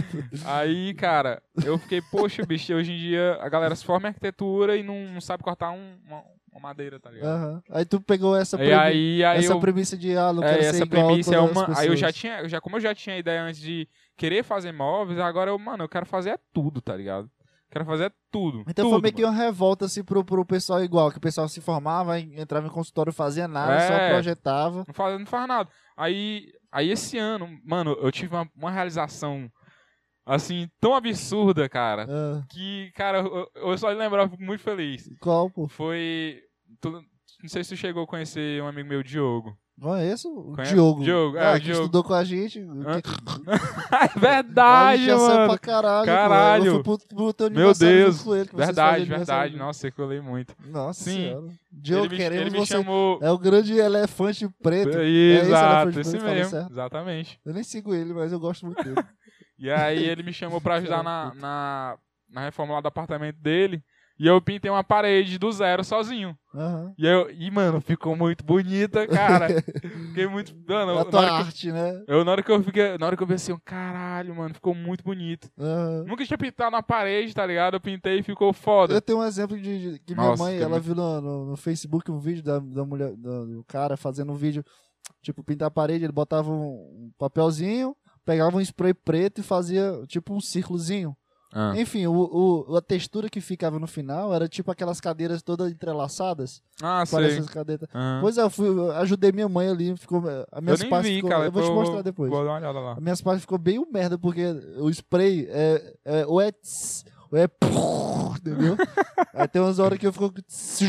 B: Aí, cara, eu fiquei, poxa, bicho, hoje em dia a galera se forma em arquitetura e não, não sabe cortar um- uma, uma madeira, tá ligado?
A: Aham. Aí tu pegou essa,
B: E
A: premi-
B: aí, aí
A: essa
B: eu,
A: premissa de ah, não
B: é,
A: quero ser
B: essa
A: igual
B: premissa
A: a
B: é
A: todas
B: uma.
A: as
B: Aí eu
A: pessoas.
B: já tinha, eu já, como eu já tinha a ideia antes de querer fazer móveis, agora eu, mano, eu quero fazer é tudo, tá ligado? Quero fazer é tudo.
A: Então
B: tudo,
A: foi meio que uma revolta assim, pro, pro pessoal igual, que o pessoal se formava, en- entrava em consultório, fazia nada, só
B: É.
A: projetava.
B: Não faz, não faz nada. Aí, aí esse ano, mano, eu tive uma, uma realização assim tão absurda, cara,
A: Ah,
B: que, cara, eu, eu só de lembrar eu fico muito feliz.
A: qual, pô?
B: Foi tu- não sei se tu chegou a conhecer um amigo meu, Diogo.
A: Não é isso? O
B: Conhece?
A: Diogo.
B: Diogo, é,
A: Ah,
B: o
A: que
B: Diogo.
A: estudou com a gente.
B: Hã?
A: Que-
B: é
A: a
B: verdade,
A: gente já saiu
B: mano.
A: pra caralho. pô.
B: Caralho.
A: Eu fui pro, pro teu
B: Meu
A: aniversário junto
B: Deus.
A: com ele, que vocês
B: Verdade,
A: fazem
B: verdade.
A: aniversário.
B: Nossa, circulei muito.
A: Nossa
B: Sim.
A: senhora. Diogo,
B: ele me,
A: queremos
B: ele me
A: você.
B: chamou.
A: É o grande elefante preto. esse
B: Exato,
A: elefante
B: esse
A: branco, fala
B: mesmo.
A: certo.
B: Exatamente.
A: Eu nem sigo ele, mas eu gosto muito dele.
B: E aí ele me chamou pra ajudar na, na, na reforma lá do apartamento dele. E eu pintei uma parede do zero sozinho.
A: Aham.
B: E, eu, e mano, ficou muito bonita, cara. Fiquei muito. Mano,
A: a
B: na
A: tua
B: hora que,
A: arte, né?
B: eu, na hora que eu fiquei. Na hora que eu vi assim, eu, caralho, mano, ficou muito bonito.
A: Aham.
B: Nunca tinha pintado na parede, tá ligado? Eu pintei e ficou foda.
A: Eu tenho um exemplo de, de- que minha
B: Nossa,
A: mãe,
B: tem
A: ela
B: muito-
A: viu no, no- no Facebook um vídeo da, da mulher, da- do cara fazendo um vídeo, tipo, pintar a parede, ele botava um, um papelzinho, pegava um spray preto e fazia, tipo, um círculozinho.
B: Ah,
A: Enfim, o, o- a textura que ficava no final era tipo aquelas cadeiras todas entrelaçadas,
B: ah
A: parece
B: sei.
A: as cadeiras.
B: Ah.
A: Pois é, eu, fui, eu ajudei minha mãe ali, ficou, a minha
B: Eu nem vi, cara.
A: eu vou te
B: depois
A: mostrar depois.
B: Vou dar uma olhada lá.
A: As minhas partes ficou bem um merda, porque o spray é, é ou é tss, ou é prrr, entendeu? Aí tem umas horas que eu fico com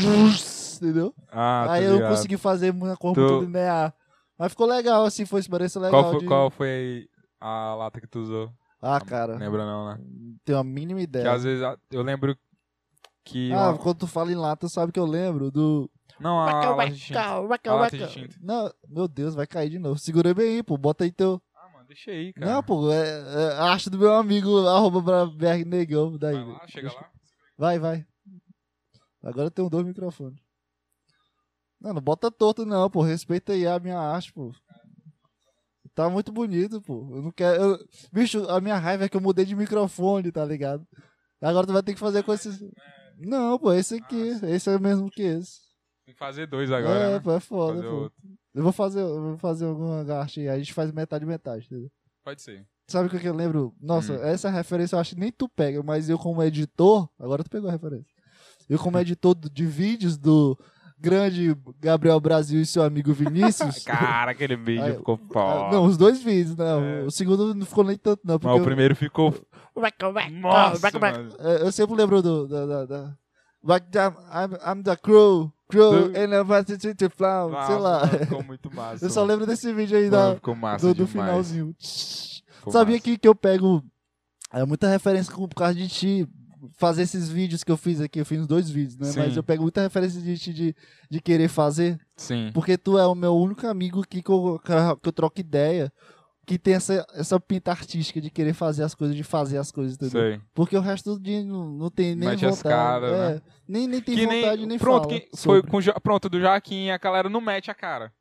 A: tss, entendeu?
B: Ah, tá
A: Aí eu não
B: ligado.
A: consegui fazer uma cor
B: Tu-
A: muito linear. Mas ficou legal, assim, foi uma experiência legal.
B: Qual foi,
A: de-
B: qual foi a lata que tu usou?
A: Ah, cara,
B: Lembra não, né?
A: não tenho a mínima
B: Que
A: ideia.
B: às vezes a- eu lembro que.
A: É. Ah,
B: uma-
A: quando tu fala em lata, sabe que eu lembro do...
B: Não, a,
A: Waka,
B: Ah, lata de tinta.
A: waka, waka,
B: A lata de
A: waka.
B: tinta.
A: Não, meu Deus, vai cair de novo. Segura bem aí, pô, bota aí teu...
B: Ah, mano, deixa aí, cara.
A: Não, pô, é, é a arte do meu amigo, arroba Berg Negão, daí.
B: Vai lá, chega lá.
A: Vai, vai. Agora eu tenho dois microfones. Não, não bota torto não, pô. Respeita aí a minha arte, pô. Tá muito bonito, pô. Eu não quero. eu- Bicho, a minha raiva é que eu mudei de microfone, tá ligado? Agora tu vai ter que fazer com esses. Não, pô, esse aqui. Esse é o mesmo que esse.
B: Tem que fazer dois agora,
A: é,
B: né?
A: pô, é foda,
B: Fazer
A: pô.
B: outro.
A: Eu vou fazer, eu vou fazer alguma arte aí. A gente faz metade metade, tá entendeu?
B: Pode ser.
A: Sabe o que que eu lembro? Nossa,
B: Hum.
A: essa referência eu acho que nem tu pega, mas eu como editor, agora tu pegou a referência. Eu como editor do- de vídeos do grande Gabriel Brasil e seu amigo Vinícius.
B: Cara, aquele vídeo
A: Ai,
B: ficou
A: Ah,
B: foda.
A: Não, os dois vídeos, não.
B: É.
A: O segundo não ficou nem tanto, não. Porque Ah,
B: Mas o primeiro ficou. Nossa, mano.
A: É, eu, eu sempre lembro do. Da, da, da- Like that, I'm, I'm the crew, crew,
B: Do-
A: and I'm about to take the flower,
B: Nossa,
A: sei lá.
B: mano, Ficou muito massa.
A: Eu só lembro desse vídeo aí
B: mano,
A: da,
B: Ficou massa
A: do, do
B: demais.
A: finalzinho.
B: Ficou
A: Sabia
B: massa.
A: que, que eu pego é, muita referência com- por causa de ti. Fazer esses vídeos que eu fiz aqui, eu fiz uns dois vídeos, né?
B: Sim.
A: Mas eu pego muita referência de ti de, de querer fazer,
B: Sim.
A: porque tu é o meu único amigo que, que, eu, que eu troco ideia, que tem essa, essa pinta artística de querer fazer as coisas, de fazer as coisas, entendeu?
B: Sei.
A: Porque o resto do dia não, não tem nem
B: Mete as
A: vontade.
B: caras, né?
A: é, nem, nem tem
B: que
A: vontade, nem,
B: pronto,
A: fala.
B: que foi
A: sobre.
B: com o Jo- pronto do Joaquim, a galera não mete a cara.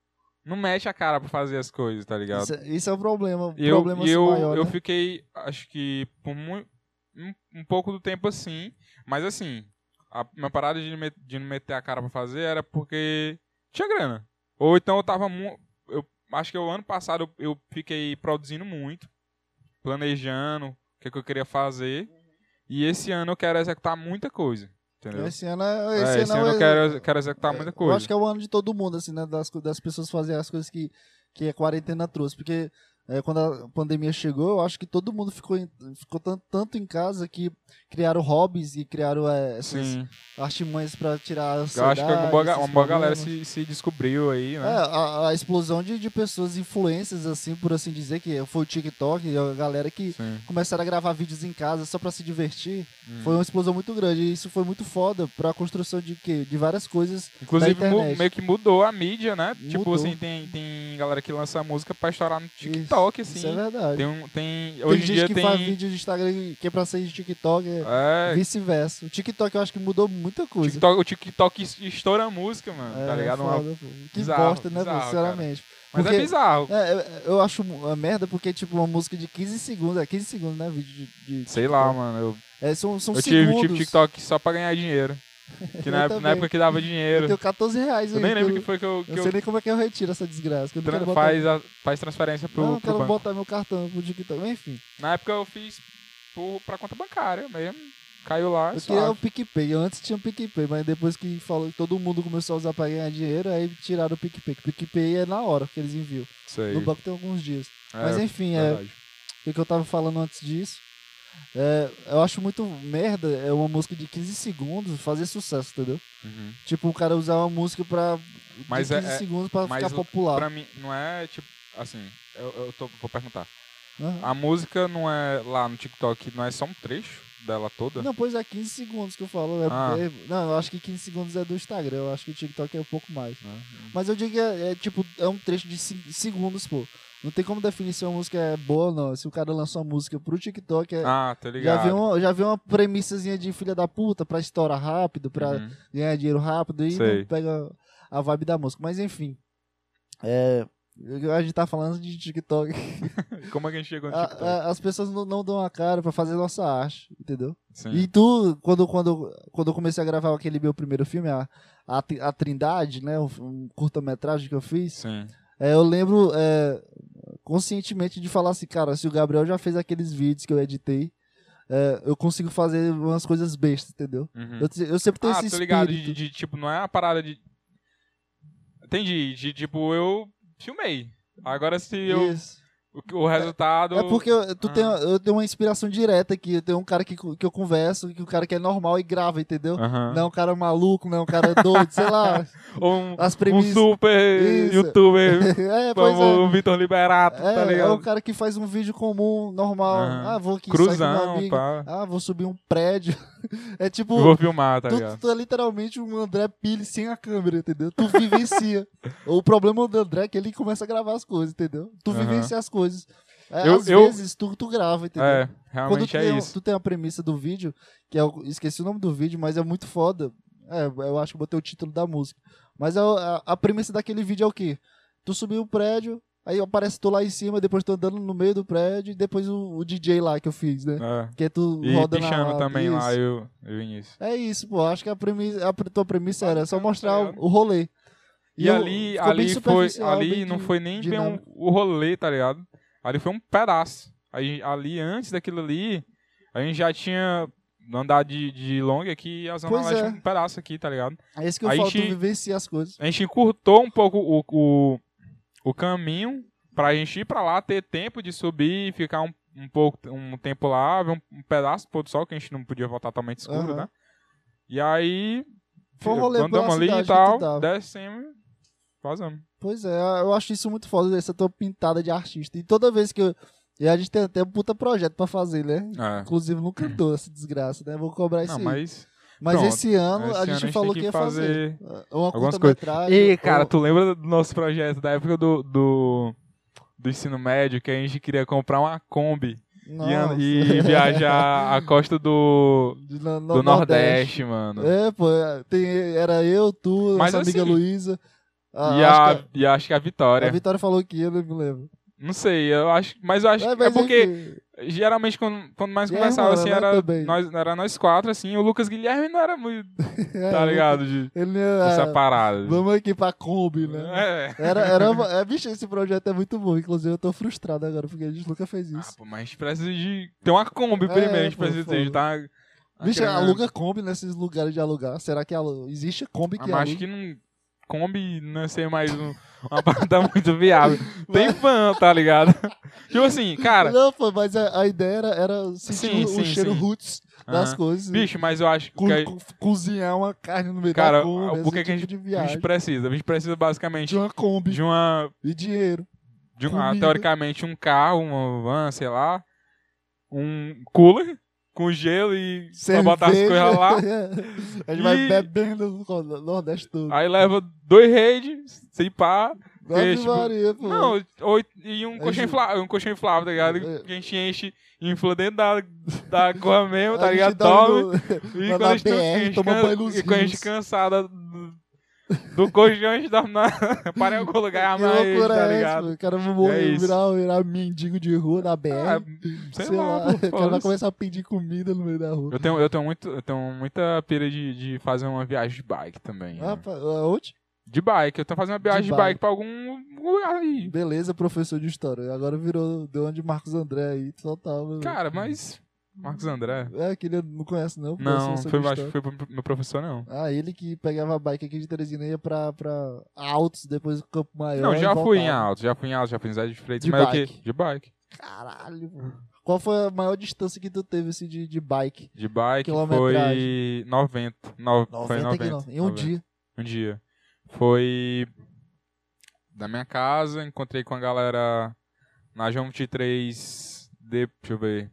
B: Não mete a cara pra fazer as coisas, tá ligado?
A: Isso, isso é um problema, um
B: eu
A: problema
B: eu,
A: maior,
B: eu
A: né?
B: fiquei, acho que por muito, um, um pouco do tempo assim, mas assim, a minha parada de, me- de não meter a cara pra fazer era porque tinha grana. Ou então eu tava mu- eu acho que o ano passado eu, eu fiquei produzindo muito, planejando o que, que eu queria fazer. E esse ano eu quero executar muita coisa, entendeu?
A: Esse ano, é-
B: É,
A: esse
B: esse
A: ano é-
B: ano eu quero, quero executar muita coisa.
A: Eu acho que é o ano de todo mundo, assim, né? Das, co- das pessoas fazerem as coisas que, que a quarentena trouxe. Porque é, quando a pandemia chegou, eu acho que todo mundo ficou, em- ficou tan- tanto, em casa que criaram hobbies e criaram é, essas
B: Sim.
A: artimanhas pra tirar a
B: Eu acho
A: ansiedade.
B: que é uma boa, ga-
A: esses
B: uma boa galera né?
A: problemas.
B: se, se descobriu aí,
A: né? É,
B: né?
A: a, a explosão de, de pessoas influências, assim, por assim dizer, que foi o TikTok, e a galera que
B: Sim.
A: começaram a gravar vídeos em casa só pra se divertir,
B: Hum.
A: foi uma explosão muito grande. E isso foi muito foda pra construção de, quê? de várias coisas
B: Inclusive,
A: da
B: mu-
A: internet.
B: meio que mudou a mídia, né? Tipo
A: Mudou.
B: assim, tem, tem galera que lança música pra estourar no TikTok,
A: Isso é
B: assim.
A: verdade.
B: tem um, tem,
A: Tem
B: hoje em
A: gente
B: dia
A: que
B: tem.
A: faz vídeo de Instagram que é pra ser de TikTok, é
B: É,
A: vice-versa. O TikTok eu acho que mudou muita coisa.
B: TikTok- o TikTok es- estoura a música, mano,
A: É,
B: tá ligado? Uma-
A: foda, pô. Que
B: bizarro,
A: bosta, né, pô,
B: bizarro,
A: sinceramente.
B: mas
A: Porque-
B: é bizarro.
A: É, eu- eu acho uma merda porque, tipo, uma música de 15 segundos, é 15 segundos, né, vídeo de... de
B: Sei
A: TikTok.
B: lá, mano. Eu,
A: É, são, são
B: eu tive,
A: segundos.
B: tive TikTok só pra ganhar dinheiro. Que
A: Eu
B: na, época- na
A: também.
B: época que dava
A: Eu
B: dinheiro.
A: tenho 14 reais
B: Eu
A: aí.
B: nem lembro
A: eu-
B: que foi que eu. Que
A: Eu,
B: eu
A: sei nem como é que eu retiro essa desgraça. que eu não
B: tran-
A: quero botar...
B: faz, a- faz transferência pro,
A: não, tá eu
B: pro
A: quero
B: banco.
A: botar meu cartão pro TikTok. Enfim,
B: Na época eu fiz por, pra conta bancária mesmo. Caiu lá.
A: eu
B: só.
A: queria o PicPay. Eu antes tinha o PicPay, mas depois que falou, todo mundo começou a usar pra ganhar dinheiro, aí tiraram o PicPay. que O PicPay é na hora que eles enviam.
B: Sei.
A: No banco tem alguns dias.
B: É,
A: Mas enfim, é,
B: verdade.
A: o que eu tava falando antes disso. É, eu acho muito merda é uma música de 15 segundos fazer sucesso, entendeu?
B: Uhum.
A: Tipo, o cara usar uma música pra de
B: Mas
A: 15
B: é- é-
A: segundos pra
B: mas
A: ficar
B: o-
A: popular.
B: Pra mim, não é tipo. Assim, eu, eu tô, vou perguntar.
A: Aham.
B: A música não é lá no TikTok, não é só um trecho dela toda?
A: Não, pois é 15 segundos que eu falo. é-
B: Ah.
A: é- não, eu acho que 15 segundos é do Instagram, eu acho que o TikTok é um pouco mais.
B: Né?
A: Mas eu digo que é, é, tipo, é um trecho de se- segundos, pô. Não tem como definir se uma música é boa ou não. Se o cara lançou uma música pro TikTok, é,
B: Ah, tá
A: já,
B: ligado.
A: vem uma, já vem uma premissazinha de filha da puta pra estourar rápido, pra
B: Uhum.
A: ganhar dinheiro rápido e
B: Sei.
A: não pega a vibe da música. Mas enfim, é, a gente tá falando de TikTok.
B: Como é que a gente chegou no
A: A-
B: TikTok?
A: a- as pessoas não, não dão a cara pra fazer nossa arte, entendeu?
B: Sim.
A: E tu, quando, quando, quando eu comecei a gravar aquele meu primeiro filme, a, a, Tri- a Trindade, né, um, um curta-metragem que eu fiz,
B: Sim.
A: é, eu lembro é, conscientemente de falar assim, cara, se o Gabriel já fez aqueles vídeos que eu editei, é, eu consigo fazer umas coisas bestas, entendeu?
B: Uhum.
A: Eu, te- eu sempre tenho
B: ah,
A: esse
B: tô
A: espírito.
B: ligado. De, de, tipo, não é uma parada de. Entendi. De tipo, eu filmei. Agora se eu.
A: Isso.
B: O, o resultado.
A: É porque eu, tu
B: Ah.
A: tem, eu tenho uma inspiração direta aqui. Eu tenho um cara que, que eu converso, que o cara que é normal e grava, entendeu?
B: Aham.
A: Não é um cara maluco, não é um cara doido, sei lá.
B: Ou um,
A: As
B: um
A: premissas.
B: super
A: Isso.
B: youtuber.
A: é, pois
B: Como
A: é.
B: o Vitor Liberato,
A: É,
B: tá
A: é
B: ligado?
A: o cara que faz um vídeo comum, normal.
B: Ah.
A: Ah, vou aqui sair com meu
B: Cruzão,
A: amigo.
B: pá.
A: Ah, vou subir um prédio. É tipo,
B: Eu vou filmar, tá
A: tu,
B: ligado?
A: tu é literalmente um André Pires sem a câmera, entendeu? Tu vivencia. o problema do André é que ele começa a gravar as coisas, entendeu? Tu
B: Aham.
A: vivencia as coisas. É,
B: Eu-
A: às
B: eu-
A: vezes tu, tu grava, entendeu?
B: É,
A: Quando
B: realmente
A: tu,
B: é
A: tem, um
B: isso.
A: tu tem a premissa do vídeo, que é o- esqueci o nome do vídeo, mas é muito foda. É, eu acho que eu botei o título da música. Mas a, a, a premissa daquele vídeo é o quê? Tu subiu o prédio, aí aparece tu lá em cima, depois tu andando no meio do prédio, e depois o, o DJ lá que eu fiz, né?
B: É.
A: Que é tu
B: E
A: roda
B: pichando
A: na,
B: também
A: isso.
B: lá, eu e o Vinícius.
A: É isso, pô. Acho que a, premissa, a pre- tua premissa era só
B: Bacana,
A: mostrar
B: tá
A: o,
B: ligado?
A: o rolê.
B: E,
A: eu-
B: ali,
A: ficou bem
B: ali foi.
A: superficial,
B: Ali
A: bem
B: não
A: de-
B: foi nem bem um,
A: dinâmico.
B: o rolê, tá ligado? Ali foi um pedaço. Aí, ali, antes daquilo ali, a gente já tinha andado de, de longa aqui e a Zona
A: Pois
B: Leste
A: é.
B: um pedaço aqui, tá ligado?
A: É isso que eu
B: a
A: falo,
B: gente-
A: tu vivencia as coisas.
B: A gente encurtou um pouco o, o, o caminho pra gente ir pra lá, ter tempo de subir, ficar um, um pouco, um tempo lá, ver um, um pedaço do pôr do sol, que a gente não podia voltar totalmente escuro,
A: Aham.
B: né? E aí,
A: Foi um rolê pela
B: andamos ali
A: cidade
B: e
A: que tu
B: tal,
A: tava.
B: descemos, vazamos.
A: Pois é, eu acho isso muito foda, essa tua pintada de artista. E toda vez que eu. E a gente tem até um puta projeto pra fazer, né?
B: É.
A: Inclusive não cantou essa desgraça, né? Vou cobrar isso
B: Não,
A: aí.
B: mas
A: Mas
B: pronto.
A: esse ano
B: Esse
A: a
B: ano
A: gente falou que,
B: tem
A: ia fazer. Uma
B: algumas
A: curta-metragem.
B: Ei, cara,
A: ou-
B: tu lembra do nosso projeto da época do, do, do ensino médio que a gente queria comprar uma Kombi e,
A: Nossa.
B: an- e viajar a costa do,
A: No- no-
B: do Nordeste, mano.
A: É, pô, é, tem, era eu, tu,
B: Mas
A: nossa amiga
B: assim,
A: Luísa. a-
B: e,
A: É, acho
B: a,
A: que
B: e acho que a
A: a,
B: Vitória.
A: a Vitória falou que ia, não me lembro.
B: Não sei, eu acho. Mas eu acho que é
A: mas
B: porque
A: enfim,
B: geralmente quando, quando mais
A: E a
B: conversava,
A: irmã,
B: assim,
A: né,
B: era
A: também.
B: nós, era nós quatro, assim, o Lucas Guilherme não era muito,
A: é,
B: tá ligado? De,
A: Ele,
B: dessa
A: é,
B: parada.
A: vamos aqui pra Kombi, né?
B: É.
A: Era, era uma- é, bicho, esse projeto é muito bom. Inclusive, eu tô frustrado agora, porque a gente nunca fez
B: Ah,
A: isso.
B: pô, mas a gente precisa de. Tem uma Kombi
A: É,
B: primeiro, a gente
A: pô,
B: precisa
A: foda.
B: de tá. tá
A: bicho,
B: querendo-
A: aluga Kombi nesses lugares de alugar. Será que alu- existe Kombi
B: Ah,
A: que
B: mas acho
A: aluga?
B: que não. Kombi não é ser mais um- uma parada muito viável. Tem fã, tá ligado? tipo assim, cara.
A: Não, pô, mas a, a ideia era, era sentir
B: Sim,
A: o, o
B: sim,
A: cheiro
B: sim.
A: roots das
B: aham.
A: coisas.
B: Bicho, mas eu acho que.
A: Co-
B: a-
A: co- cozinhar uma carne no meio
B: Cara,
A: da Kombi.
B: o que
A: esse
B: que a
A: tipo de
B: a
A: viagem.
B: gente precisa? A gente precisa basicamente
A: De uma Kombi
B: de uma.
A: e dinheiro.
B: De um, ah,
A: Comida.
B: teoricamente, um carro, uma van, sei lá. Um cooler com gelo e pra
A: Cerveja.
B: botar as coisas lá.
A: a gente
B: E- Ah,
A: vai bebendo no Nordeste todo.
B: Aí leva dois redes, sei pá.
A: Ave
B: tipo,
A: Maria, pô.
B: Não, oito, e um
A: É
B: colchão
A: ju-
B: inflável, um colchão inflável, tá
A: É.
B: ligado? Que a gente enche, infla dentro da, da cor mesmo, tá
A: A gente
B: ligado?
A: dorme
B: Dorme.
A: no-
B: E
A: lá
B: quando
A: na
B: a gente, tá-
A: BR,
B: a gente
A: toma
B: can-
A: banho nos
B: e quando a gente
A: rios.
B: cansada do, do colchão, a gente dorme na, para em algum lugar a
A: Que
B: mais,
A: loucura
B: tá
A: é essa?
B: ligado?
A: mano? O cara vai morrer,
B: isso.
A: virar, virar mendigo de rua na BR.
B: Ah, sei, lá, pô,
A: o cara vai
B: foda-se.
A: começar a pedir comida no meio da rua.
B: eu tenho, eu, tenho muito, eu tenho muita pira de, de fazer uma viagem de bike também. né?
A: Ah, pá, ah, onde?
B: De bike, eu tenho fazendo uma viagem de bike,
A: bike.
B: pra algum lugar aí.
A: Beleza, professor de história. Agora virou, deu onde Marcos André aí, total. mano.
B: Cara, mas. Marcos André?
A: É, aquele eu Hum, não conhece não.
B: Não,
A: professor de
B: foi, acho que
A: história.
B: foi pro- pro meu professor, não.
A: Ah, ele que pegava a bike aqui de Teresina e ia pra, pra Altos, depois do Campo Maior.
B: Não,
A: e
B: já fui em
A: voltava.
B: alto, já fui em alto, já fui em Zé de Freitas,
A: De
B: mas o
A: bike.
B: quê? De bike.
A: Caralho, mano. Qual foi a maior distância que tu teve assim, de, de bike?
B: De bike foi
A: Quilometragem.
B: 90. No,
A: 90
B: foi 90.
A: quilômetros. Em um
B: 90.
A: dia.
B: Um dia. Foi da minha casa, encontrei com a galera na João 23 de, deixa eu ver.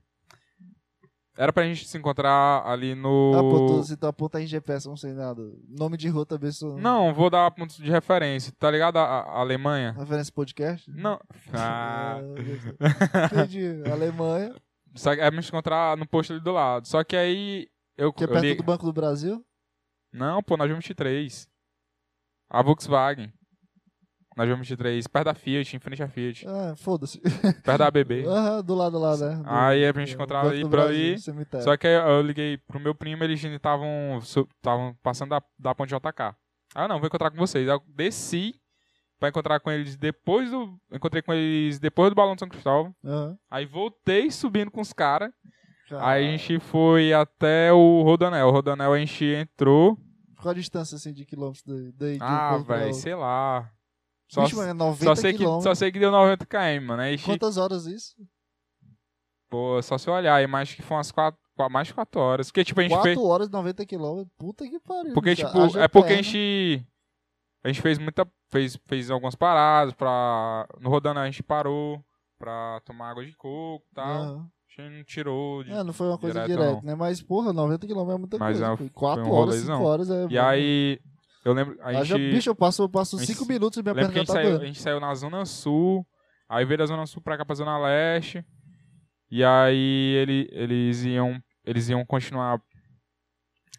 B: Era pra gente se encontrar ali no
A: Ah, pô, tu, se tu apontar em GPS, eu não sei nada. Nome de rua também sou.
B: Não, vou dar pontos de referência. Tá ligado a, a Alemanha?
A: Referência podcast?
B: Não.
A: É.
B: Ah.
A: eu gostei. Entendi. Alemanha,
B: Só que é me encontrar no posto ali do lado. Só que aí eu,
A: que é
B: eu
A: perto
B: li-
A: do Banco do Brasil.
B: Não, pô, na João 23. A Volkswagen. Na João 23, perto da Fiat, em frente à Fiat,
A: Ah, foda-se.
B: perto da ABB.
A: Aham, do lado lá, né? Do-
B: Aí Ah, a gente
A: do
B: encontrava
A: Banco
B: ali
A: do
B: por
A: Brasil,
B: ali.
A: cemitério.
B: Só que aí eu liguei pro meu primo, eles estavam su- estavam passando da, da ponte JK. Ah, não, vou encontrar com vocês. Aí eu desci pra encontrar com eles depois do. Encontrei com eles depois do Balão de São Cristóvão.
A: Aham.
B: Aí voltei subindo com os caras. Aí a
A: Caralho.
B: gente foi até o Rodanel. O Rodanel a gente entrou.
A: Qual a distância assim de quilômetros daí? daí de um
B: Ah,
A: ponto pra
B: velho,
A: outro?
B: sei lá. Só,
A: Vixe, mano, é 90
B: só, sei que,
A: quilômetros.
B: só sei que deu 90 km, mano. Aí, chi-
A: Quantas horas isso?
B: pô, só se eu olhar, aí mais que foi umas 4, mais de 4 horas. Porque, tipo, a gente
A: 4
B: fez.
A: horas, 90 quilômetros. Puta que pariu.
B: Porque,
A: bicho.
B: tipo,
A: Haja
B: é porque a
A: perna.
B: gente. A gente fez muita. Fez, fez algumas paradas pra. No rodando a gente parou pra tomar água de coco e tal.
A: Aham.
B: A gente não tirou. de-
A: né? É, não foi uma coisa
B: tá Direto,
A: direta, né? Mas, porra, 90 quilômetros é muita
B: Mas é,
A: coisa.
B: foi
A: 4
B: um
A: horas,
B: rolezão.
A: 5 horas é.
B: E aí. Eu lembro. A
A: Haja-
B: gente.
A: bicho, eu passo 5 passo
B: a gente-
A: cinco minutos e minha
B: Lembro que a
A: perna
B: gente,
A: já tá
B: saiu,
A: doendo.
B: a gente saiu na Zona Sul, aí veio da Zona Sul pra cá pra Zona Leste, e aí ele- eles, iam, eles iam continuar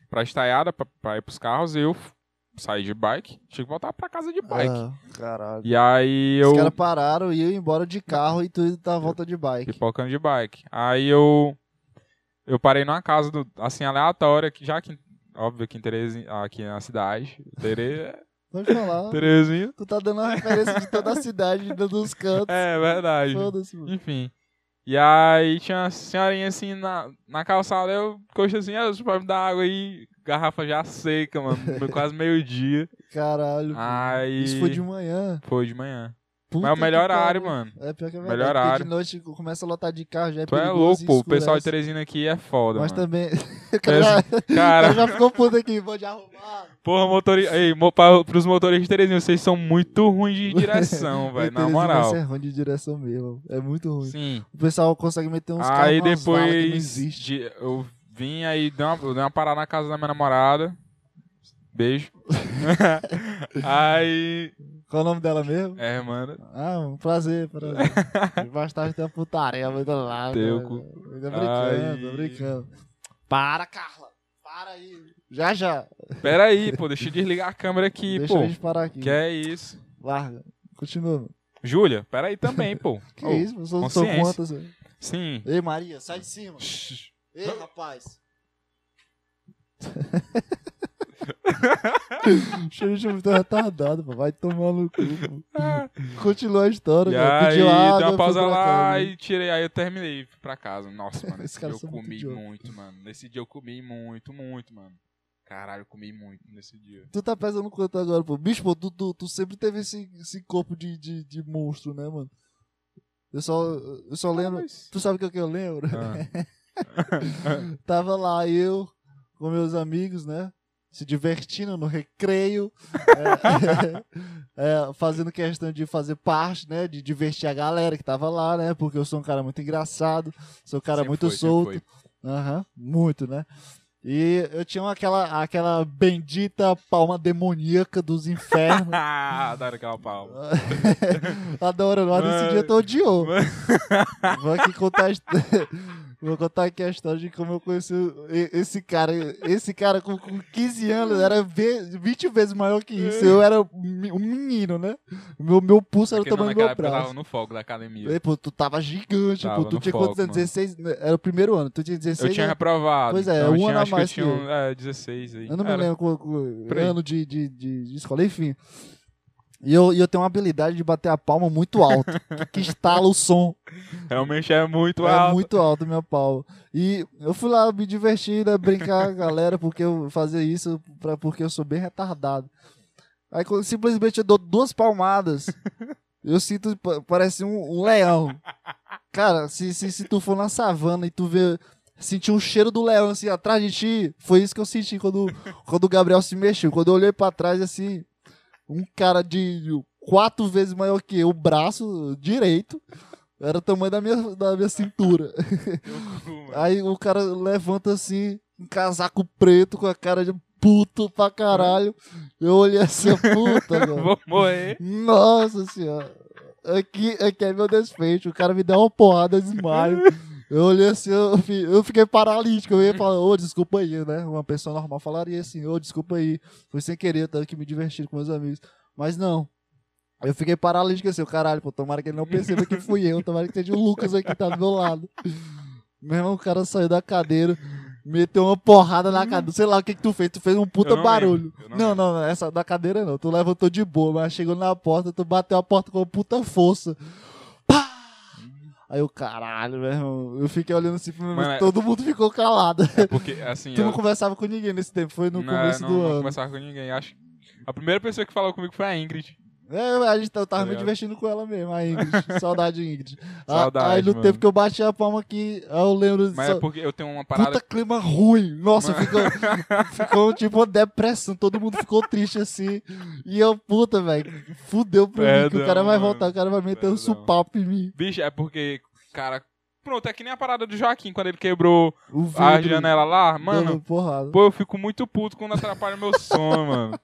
B: pra estaiada, pra, pra ir pros carros, e eu f- saí de bike, tinha que voltar pra casa de bike.
A: Ah, caralho.
B: E aí eu.
A: Os caras pararam e eu ia embora de carro e tu tá à volta de bike.
B: Pipocando de bike. Aí eu. Eu parei numa casa, do- assim, aleatória, que já que. Óbvio que em Terezinha. Aqui na cidade. Tere,
A: Pode falar.
B: Terezinha.
A: tu tá dando a referência de toda a cidade, dando os cantos.
B: É verdade.
A: Foda-se, mano.
B: Enfim. E aí tinha uma senhorinha assim na, na calçada, eu coxa assim, ah, você pode me dar água aí, garrafa já seca, mano, foi quase meio-dia.
A: Caralho.
B: Aí.
A: Isso foi de manhã.
B: Foi de manhã.
A: Puta
B: Mas é o melhor
A: que pariu.
B: horário, mano.
A: É pior que é verdade.
B: Melhor
A: porque
B: horário.
A: De noite começa a lotar de carro, já é
B: Tu é
A: perigoso
B: louco,
A: e
B: pô. O pessoal de
A: escurece.
B: Teresina aqui é foda,
A: Mas
B: mano.
A: também. o cara já- o cara
B: Cara,
A: já ficou puto aqui, pode arrumar.
B: porra, motorista. Ei, mo- pra- pros motoristas de Teresina, vocês são muito ruins de direção, velho, na
A: Teresina,
B: moral.
A: Isso é ruim de direção mesmo. É muito ruim.
B: Sim.
A: O pessoal consegue meter uns carros
B: Aí
A: nas valas que não
B: depois
A: existe.
B: de- eu vim aí, dei uma, eu dei uma parada na casa da minha namorada. Beijo. aí.
A: Qual o nome dela mesmo?
B: É, mano.
A: Ah, um prazer, prazer. Vai estar até putaria muito lá.
B: Teu
A: né?
B: cu.
A: Tô brincando,
B: Ai.
A: tô brincando. Para, Carla. Para aí. Já, já.
B: Pera aí, pô, deixa eu desligar a câmera aqui,
A: Deixa
B: pô.
A: a gente parar aqui.
B: Que é isso.
A: Larga. Continua. mano.
B: Júlia, pera aí também, pô.
A: Que
B: Oh,
A: isso, mano? Sou, sou
B: consciência.
A: contra. assim.
B: Sim.
A: Ei, Maria, sai de cima. Ei, rapaz. Cheiro de muito retardado, pô. Vai tomar no cu. pô. Continua a história,
B: E
A: cara.
B: aí,
A: Pediu água,
B: dei uma
A: né, foi
B: pausa
A: pra
B: lá
A: casa. né?
B: e tirei. Aí eu terminei fui pra casa. Nossa, mano,
A: Esses
B: esse dia
A: caras
B: eu
A: são muito
B: comi
A: idiotas.
B: muito, mano. Nesse dia eu comi muito, muito, mano. Caralho, eu comi muito nesse dia.
A: Tu tá pesando quanto agora, pô? Bicho, pô, tu, tu, tu sempre teve esse, esse corpo de, de, de monstro, né, mano? Eu só, eu só lembro.
B: Mas-
A: Tu sabe o que, é que eu lembro?
B: Ah.
A: Tava lá eu com meus amigos, né? Se divertindo no recreio, é, é, fazendo questão de fazer parte, né? De divertir a galera que tava lá, né? Porque eu sou um cara muito engraçado, sou um cara
B: Sempre
A: muito
B: foi, sempre
A: solto.
B: foi.
A: Aham, muito, né? E eu tinha uma- aquela, aquela bendita palma demoníaca dos infernos.
B: Ah, adoro aquela palma.
A: Adoro, mas nesse
B: Mano.
A: dia tu odiou. Vou aqui contar a histó- Vou contar aqui a história de como eu conheci o- e- esse cara. Esse cara com, com 15 anos era ve- 20 vezes maior que isso. Eu era um menino, né? O meu, meu pulso era o
B: Porque não,
A: tamanho do meu
B: naquela época eu tava
A: braço.
B: no fogo da academia.
A: Ei, pô, tu tava gigante,
B: Tava
A: pô. Tu
B: no
A: tinha
B: foco,
A: quantos anos?
B: mano.
A: 16? Era o primeiro ano. Tu tinha 16
B: Eu tinha
A: anos.
B: reprovado.
A: Pois é,
B: então eu
A: um
B: tinha,
A: ano a
B: acho
A: mais
B: que eu
A: que
B: tinha um, é, 16 aí.
A: Eu não me
B: Era.
A: lembro qual, qual-
B: Por aí.
A: ano de, de, de, de escola, enfim. E eu, e eu tenho uma habilidade de bater a palma muito alto, que, que estala o som.
B: Realmente é muito
A: é
B: alto.
A: muito alto minha palma. E eu fui lá me divertir, né, brincar com a galera, porque eu fazia isso pra, porque eu sou bem retardado. Aí quando simplesmente eu dou duas palmadas, eu sinto, pa- parece um, um leão. Cara, se, se, se tu for na savana e tu vê. Sentir um cheiro do leão assim atrás de ti, foi isso que eu senti quando, quando o Gabriel se mexeu. Quando eu olhei pra trás, assim, um cara de quatro vezes maior que eu, o braço direito, era o tamanho da minha, da minha cintura. Aí o cara levanta assim, um casaco preto com a cara de puto pra caralho. Eu olhei assim, puta, mano.
B: Vou morrer.
A: Nossa senhora. Aqui, aqui é meu desfecho. O cara me deu uma porrada, eu desmaio. Eu olhei assim, eu, fi- eu fiquei paralítico. Eu ia falar, ô, desculpa aí, né? Uma pessoa normal falaria assim, ô, desculpa aí. Foi sem querer, eu tava aqui me divertindo com meus amigos. Mas não. Eu fiquei paralítico assim, eu, caralho, pô, tomara que ele não perceba que fui eu. Tomara que seja o Lucas aqui que tá do meu lado. Meu irmão, o cara saiu da cadeira, meteu uma porrada na cadeira. Sei lá o que que tu fez, tu fez um puta
B: Hum. Eu não
A: barulho.
B: lembro, eu
A: Não,
B: não
A: não,
B: lembro.
A: não, essa da cadeira não. Tu levantou de boa, mas chegou na porta, tu bateu a porta com uma puta força. Pá!
B: Hum.
A: Aí eu, caralho, meu irmão. Eu fiquei olhando assim pra mim,
B: Mano, é-
A: todo mundo ficou calado.
B: É porque, assim.
A: Tu não
B: eu-
A: conversava com ninguém nesse tempo, foi no
B: não,
A: começo
B: não,
A: do
B: não
A: ano.
B: conversava com ninguém. Acho... A primeira pessoa que falou comigo foi a Ingrid.
A: É, a gente tá- eu tava
B: Tá
A: me
B: ligado?
A: divertindo com ela mesmo, a Ingrid. Saudade, Ingrid. A-
B: Saudade,
A: Aí no
B: mano.
A: tempo que eu bati a palma aqui, aí eu lembro
B: Mas
A: só-
B: é porque eu tenho uma parada.
A: Puta clima ruim. Nossa, ficou, ficou tipo uma depressão. Todo mundo ficou triste assim. E eu, puta, velho. Fudeu pra mim. Que o
B: Perdão,
A: cara vai
B: mano.
A: voltar, o cara vai meter um
B: Perdão.
A: supapo em mim.
B: Bicho, é porque, cara. Pronto, é que nem a parada do Joaquim quando ele quebrou
A: O vidro,
B: a janela lá. Ah, Mano,
A: dando porrada.
B: Pô, eu fico muito puto quando atrapalha meu sono, mano.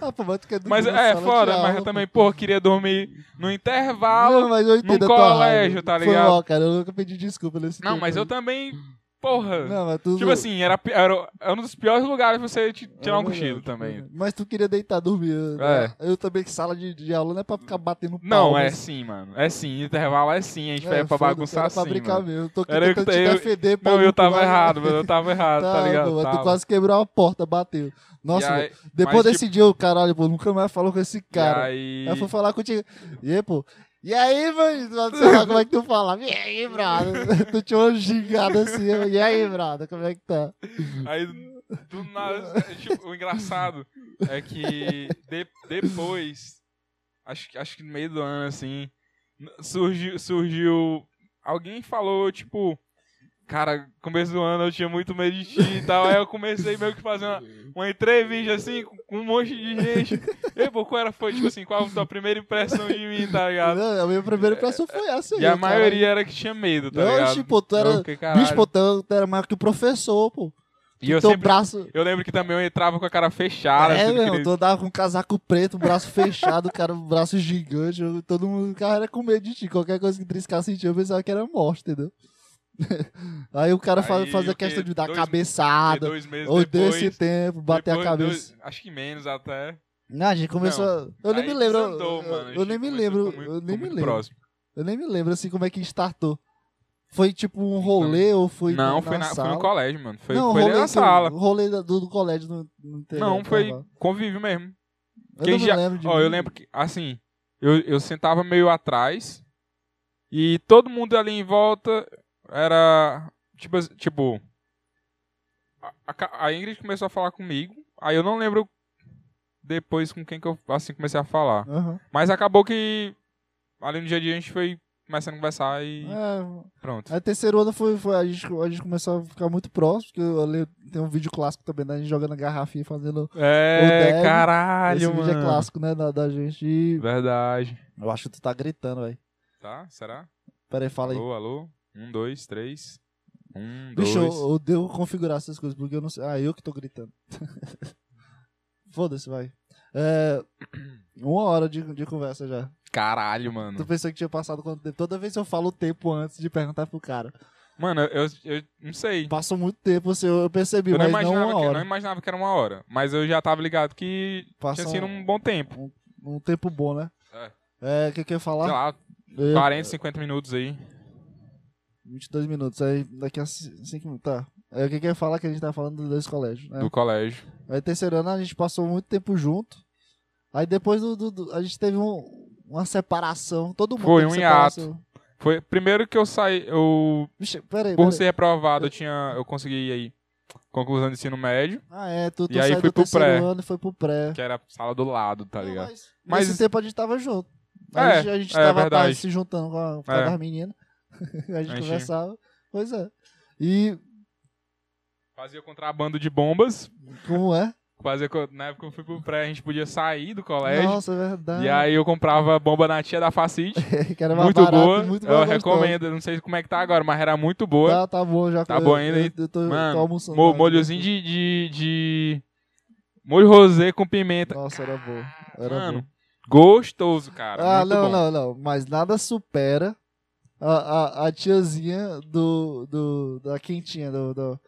A: Ah, pô, mas tu quer dormir
B: Mas
A: na
B: é,
A: sala de
B: fora,
A: aula,
B: mas eu
A: pô.
B: também, pô, queria dormir no intervalo.
A: Não, mas eu entendo
B: num
A: a tua
B: colégio,
A: raiva.
B: tá
A: Foi
B: ligado?
A: mal, cara. Eu nunca pedi desculpa nesse
B: Não,
A: tempo
B: mas eu
A: aí.
B: também, porra.
A: Não, mas tu...
B: tipo assim, era, pi- era, era um dos piores lugares pra você ti- tirar
A: É
B: um cochilo
A: verdade,
B: também. É.
A: verdade. Mas tu queria deitar, dormir. né? Eu também, que sala de, de aula não é pra ficar batendo
B: Não,
A: palma,
B: é
A: assim.
B: sim, mano. É sim, intervalo é sim, a gente pega pra
A: foda-se,
B: bagunçar
A: era pra
B: assim,
A: brincar
B: mano.
A: mesmo. Eu tô aqui
B: Era eu que
A: tentando te
B: eu-
A: defender, pô.
B: Não, eu
A: Luke,
B: tava
A: vai-
B: errado, mano, eu tava errado, tá ligado?
A: pô, Tu
B: Tava.
A: quase quebrou a porta, bateu. Nossa,
B: E
A: mano,
B: aí-
A: depois
B: mas, tipo
A: desse dia, eu, caralho, pô, nunca mais falou com esse cara. é
B: E
A: Aí eu
B: aí...
A: fui falar contigo. E aí, pô. E aí, mano, sei lá como é que tu falava. E aí, brother? tu tinha uma gingada assim. eu, E aí, brother, como é que tá?
B: Aí, do nada, tipo, o engraçado é que de- depois, acho, que- acho que no meio do ano, assim, n- surgiu, surgiu. Alguém falou, tipo, cara, começo do ano eu tinha muito medo de ti e tal. Aí eu comecei meio que fazendo uma, uma entrevista, assim, com, com um monte de gente. E, pô, qual era, foi, tipo assim, qual a tua primeira impressão de mim, tá ligado?
A: Não, a minha primeira impressão foi essa aí.
B: E a
A: cara.
B: maioria era que tinha medo, tá
A: Oxe,
B: ligado?
A: pô, tu era-
B: Eu fiquei,
A: Bicho,
B: "Caralho".
A: pô, tu tu era maior que o professor, pô.
B: E eu
A: Teu
B: sempre
A: braço.
B: Eu lembro que também eu entrava com a cara fechada.
A: é,
B: assim,
A: meu,
B: aquele-
A: tu andava com um casaco preto, um braço fechado, cara, um braço gigante. eu- Todo mundo, cara, era com medo de ti. Qualquer coisa que triscasse em ti, eu pensava que era morte, entendeu? Aí o cara fa-
B: Aí,
A: fazia
B: o quê?
A: questão de dar
B: Dois- Porque
A: cabeçada,
B: dois meses
A: ou
B: depois,
A: desse tempo, bater
B: depois,
A: a cabeça.
B: dois- acho que menos até.
A: Não, a gente começou. a- eu nem
B: Aí
A: me lembro.
B: desandou,
A: eu-
B: mano,
A: eu nem me
B: começou-
A: lembro.
B: ficou muito-
A: Eu nem
B: ficou
A: me
B: muito
A: lembro.
B: próximo.
A: Eu nem me lembro assim como é que startou. Foi tipo um rolê ou foi.
B: não,
A: na,
B: foi, na- foi
A: sala?
B: no colégio, mano. Foi,
A: não,
B: foi
A: rolê assim,
B: na
A: que-
B: sala.
A: rolê da- do, do colégio no, no interior,
B: Não, foi
A: carnaval.
B: convívio mesmo.
A: Eu
B: Quem
A: não
B: já-
A: me lembro de
B: Ó, eu lembro que, assim, eu, eu sentava meio atrás e todo mundo ali em volta era, tipo, as- tipo a- a, Ca- a Ingrid começou a falar comigo, aí eu não lembro depois com quem que eu, assim, comecei a falar.
A: Aham.
B: Mas acabou que ali no dia a dia a gente foi começando a conversar e
A: É,
B: pronto.
A: Aí terceiro ano foi, foi a, gente, a gente começou a ficar muito próximo, porque eu lembro- tem um vídeo clássico também da gente jogando garrafinha fazendo.
B: É,
A: Dev,
B: caralho,
A: esse
B: mano.
A: vídeo é clássico, né? Da, da gente. E
B: Verdade.
A: Eu acho que tu tá gritando, velho.
B: Tá? Será?
A: Pera aí, fala aí.
B: Alô, alô? Um, dois, três. Um, dois.
A: Bicho, eu, eu devo configurar essas coisas, porque eu não sei. Ah, eu que tô gritando. Foda-se, vai. É, uma hora de, de conversa já.
B: Caralho,
A: Tu
B: mano.
A: pensou que tinha passado quanto tempo? Toda vez eu falo o tempo antes de perguntar pro cara.
B: Mano, eu, eu não sei.
A: Passou muito tempo, assim, eu eu percebi,
B: Eu não
A: mas não,
B: imaginava,
A: uma
B: que, não
A: hora.
B: imaginava que era uma hora. Mas eu já tava ligado que
A: Passa
B: tinha sido
A: um-
B: um bom tempo.
A: Um tempo bom, né?
B: É.
A: É, o que que eu ia falar?
B: Sei lá,
A: Eu-
B: 40, 50 minutos aí.
A: 22 minutos, aí daqui a 5 minutos. Tá. É o que eu ia falar que a gente tá falando dos dois colégios, né?
B: Do colégio.
A: Aí terceiro ano a gente passou muito tempo junto. Aí depois do, do- do- a gente teve um- uma separação. Todo mundo
B: Foi
A: teve
B: um
A: separação.
B: Foi primeiro que eu saí. Eu
A: Vixe, peraí,
B: Por
A: peraí.
B: ser reprovado, eu, tinha, eu consegui aí conclusão de ensino médio,
A: Ah, é, tu, tu
B: E aí
A: saiu
B: foi
A: do
B: pro
A: terceiro
B: pré.
A: ano e foi pro pré.
B: que era a sala do lado, tá
A: Não,
B: ligado?
A: mas,
B: Mas-
A: nesse tempo a gente tava junto. A
B: É,
A: gente, a gente
B: é
A: tava
B: verdade.
A: tá, se juntando com a, com a
B: É.
A: das meninas. a gente
B: Entendi.
A: conversava. Pois é. E
B: Fazia contrabando de bombas.
A: como é?
B: Fazia, co- na época que eu fui pro pré, a gente podia sair do colégio.
A: Nossa, é verdade.
B: E aí eu comprava bomba na tia da Facite.
A: que era mais
B: muito
A: barato,
B: boa.
A: Muito
B: eu
A: mais gostoso.
B: recomendo. Eu Não sei como é que tá agora, mas era muito boa.
A: Tá, tá bom já.
B: Tá
A: eu-
B: bom ainda,
A: eu-
B: hein?
A: Eu tô,
B: Mano,
A: tô almoçando.
B: Mo-
A: agora.
B: molhozinho de, de, de- Molho rosé com pimenta.
A: Nossa, era bom. Era
B: Mano,
A: bom.
B: gostoso, cara.
A: Ah,
B: muito
A: não,
B: bom.
A: não, não. Mas nada supera a, a, a tiazinha do, do, da quentinha, do, do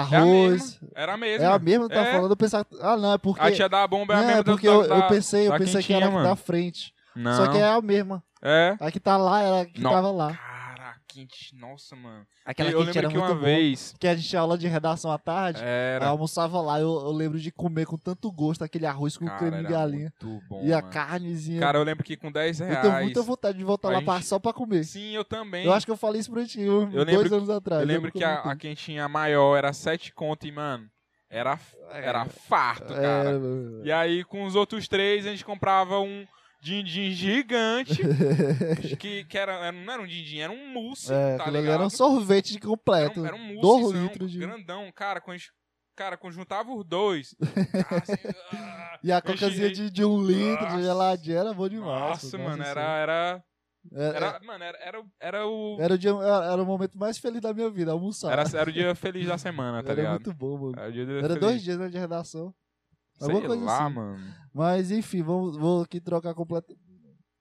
A: arroz.
B: Era
A: É
B: É mesmo.
A: a mesma, que tá
B: É.
A: falando? Eu pensava. Ah, não, é porque.
B: A tia da bomba é a
A: não,
B: mesma
A: é
B: do-
A: porque
B: da-
A: eu, eu
B: da-
A: pensei, eu
B: da
A: pensei que
B: quentinha,
A: era a que
B: mano.
A: da frente.
B: Não.
A: Só que é Ah. a mesma.
B: É.
A: A que tá lá era a que
B: Não.
A: tava lá.
B: Cara, quente. Nossa, mano.
A: Aquela
B: eu
A: quente
B: lembro
A: era
B: que
A: muito
B: uma
A: boa.
B: vez.
A: Que a gente tinha aula de redação à tarde. Eu
B: Era.
A: almoçava lá, eu, eu lembro de comer com tanto gosto aquele arroz com
B: cara,
A: creme
B: era
A: de galinha.
B: Muito bom.
A: e a
B: mano.
A: carnezinha.
B: Cara, eu lembro que com 10
A: eu
B: reais.
A: tenho muita vontade de voltar
B: a
A: lá
B: gente-
A: pra- só pra comer.
B: Sim, eu também.
A: Eu acho que eu falei isso pra ti uns
B: Eu
A: dois
B: lembro-
A: anos atrás.
B: Eu lembro que a, a quentinha maior era 7 conto e, mano, era,
A: É,
B: era farto, cara. E aí, com os outros três, a gente comprava um din-din gigante, que, que era, era- não era um din-din, era um mousse,
A: É,
B: tá
A: aquilo ali
B: ligado?
A: era um sorvete de
B: Era
A: completo.
B: um, era um
A: dois
B: moussezão,
A: litros de-
B: grandão, cara, quando, a gente- cara, quando juntava os dois, assim, ah,
A: E é a
B: Vixe,
A: cocazinha
B: gente.
A: de, de um litro
B: Nossa.
A: de geladinha era bom demais.
B: nossa,
A: pô,
B: mano,
A: senhora.
B: era, era,
A: Era,
B: era, mano, era, era, o- era o,
A: era o dia, era, era o momento mais feliz da minha vida, almoçar.
B: era, era o dia feliz da semana, tá
A: Era
B: ligado?
A: muito bom, mano.
B: Era o dia
A: Era
B: feliz.
A: dois dias né, de redação.
B: Sei
A: alguma coisa
B: lá,
A: assim.
B: mano.
A: Mas enfim, vamos, vou aqui trocar completo.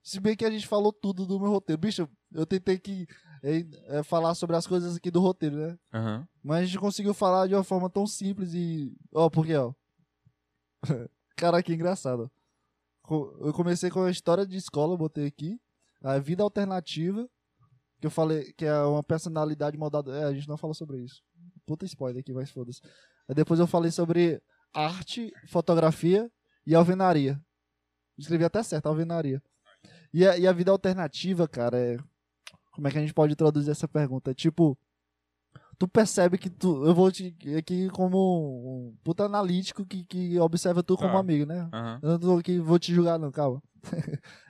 A: Se bem que a gente falou tudo do meu roteiro. Bicho, eu tentei que é, é, falar sobre as coisas aqui do roteiro, né?
B: Aham.
A: Mas a gente conseguiu falar de uma forma tão simples e. Ó, porque, ó. Cara, que engraçado. Co- Eu comecei com a história de escola, eu botei aqui. A vida alternativa. Que eu falei que é uma personalidade modada. É, a gente não falou sobre isso. Puta spoiler aqui, mas foda-se. Aí depois eu falei sobre arte, fotografia e alvenaria. Escrevi até certo, alvenaria. E a, e a vida alternativa, cara, é. Como é que a gente pode traduzir essa pergunta? É Tipo tu percebe que tu. Eu vou te aqui como um puta analítico que, que observa tu como
B: Tá.
A: amigo, né?
B: Aham.
A: Eu não tô aqui, vou te julgar, não, calma.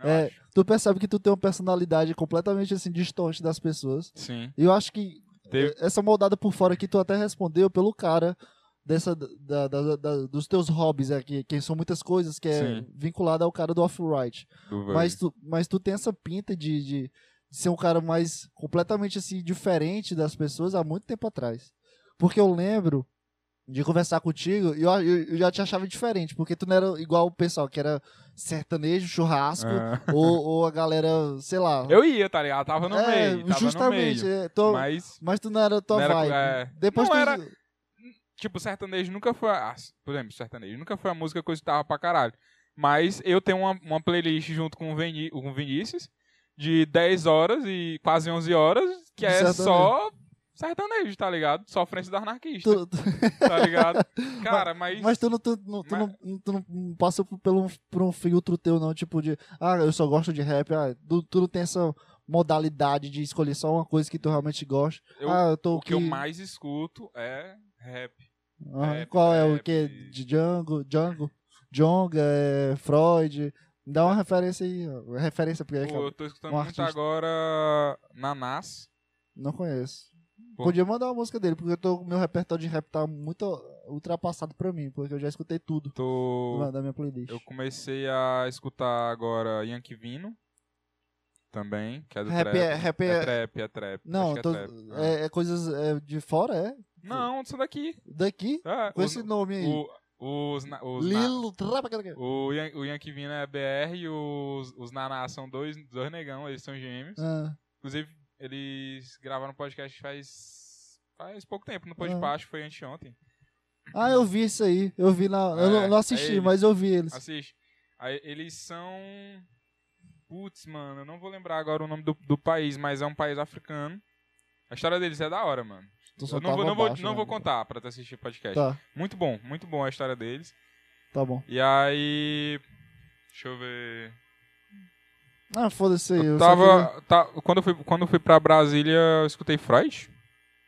B: Eu
A: É.
B: acho.
A: Tu percebe que tu tem uma personalidade completamente assim, distante das pessoas.
B: Sim.
A: E eu acho que é,
B: Teve-
A: essa moldada por fora que tu até respondeu pelo cara dessa da, da- da- dos teus hobbies aqui, que são muitas coisas que é
B: Sim.
A: vinculada ao cara do off-right.
B: Do
A: Mas tu, mas tu tem essa pinta de, de, de ser um cara mais completamente assim, diferente das pessoas há muito tempo atrás. Porque eu lembro de conversar contigo e eu, eu, eu já te achava diferente, porque tu não era igual o pessoal que era sertanejo, churrasco,
B: Ah.
A: ou, ou a galera, sei lá.
B: Eu ia, tá ligado? Tava no
A: é,
B: meio. Tava
A: justamente.
B: No meio.
A: é, tô- mas...
B: Mas,
A: tu não era a tua
B: Não era-
A: vibe.
B: é.
A: Depois
B: Não
A: tu-
B: era- tipo, sertanejo nunca foi. a- ah, por exemplo, sertanejo nunca foi a música que eu escutava pra caralho. Mas eu tenho uma, uma playlist junto com o, Vini, com o Vinícius de 10 horas e quase 11 horas, que
A: De
B: é
A: sertanejo.
B: só sertanejo, tá ligado? Só frente do anarquista,
A: tu- tu-
B: tá ligado? Cara, mas.
A: Mas tu não, tu, não- tu, não, tu não passou por, pelo, por um filtro teu, não, tipo de, ah, eu só gosto de rap, ah, tu, tu não tem essa modalidade de escolher só uma coisa que tu realmente gosta.
B: eu-
A: ah, eu tô
B: o que eu
A: aqui-
B: mais escuto é rap.
A: Ah,
B: rap,
A: qual é o
B: rap.
A: que? De Django, Django, Jonga, é, Freud. Dá uma referência aí, ó, referência porque
B: Pô, eu
A: eu
B: tô escutando
A: um
B: muito
A: artista.
B: agora Nanás.
A: não conheço.
B: Pô.
A: Podia mandar uma música dele, porque eu tô, meu repertório de rap tá muito ultrapassado pra mim, porque eu já escutei tudo
B: Tô.
A: da- da minha playlist.
B: Eu comecei a escutar agora Yankee Vino. Também, que é do
A: Rap
B: trap.
A: é, rap
B: É
A: é,
B: trap, é trap.
A: Não,
B: acho que é
A: tô-
B: trap. Ah.
A: é, é coisas é, de fora, é?
B: Não, isso daqui.
A: Daqui?
B: Ah,
A: Com
B: os-
A: esse nome aí.
B: o, os, na- os na-
A: Lilo. trapa, cara, cara.
B: o, Yan- o Yankee Vino é BR e os, os Naná são dois, dois negão, eles são gêmeos.
A: Ah,
B: Inclusive, eles gravaram um podcast faz. faz pouco tempo, no podcast, foi anteontem.
A: Ah, eu vi isso aí. Eu vi na. eu
B: É,
A: não- não
B: é
A: assisti,
B: eles.
A: mas eu vi eles.
B: Assiste. Aí, eles são. Putz, mano, eu não vou lembrar agora o nome do, do país, mas é um país africano. A história deles é da hora, mano.
A: Tu só
B: Eu não vou,
A: tava
B: não vou,
A: abaixo,
B: não
A: né?
B: vou contar pra tu assistir o podcast.
A: Tá,
B: Muito bom, muito bom a história deles.
A: tá bom.
B: E aí. Deixa eu ver.
A: Ah, foda-se aí.
B: Eu
A: Eu só
B: tava. tá- quando, eu fui, quando eu fui pra Brasília, eu escutei Freud.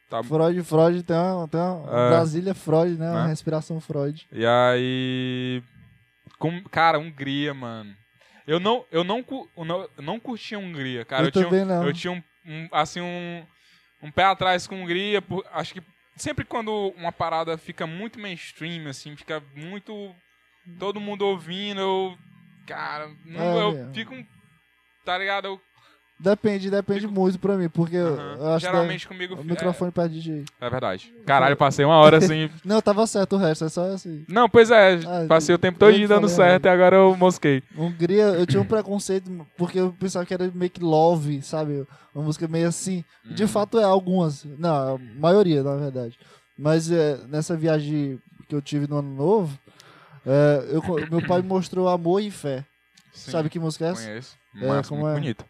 B: Tá,
A: queria- Freud, Freud, tem uma. Tem uma...
B: É.
A: Brasília, Freud, né? Uma
B: Né?
A: respiração Freud.
B: E aí. Com, cara, Hungria, mano. Eu não, eu não, cu- eu não, eu não curti a Hungria, cara.
A: Eu
B: Eu, tinha, um-
A: também não.
B: Eu tinha um, um- assim, um, um pé atrás com a Hungria. por- acho que sempre quando uma parada fica muito mainstream, assim, fica muito... Todo mundo ouvindo, eu... Cara, não,
A: É,
B: eu
A: mesmo.
B: fico... um- Tá ligado? Eu,
A: Depende, depende
B: Fico-
A: muito pra mim, porque eu-
B: aham.
A: eu acho que
B: Geralmente comigo...
A: o
B: é-
A: microfone perde de jeito.
B: É, verdade. Caralho, passei uma hora assim...
A: Não, tava certo o resto, é só assim.
B: não, pois é,
A: Ah,
B: passei o tempo
A: eu
B: todo dando
A: falei, né?
B: certo e agora eu mosquei.
A: Hungria, eu tinha um preconceito, porque eu pensava que era meio que love, sabe? Uma música meio assim.
B: Uhum.
A: De fato é algumas, não, a maioria, na verdade. Mas é, nessa viagem que eu tive no ano novo, é, eu co- meu pai me mostrou Amor e Fé.
B: Sim,
A: Sabe que música é essa?
B: Conheço.
A: É,
B: Mas
A: como
B: muito
A: é?
B: bonito.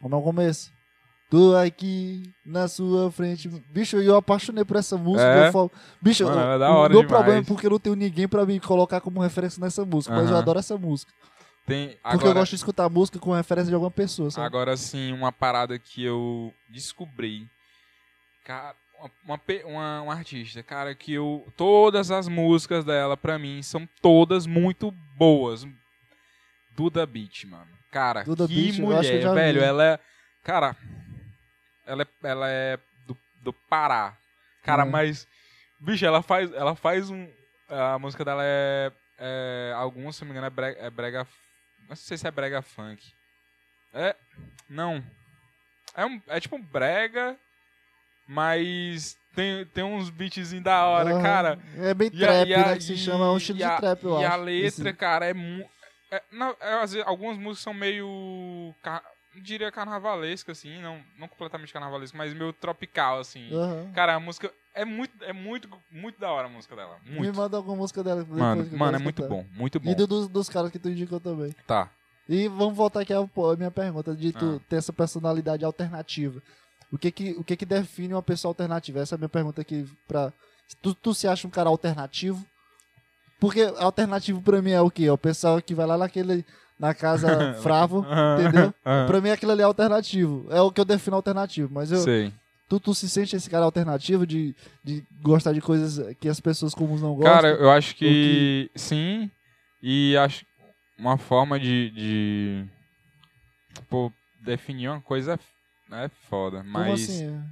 A: Como é o começo? Tô aqui na sua frente. Bicho, eu apaixonei por essa música.
B: É?
A: eu falo- Bicho,
B: Mano,
A: o-
B: é da
A: o
B: hora
A: meu
B: demais.
A: problema é porque eu não tenho ninguém pra me colocar como referência nessa música. Mas eu
B: Aham.
A: adoro essa música.
B: Tem,
A: Porque eu
B: agora,
A: gosto de escutar música com referência de alguma pessoa, sabe?
B: Agora sim, uma parada que eu descobri. Cara, uma, uma, pe- uma- uma artista, cara, que eu. Todas as músicas dela, pra mim, são todas muito boas. Duda Beat, mano. Cara,
A: Duda
B: que
A: Beat, eu
B: mulher,
A: acho que eu já vi.
B: velho. Ela é. Cara, ela é, ela é do, do Pará. Cara,
A: Hum.
B: mas. Bicho, ela faz, ela faz um. A música dela é. é algumas, se não me engano, é brega, é brega. Não sei se é brega funk. É. Não. É, um, é tipo um brega, mas tem, tem uns beatzinhos da hora,
A: Aham.
B: cara.
A: É bem
B: E a-
A: trap,
B: e a-
A: né? Que se
B: e-
A: chama. É um estilo
B: e a-
A: de trap, eu
B: e
A: acho.
B: a letra,
A: Esse-
B: cara, é muito. às vezes, algumas músicas são meio. car- não diria carnavalesca, assim, não, não completamente carnavalesca, mas meio tropical, assim.
A: Aham.
B: Cara, a música é muito, é muito, muito da hora a música dela.
A: Me
B: É Muito.
A: manda alguma música dela. depois que eu
B: Mano,
A: quero
B: mano, é muito
A: escutar.
B: bom, muito bom.
A: E do- dos, dos caras que tu indicou também.
B: Tá.
A: E vamos voltar aqui ao- pô, à minha pergunta de tu
B: Ah.
A: ter essa personalidade alternativa. O que que, o que que define uma pessoa alternativa? Essa é a minha pergunta aqui pra... Tu, tu se acha um cara alternativo? Porque alternativo pra mim é o quê? É o pessoal que vai lá naquele, na casa fravo, entendeu? Pra mim aquilo ali é alternativo. É o que eu defino alternativo. Mas eu,
B: Sei.
A: tu, tu se sente esse cara alternativo de, de gostar de coisas que as pessoas comuns não gostam?
B: Cara, eu acho que sim. E acho uma forma de, de pô, definir uma coisa é foda,
A: Como
B: mas
A: assim?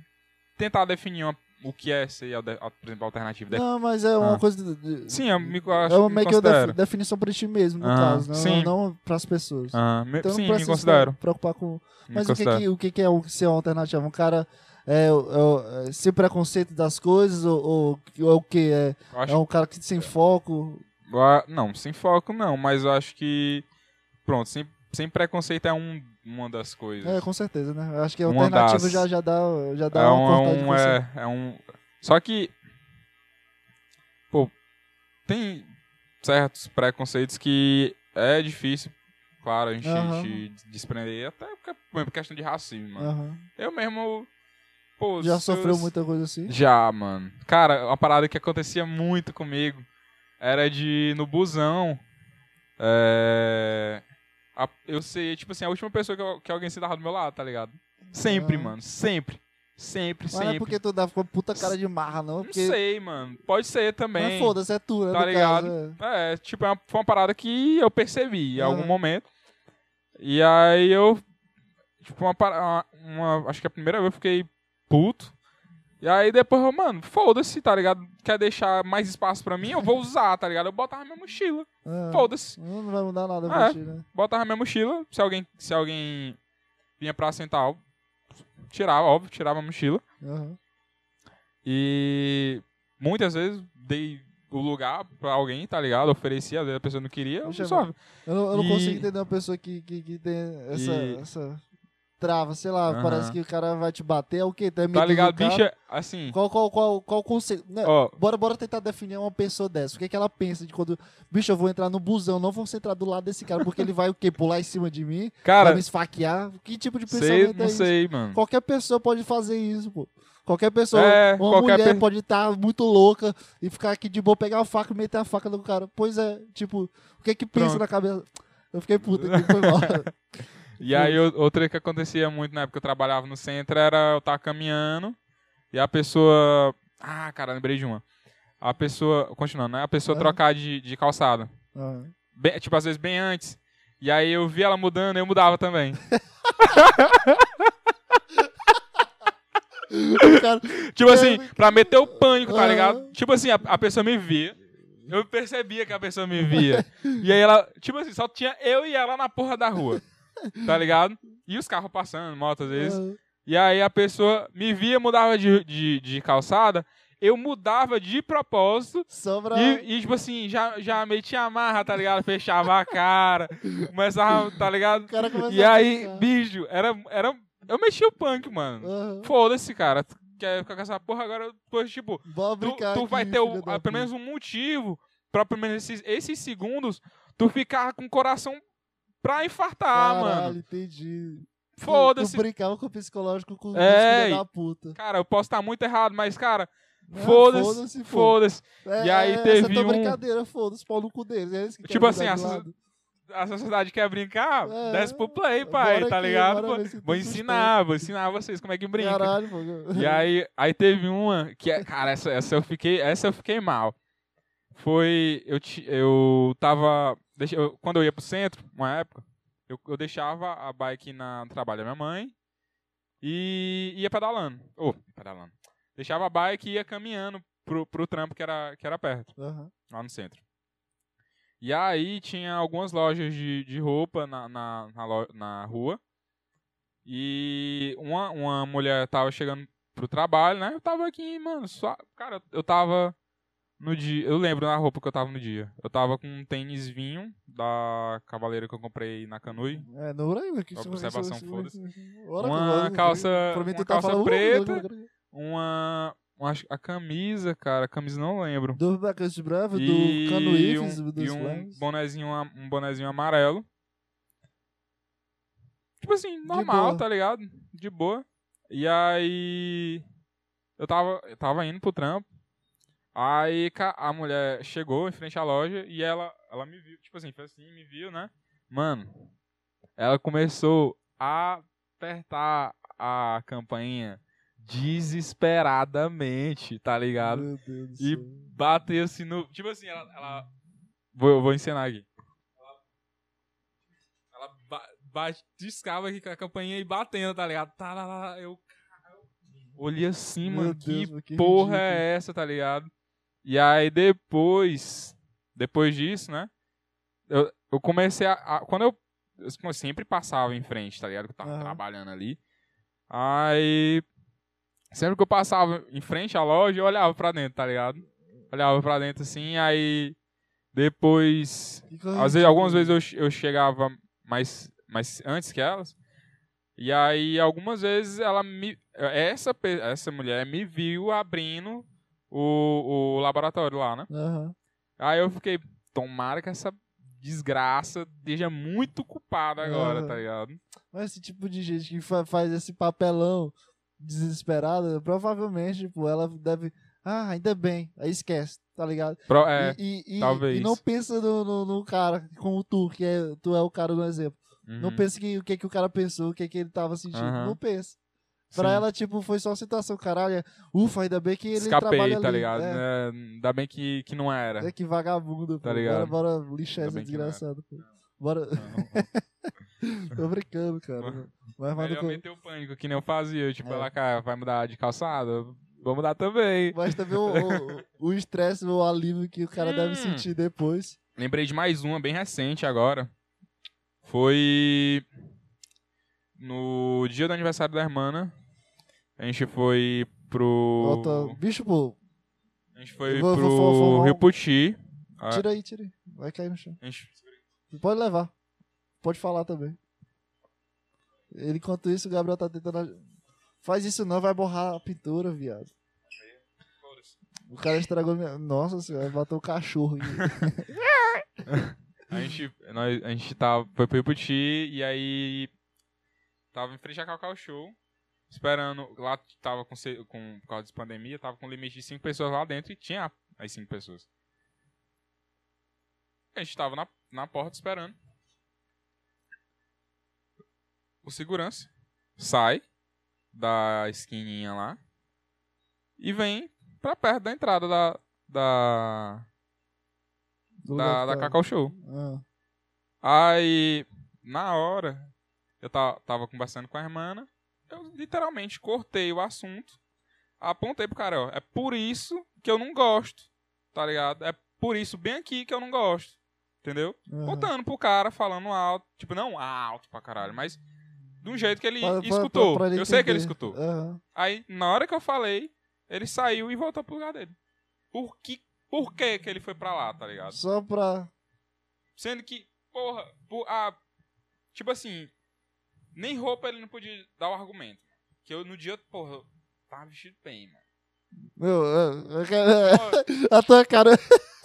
B: tentar definir uma- o que é ser, alde- al- por exemplo, alternativo. Def-
A: Não, mas é uma
B: Ah.
A: coisa... de- de-
B: Sim, eu me, eu acho
A: é uma
B: que me
A: meio que eu def-
B: considero.
A: definição pra ti mesmo, no
B: Ah,
A: caso, né? não,
B: sim.
A: não pras pessoas.
B: Ah, me-
A: então
B: sim,
A: não
B: me
A: precisa
B: considero.
A: se preocupar com.
B: me
A: Mas o que,
B: considero.
A: que- o que, que é o- ser uma alternativa? Um cara é, é, é, sem preconceito das coisas ou, ou, ou é o que? É,
B: Eu acho
A: é um cara que sem foco.
B: Eu a- Não, sem foco não, mas eu acho que. Pronto, sem, sem preconceito é um, uma das coisas.
A: É, com certeza, né? Eu acho que a
B: Uma
A: alternativa
B: das-
A: já, já dá, já dá
B: é um,
A: uma
B: é
A: cortada assim. de
B: um,
A: conceito.
B: é, é um. Só que. Pô, tem certos preconceitos que é difícil, claro, a gente
A: Aham.
B: te desprender, até porque- é por questão de racismo, mano.
A: Aham.
B: Eu mesmo. Pô,
A: É. Já
B: se eu-
A: sofreu muita coisa assim?
B: Já, mano. Cara, uma parada que acontecia muito comigo era de no busão. É. a- eu sei, tipo assim, a última pessoa que, eu- que alguém se dava do meu lado, tá ligado? Sempre,
A: Ah.
B: mano. Sempre. Sempre,
A: Mas não é
B: sempre.
A: porque tu dá com puta cara de marra, não. é
B: Não
A: Porque...
B: sei, mano. Pode ser também.
A: Mas foda-se, é tu, né?
B: Tá
A: no
B: ligado?
A: Caso, é.
B: É, tipo, é uma- foi uma parada que eu percebi em
A: Aham.
B: algum momento. E aí eu. Tipo, uma, para- uma, uma. Acho que a primeira vez eu fiquei puto. E aí depois eu, mano, foda-se, tá ligado? Quer deixar mais espaço pra mim? Eu vou usar, tá ligado? Eu botava minha mochila.
A: Ah,
B: Foda-se.
A: Não vai mudar nada
B: Ah,
A: pra
B: é.
A: ti, né?
B: Botava minha mochila. Se alguém, se alguém vinha pra sentar, eu tirava, óbvio, tirava a mochila.
A: Aham.
B: E muitas vezes dei o lugar pra alguém, tá ligado? Oferecia, às vezes a pessoa não queria, eu
A: Poxa,
B: só
A: Eu não, eu não
B: E-
A: consigo entender uma pessoa que, que, que tem essa,
B: E-
A: essa trava, sei lá,
B: Aham.
A: parece que o cara vai te bater, é o quê? Tem medo
B: Tá
A: do
B: ligado,
A: cara?
B: bicha? Assim,
A: Qual, qual, qual, qual o conceito? Né,
B: ó,
A: Bora, bora tentar definir uma pessoa dessa. O que, é que ela pensa de quando. Bicho, eu vou entrar no busão, não vou entrar do lado desse cara, porque ele vai o quê? Pular em cima de mim? vai
B: cara,
A: me esfaquear? Que tipo de
B: sei,
A: pensamento é
B: não
A: isso?
B: sei, mano.
A: Qualquer pessoa pode fazer isso, pô. Qualquer pessoa,
B: É,
A: uma
B: qualquer
A: mulher
B: pe-
A: pode estar muito louca e ficar aqui de boa, pegar a faca e meter a faca no cara. Pois é, tipo, o que é que pensa
B: Pronto.
A: na cabeça? Eu fiquei puto aqui, foi mal.
B: E aí, o- outra que acontecia muito na época que eu trabalhava no centro era eu tava caminhando e a pessoa. Ah, cara, lembrei de uma. A pessoa. Continuando, né? A pessoa
A: Ah.
B: trocar de, de calçada.
A: Ah,
B: Bem- tipo, às vezes bem antes. E aí eu vi ela mudando, eu mudava também.
A: O cara-
B: Tipo
A: É, Ah.
B: assim, pra meter o pânico, tá
A: Aham.
B: ligado? Tipo assim, a, a pessoa me via. Eu percebia que a pessoa me via. E aí ela, tipo assim, só tinha eu e ela na porra da rua. Tá ligado? E os carros passando, motos às vezes.
A: ah,
B: E aí a pessoa me via, mudava de, de, de calçada. Eu mudava de propósito.
A: Só pra.
B: E, e, tipo assim, já, já metia a marra, tá ligado? Fechava a cara. Começava, tá ligado?
A: O cara começa
B: E
A: a
B: aí,
A: pensar.
B: bicho, era, era. Eu mexia o punk, mano.
A: Aham.
B: Foda-se, cara. Tu Quer ficar com essa porra agora? Pois, tipo,
A: Bora
B: tu,
A: brincar.
B: tu
A: aqui,
B: vai ter o-
A: filha da
B: ah, pelo menos um motivo pra pelo menos esses, esses segundos tu ficar com o coração pra infartar,
A: puta.
B: ah, mano.
A: Caralho, entendi. Tu-
B: Foda-se.
A: Tu brincava com o psicológico com o
B: É,
A: filho da puta.
B: Cara, eu posso estar muito errado, mas, cara,
A: Não,
B: foda-se,
A: pô.
B: foda-se.
A: É,
B: E aí
A: é, essa é
B: teve
A: tua
B: um-
A: brincadeira, foda-se, pau no cu deles. É eles que
B: Tipo
A: querem
B: assim,
A: mudar de
B: essa-
A: lado.
B: A sociedade quer brincar,
A: É,
B: desce pro play,
A: bora
B: pai, tá
A: aqui,
B: ligado?
A: bora
B: Pô,
A: ver se tu
B: vou ensinar, vou ensinar vocês como é que brinca.
A: Caralho, pô.
B: E aí, aí teve uma que, é- cara, essa, essa eu fiquei, essa eu fiquei mal. Foi, eu ti- eu tava, deixa, eu- quando eu ia pro centro, uma época, eu, eu deixava a bike na no trabalho da minha mãe e ia pedalando. Ô, pedalando. Deixava a bike e ia caminhando pro, pro trampo que era, que era perto
A: Aham.
B: lá no centro. E aí tinha algumas lojas de, de roupa na, na, na, lo- na rua. E uma, uma mulher tava chegando pro trabalho, né? Eu tava aqui, mano, só. Cara, eu tava no dia. Eu lembro na roupa que eu tava no dia. Eu tava com um tênis vinho da Cavaleira que eu comprei na Canui.
A: É, não lembro aqui.
B: Uma observação, foda-se.
A: Ora,
B: Uma
A: que foda-se.
B: calça-
A: Pra mim, tu tá
B: uma calça
A: falando-
B: preta. Uma. uma acho- a camisa, cara, a camisa não lembro.
A: Do Bacchus de Bravo, do
B: e
A: Cano Ives,
B: um,
A: dos
B: e um
A: Flames.
B: bonezinho, a- um bonezinho amarelo. Tipo assim,
A: boa.
B: normal, tá ligado? De boa. E aí. Eu tava, eu tava indo pro trampo. Aí ca- a mulher chegou em frente à loja e ela, ela me viu, tipo assim, fez assim, me viu, né? Mano, ela começou a apertar a campainha desesperadamente, tá ligado?
A: Meu Deus do
B: E-
A: céu.
B: bater assim no. Tipo assim, ela. ela- vou, eu vou ensinar aqui. Ela, ela ba- bate- discava aqui com a campainha e batendo, tá ligado? Tá lá, lá, lá, eu. Olhei assim,
A: Meu
B: mano.
A: Deus,
B: que
A: mano, que
B: porra
A: ridículo.
B: é essa, tá ligado? E aí depois. Depois disso, né? Eu, eu comecei a, a- Quando eu. Eu sempre passava em frente, tá ligado? Que eu tava
A: Aham.
B: trabalhando ali. Aí. Sempre que eu passava em frente à loja, eu olhava pra dentro, tá ligado? Olhava pra dentro assim, aí depois.
A: Que coisa
B: Às vezes, algumas vezes eu, che- eu chegava mais, mais antes que elas. E aí, algumas vezes, ela me. Essa, pe- essa mulher me viu abrindo o, o laboratório lá, né?
A: Aham.
B: Aí eu fiquei, tomara que essa desgraça esteja muito culpada agora,
A: Aham.
B: tá ligado?
A: Mas esse tipo de gente que fa- faz esse papelão desesperada, provavelmente, tipo, ela deve. Ah, ainda bem. Aí esquece, tá ligado?
B: Pro- é,
A: e, e- e-
B: talvez.
A: e não pensa no, no- no cara como tu, que é, tu é o cara do exemplo. Não
B: uhum,
A: pensa que, o que, que o cara pensou, o que, que ele tava sentindo.
B: Aham.
A: Não pensa. Pra
B: sim.
A: ela, tipo, foi só uma situação, caralho. é, Ufa, ainda bem que ele
B: Escapei,
A: trabalha
B: tá
A: ali.
B: ligado?
A: É,
B: É, Ainda bem que, que não era.
A: é que vagabundo, pô.
B: Tá ligado?
A: Bora, bora lixar
B: Ainda
A: essa
B: bem que não é.
A: desgraçada, pô. Bora.
B: Não.
A: Tô brincando, cara. Mas, mas,
B: Melhor
A: não-
B: meter o pânico, que nem eu fazia. Tipo,
A: É.
B: ela, cara, vai mudar de calçada? Vou mudar também.
A: mas também o- o- o estresse, o alívio que o cara deve
B: Hum.
A: sentir depois.
B: Lembrei de mais uma, bem recente agora. Foi no dia do aniversário da irmã. né? A gente foi pro...
A: Volta. Bicho, pô,
B: A gente foi
A: Eu vou-
B: pro
A: vou- vou- vou- vou-
B: Rio Puti. Ah,
A: tira aí, tira aí. Vai cair no chão.
B: a gente-
A: Pode levar. Pode falar também. Ele, enquanto isso, o Gabriel tá tentando. aj- Faz isso não, vai borrar a pintura, viado. O cara estragou minha. Nossa senhora, bateu o cachorro. aqui.
B: A gente, nós, a gente tava, foi pro Iputi e aí tava em frente a Cacau Show, esperando, lá tava com, se- com por causa de pandemia, tava com um limite de 5 pessoas lá dentro e tinha as 5 pessoas. A gente tava na, na porta esperando. O segurança sai da esquininha lá e vem pra perto da entrada da, da,
A: Do lugar
B: da,
A: que
B: da
A: tá.
B: Cacau Show.
A: Ah,
B: Aí, na hora, eu ta- tava conversando com a irmã, né? eu literalmente cortei o assunto, apontei pro cara, ó, é por isso que eu não gosto, tá ligado? É por isso bem aqui que eu não gosto, entendeu?
A: Aham.
B: Contando pro cara, falando alto, tipo, não alto pra caralho, mas de um jeito que ele
A: Pra- pra-
B: escutou.
A: pra- pra ele
B: eu sei que ele
A: entender.
B: escutou.
A: Aham.
B: Aí, na hora que eu falei, ele saiu e voltou pro lugar dele. Por que, por que que ele foi pra lá, tá ligado?
A: Só pra.
B: Sendo que, porra, por, ah, tipo assim, nem roupa ele não podia dar o argumento. Que eu, no dia, porra, eu tava vestido bem, mano.
A: Meu, é- é-
B: Porra,
A: é- a tua cara.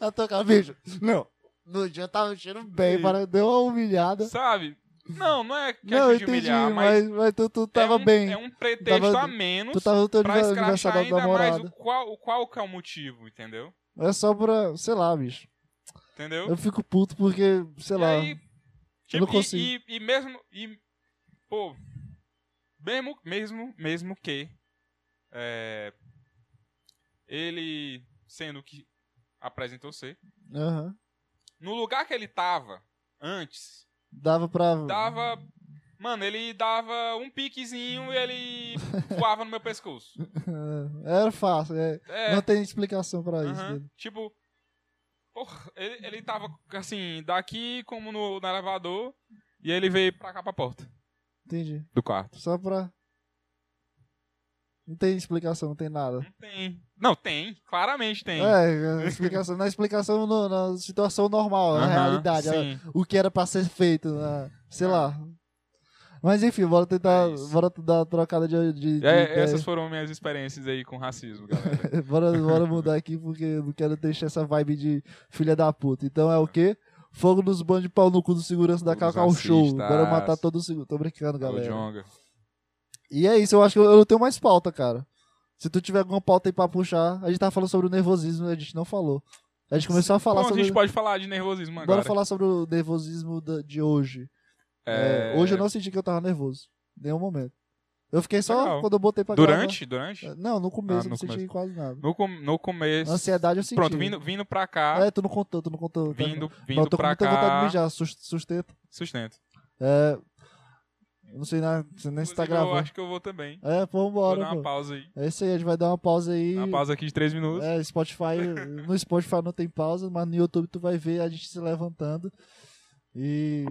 A: a tua cara, bicho. Não. No dia tava mexendo bem,
B: Sim.
A: para deu uma humilhada.
B: sabe? Não, não é questão
A: Não, eu
B: de
A: entendi,
B: humilhar, mas,
A: mas, mas tu, tu
B: é,
A: tava
B: um,
A: bem.
B: é um pretexto
A: Tava-
B: a menos
A: Tu tava no teu
B: pra escrachar
A: aniversário da
B: ainda é mais um o
A: namorada.
B: qual, o qual que é o motivo, entendeu?
A: É só pra. Sei lá, bicho.
B: Entendeu?
A: Eu fico puto porque, sei
B: E
A: lá.
B: aí, tipo,
A: não consigo.
B: E, e- e mesmo. E, pô, mesmo, mesmo, mesmo que. é, ele sendo o que apresentou ser.
A: Aham.
B: No lugar que ele tava antes,
A: Dava pra.
B: dava. Mano, ele dava um piquezinho e ele voava no meu pescoço.
A: Era fácil. é.
B: É,
A: Não tem explicação pra isso. né?
B: aham,
A: dele.
B: tipo. Porra, ele, ele tava assim, daqui como no, no elevador, e ele veio pra cá pra porta
A: Entendi.
B: do quarto.
A: Só pra. Não tem explicação, não tem nada.
B: Não tem. Não, tem. Claramente tem.
A: É, a explicação, na explicação, no- na situação normal, na
B: Aham,
A: é realidade. a-
B: Sim.
A: o que era pra ser feito, né? sei lá. Mas enfim, bora tentar.
B: É isso.
A: bora dar uma trocada de. de, de
B: É,
A: ideia.
B: essas foram minhas experiências aí com racismo, galera.
A: bora, bora mudar aqui porque eu não quero deixar essa vibe de filha da puta. Então é o quê? Fogo nos bandos de pau no cu do segurança da
B: Os
A: Cacau Show.
B: racistas.
A: Bora matar todo o segurança. Tô brincando,
B: Alô,
A: galera.
B: Jonga.
A: E é isso, eu acho que eu, eu não tenho mais pauta, cara. Se tu tiver alguma pauta aí pra puxar, a gente tava falando sobre o nervosismo, né? a gente não falou. A gente começou a falar
B: Bom,
A: sobre.
B: então a gente pode falar de nervosismo agora.
A: Bora falar sobre o nervosismo da- de hoje.
B: É,
A: É, hoje eu não senti que eu tava nervoso. Em nenhum momento. Eu fiquei só
B: Legal.
A: quando eu botei pra
B: Durante? Durante?
A: gravar. É, Não, no começo
B: Ah,
A: eu
B: no
A: não senti
B: começo.
A: quase nada.
B: No, com- no começo.
A: Ansiedade eu senti.
B: Pronto, vindo, vindo pra cá.
A: É, tu não contou, tu não contou. tá?
B: Ah. vindo
A: Não, eu
B: vindo
A: tô com
B: pra
A: muita vontade de
B: cá.
A: mijar, sus- sustento.
B: Sustento.
A: É, eu não sei na- nem se tá
B: Inclusive, eu
A: gravando.
B: acho que eu vou também.
A: É, pô,
B: vou
A: vambora,
B: dar uma
A: pô.
B: pausa aí.
A: É isso aí, a gente vai dar uma pausa aí.
B: Uma pausa aqui de três minutos.
A: É, Spotify, no Spotify não tem pausa, mas no YouTube tu vai ver a gente se levantando e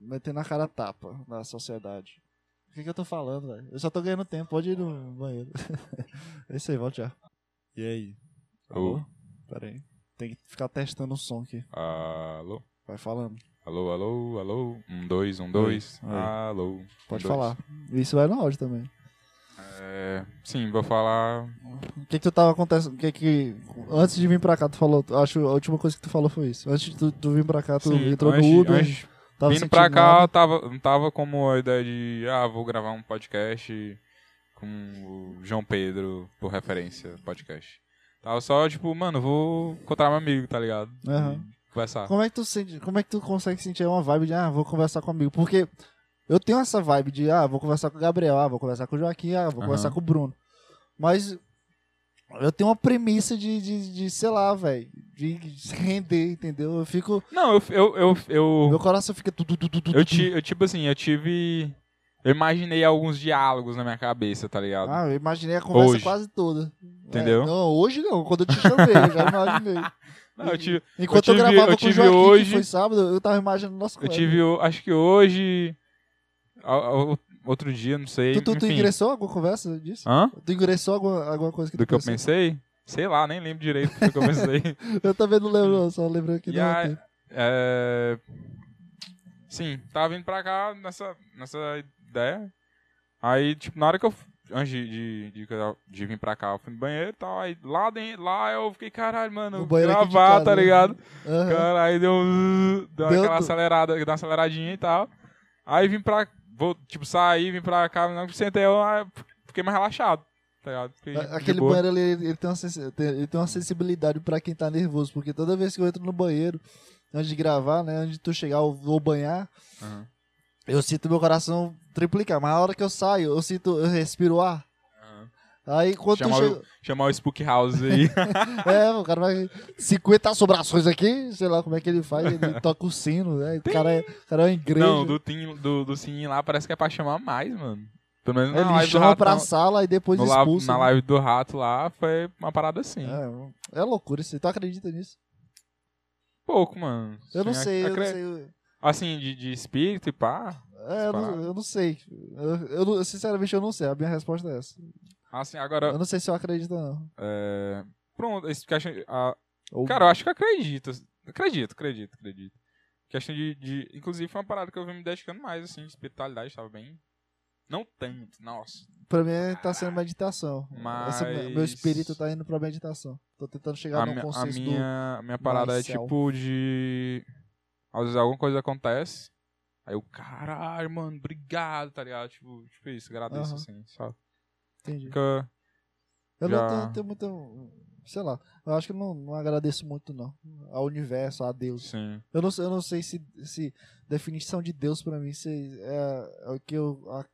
A: metendo a cara a tapa na sociedade. O que, que eu tô falando, velho? Eu só tô ganhando tempo, pode ir no banheiro. é isso aí, volte já. E aí?
B: Alô?
A: Pera aí. Tem que ficar testando o som aqui.
B: Alô?
A: Vai falando.
B: Alô, alô, alô. Um, dois, um, dois.
A: Oi, oi.
B: Alô. um,
A: Pode
B: dois.
A: falar. Isso vai no áudio também.
B: É, sim, vou falar.
A: O que que tu tava acontecendo? O que que... Antes de vir pra cá, tu falou... Acho que a última coisa que tu falou foi isso. Antes de tu, tu vir pra cá, tu
B: Sim, então
A: entrou
B: antes-
A: no Uber,
B: antes-
A: tava
B: Vindo
A: sentindo
B: pra cá,
A: nada.
B: eu tava, não tava como a ideia de, ah, vou gravar um podcast com o João Pedro, por referência, podcast. Tava só, tipo, mano, vou encontrar meu amigo, tá ligado?
A: Aham.
B: E Conversar.
A: Como é que tu sente, como é que tu consegue sentir uma vibe de ah, vou conversar comigo? Porque eu tenho essa vibe de ah, vou conversar com o Gabriel, ah, vou conversar com o Joaquim, ah, vou
B: Aham.
A: conversar com o Bruno. Mas eu tenho uma premissa de, de, de, sei lá, velho, de se render, entendeu? Eu fico,
B: Não, eu, eu, eu, eu,
A: meu coração fica tu, tu, tu, tu, tu,
B: eu,
A: tu.
B: ti- eu, tipo assim, eu tive, eu imaginei alguns diálogos na minha cabeça, tá ligado?
A: Ah, eu imaginei a conversa
B: Hoje.
A: quase toda.
B: Entendeu?
A: É, não, hoje não, quando eu te chamei, eu já imaginei.
B: Não, eu tive,
A: Enquanto eu,
B: tive-
A: gravava
B: eu
A: com o
B: tive
A: Joaquim,
B: hoje-
A: que foi sábado, eu tava imaginando nosso
B: eu tive, o- acho que hoje, a- a- outro dia, não sei,
A: Tu, tu, tu
B: enfim.
A: ingressou alguma conversa disso?
B: Hã?
A: Tu ingressou alguma, alguma coisa que
B: Do
A: tu
B: que eu
A: pensou?
B: pensei? Sei lá, nem lembro direito do que eu pensei.
A: Eu também não lembro, não, só lembro que
B: E
A: não
B: a-
A: tem.
B: É... Sim, tava vindo pra cá nessa, nessa ideia. Aí, tipo, na hora que eu. f- Antes de, de, de que eu- de vir pra cá, eu fui no banheiro e tal. Aí lá, dentro, lá eu fiquei, caralho, mano,
A: No
B: eu
A: banheiro aqui de
B: gravar,
A: casa,
B: tá
A: né?
B: ligado?
A: Aham.
B: Cara, aí deu, um- deu
A: Deu
B: aquela
A: tu-
B: acelerada, deu uma aceleradinha e tal. Aí vim pra. Vou, tipo, sair, vim pra cá, não sentei, eu aí fiquei mais relaxado, tá ligado? Fiquei de
A: A- Aquele
B: boa.
A: banheiro ali, ele, ele tem uma, sensi- tem- ele tem uma sensibilidade pra quem tá nervoso, porque toda vez que eu entro no banheiro, antes de gravar, né, antes de tu chegar ou vou banhar,
B: Aham.
A: eu sinto meu coração triplicar, mas a hora que eu saio, eu sinto, eu respiro ar,
B: Aham.
A: Aí quando tu
B: Chamar
A: chega...
B: o, chamar o Spook House aí.
A: É, o cara vai. 50 assombrações aqui, sei lá como é que ele faz, ele toca o sino, né? O cara é, o cara é uma igreja.
B: não, do, team, do, do sininho lá parece que é pra chamar mais, mano. Pelo menos na
A: ele
B: live do
A: chama
B: rato,
A: pra
B: na-
A: sala e depois
B: no la-
A: expulsa.
B: na live do rato lá foi uma parada assim.
A: né? É, é loucura isso. Tu acredita nisso?
B: Pouco, mano.
A: Eu não
B: Assim,
A: sei, eu não
B: acre-
A: sei. eu-
B: Assim, de, de espírito e pá.
A: É, eu, não, eu não sei. Eu, eu não- sinceramente, eu não sei. A minha resposta é essa.
B: Assim, agora.
A: Eu não sei se eu acredito ou não.
B: é, Pronto, esse questão. a-
A: Ou-
B: Cara, eu acho que eu acredito. Acredito, acredito, acredito. Questão de, de- Inclusive, foi uma parada que eu vim me dedicando mais, assim, de espiritualidade, tava bem. Não tanto, nossa.
A: Pra mim tá sendo meditação.
B: Mas-
A: Essa- meu espírito tá indo pra meditação. Tô tentando chegar
B: A,
A: num
B: mi- a
A: um consenso do-
B: minha, a minha parada é
A: céu.
B: tipo de. Às vezes alguma coisa acontece. Aí eu, caralho, mano, obrigado, tá ligado? Tipo, tipo isso,
A: Aham.
B: agradeço, assim, sabe?
A: Entendi.
B: Fica-
A: Eu
B: Já-
A: não tenho, tenho muita. Sei lá. Eu acho que eu não, não agradeço muito, não. Ao universo, a Deus.
B: Sim.
A: Eu não, eu não sei se, se definição de Deus pra mim se- é, é o que eu, a-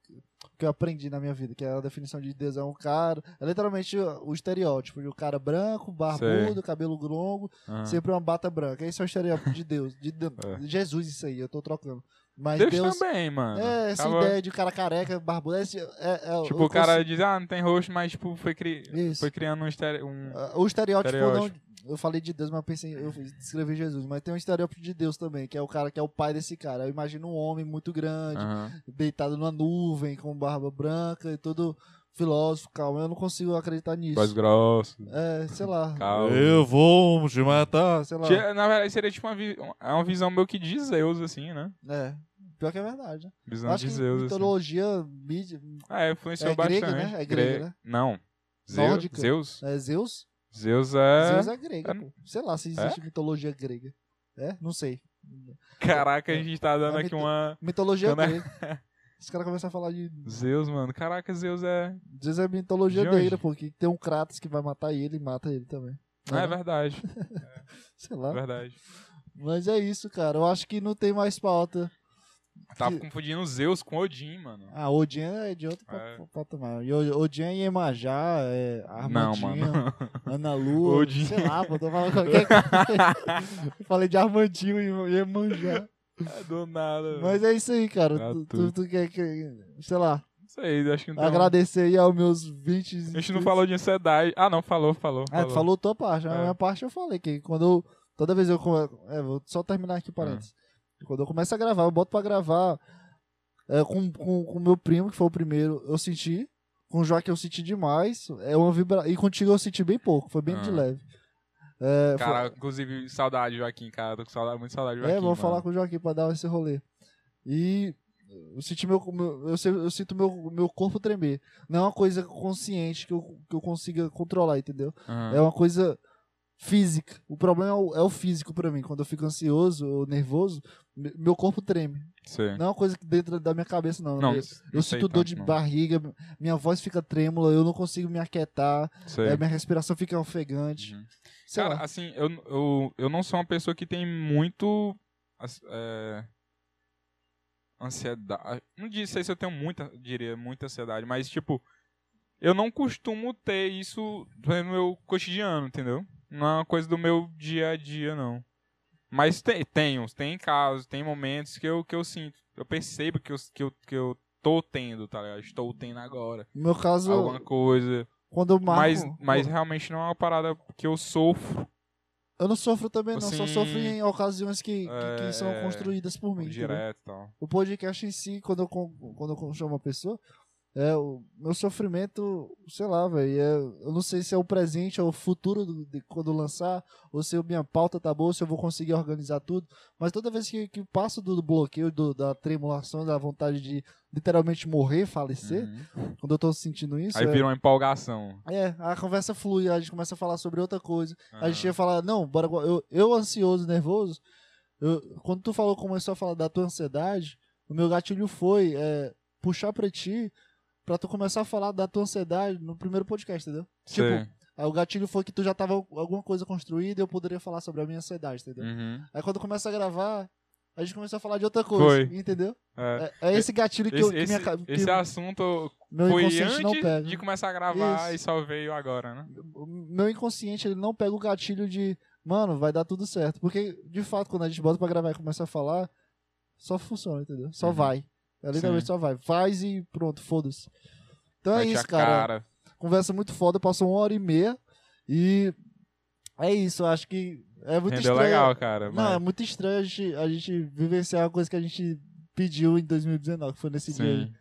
A: o que eu aprendi na minha vida, que a definição de Deus é um cara, é literalmente o, o estereótipo de um cara branco, barbudo, cabelo longo,
B: Aham.
A: sempre uma bata branca. Esse é o estereótipo de Deus, de, de-
B: Ah. É.
A: de Jesus isso aí, eu tô trocando. Mas
B: Deus,
A: Deus,
B: também, mano.
A: é essa
B: Acaba-
A: ideia de cara careca, barbudo, esse é, é-
B: Tipo,
A: eu
B: o cara diz, ah, não tem rosto, mas, tipo, foi, cri...
A: Isso.
B: foi criando um estere... um...
A: Ah, O estereótipo,
B: Estereótipo.
A: não. Eu falei de Deus, mas eu pensei, eu escrevi Jesus, mas tem um estereótipo de Deus também, que é o cara que é o pai desse cara. Eu imagino um homem muito grande,
B: Aham.
A: deitado numa nuvem, com barba branca e todo filósofo, calmo. Eu não consigo acreditar nisso.
B: Voz grossa.
A: É, sei lá.
B: Calma.
A: vou te matar, sei lá.
B: Tinha- Na verdade, seria tipo uma, vi... é uma visão meio que de Zeus, assim, né?
A: É. Pior que é verdade, né? Eu
B: Visão
A: acho
B: de
A: que
B: Zeus, assim.
A: mitologia, mídia,
B: Ah, é, influenciou
A: É
B: bastante.
A: grega, né? É grega,
B: Gre-
A: né?
B: Não. Zeus?
A: Nórdica.
B: Zeus?
A: é Zeus?
B: Zeus é...
A: Zeus é grega,
B: é-
A: pô. Sei lá se existe mitologia grega. É? Não sei.
B: Caraca, a gente tá dando
A: É
B: aqui
A: mito-
B: uma...
A: Mitologia
B: Então, né?
A: grega. Os caras começam a falar de
B: Zeus, mano. Caraca, Zeus é...
A: Diz a mitologia
B: De
A: negra,
B: onde?
A: porque tem um Kratos que vai matar ele e mata ele também.
B: Ah, é
A: Né?
B: verdade.
A: Sei
B: É
A: lá.
B: verdade.
A: Mas é isso, cara. Eu acho que não tem mais pauta.
B: Tava confundindo Zeus com Odin, mano.
A: Ah, Odin é de outro
B: É.
A: pa- patamar. E o- Odin é Iemanjá, é
B: Não,
A: Armandinho,
B: mano.
A: Ana Lu,
B: Odin.
A: sei lá, pô, tô falando qualquer coisa. Falei de Armandinho e Iemanjá.
B: É Do nada.
A: Mas é isso aí, cara.
B: Tá
A: Tu, tu,
B: tudo.
A: tu quer que, sei lá,
B: Não sei, acho que não tem uma-
A: agradecer aí aos meus 20...
B: A gente não falou de ansiedade. Ah, não, falou, falou.
A: É, tu falou tua parte. A
B: É.
A: minha parte eu falei que quando eu. Toda vez eu. come- É, vou só terminar aqui o parênteses.
B: É.
A: Quando eu começo a gravar, eu boto pra gravar é, com o com, com meu primo, que foi o primeiro, eu senti. Com o Joaquim eu senti demais. É uma vibra... E contigo eu senti bem pouco, foi bem de
B: Ah.
A: leve. É, foi-
B: Cara, inclusive, saudade, Joaquim, cara. Tô com saudade, muito saudade, Joaquim.
A: é, vou
B: mano.
A: falar com o Joaquim pra dar esse rolê. E eu senti meu, meu- eu, se- eu sinto meu, meu corpo tremer. Não é uma coisa consciente que eu, que eu consiga controlar, entendeu?
B: Aham.
A: É uma coisa física. O problema é o, é o físico pra mim. Quando eu fico ansioso ou nervoso, me- meu corpo treme.
B: Sei.
A: Não é uma coisa que dentro da minha cabeça, não.
B: Não, tá
A: eu
B: não
A: eu
B: sei
A: sinto dor
B: tanto,
A: de
B: não.
A: barriga, minha voz fica trêmula, eu não consigo me aquietar,
B: Sei.
A: eh, minha respiração fica ofegante.
B: É. Uhum.
A: Sei
B: Cara,
A: lá.
B: assim, eu, eu, eu não sou uma pessoa que tem muito. as- É, ansiedade. Não di- sei se eu tenho muita, diria, muita ansiedade, mas, tipo, eu não costumo ter isso no meu cotidiano, entendeu? Não é uma coisa do meu dia a dia, não. Mas te, tenho, tem casos, tem momentos que eu, que eu sinto. Eu percebo que eu, que, eu, que eu tô tendo, tá ligado? Estou tendo agora.
A: No meu caso,
B: Alguma coisa.
A: quando eu marco.
B: Mas, mas realmente não é uma parada que eu sofro
A: Eu não sofro também, não. Só
B: Assim,
A: sofro em ocasiões que, que- que
B: é,
A: são
B: é,
A: construídas por mim. entendeu?
B: direto e tal.
A: o podcast em si, quando eu, con- quando eu chamo uma pessoa, é o meu sofrimento, sei lá, velho. é- eu não sei se é o presente ou o futuro do- de quando lançar, ou se a minha pauta tá boa, se eu vou conseguir organizar tudo. Mas toda vez que, que passo do bloqueio, do- da tremulação, da vontade de literalmente morrer, falecer,
B: Uhum.
A: quando eu tô sentindo é isso.
B: Aí
A: é-
B: vira uma empolgação.
A: é, a conversa flui, a gente começa a falar sobre outra coisa. A
B: Aham.
A: gente ia falar, não, bora. agora. Eu, eu ansioso, nervoso. eu- quando tu falou, começou a falar da tua ansiedade, o meu gatilho foi é, puxar pra ti, pra tu começar a falar da tua ansiedade no primeiro podcast, entendeu? Tipo,
B: Sei.
A: Aí o gatilho foi que tu já tava alguma coisa construída e eu poderia falar sobre a minha ansiedade, entendeu?
B: Uhum.
A: Aí quando começa a gravar, a gente começou a falar de outra coisa, entendeu?
B: É.
A: É, é esse gatilho que, eu,
B: Esse,
A: que, minha,
B: esse,
A: ca-
B: esse
A: que
B: assunto
A: meu
B: foi
A: inconsciente não pega. né?
B: antes de começar a gravar
A: Isso.
B: e só veio agora, né?
A: o meu inconsciente ele não pega o gatilho de, mano, vai dar tudo certo. Porque, de fato, quando a gente bota pra gravar e começa a falar, só funciona, entendeu? Só
B: Uhum.
A: vai. É literalmente
B: Sim.
A: só vai. Faz e pronto, foda-se. Então
B: Mete
A: é
B: a
A: isso, cara.
B: cara.
A: Conversa muito foda, passou uma hora e meia. E é isso, eu acho que é muito
B: Rendeu
A: estranho.
B: legal, cara.
A: Não, é
B: mas-
A: muito estranho a gente, a gente vivenciar uma coisa que a gente pediu em 2019, que foi nesse dia aí.
B: sim.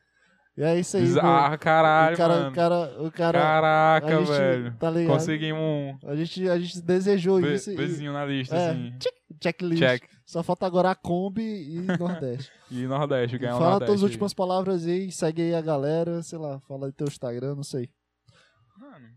A: E é isso aí, mano.
B: Bizarro, caralho,
A: o cara,
B: mano.
A: o cara, o cara,
B: Caraca,
A: a gente,
B: velho.
A: tá ligado?
B: Conseguimos um
A: A gente, a gente desejou
B: be-
A: isso. e-
B: bezinho na lista,
A: É,
B: assim.
A: checklist.
B: Check.
A: Só falta agora a Kombi e Nordeste.
B: E Nordeste, ganhar o
A: fala
B: Nordeste.
A: tuas
B: aí.
A: últimas palavras aí, segue aí a galera, sei lá, fala aí teu Instagram, não sei.
B: Mano,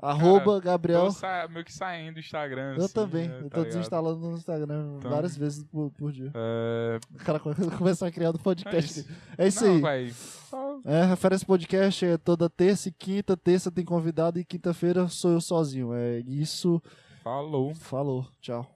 A: Arroba Gabriel.
B: tô sa- meio que saindo do Instagram.
A: Eu
B: assim,
A: também.
B: né,
A: eu
B: tá
A: tô
B: ligado?
A: desinstalando no Instagram
B: Então-
A: várias vezes por, por dia.
B: É,
A: O cara começa a criar do
B: é
A: podcast.
B: isso.
A: É isso
B: Não,
A: aí.
B: vai. Só-
A: É, referência podcast é toda terça e quinta. Terça tem convidado e quinta-feira sou eu sozinho. É isso.
B: Falou.
A: Falou. Tchau.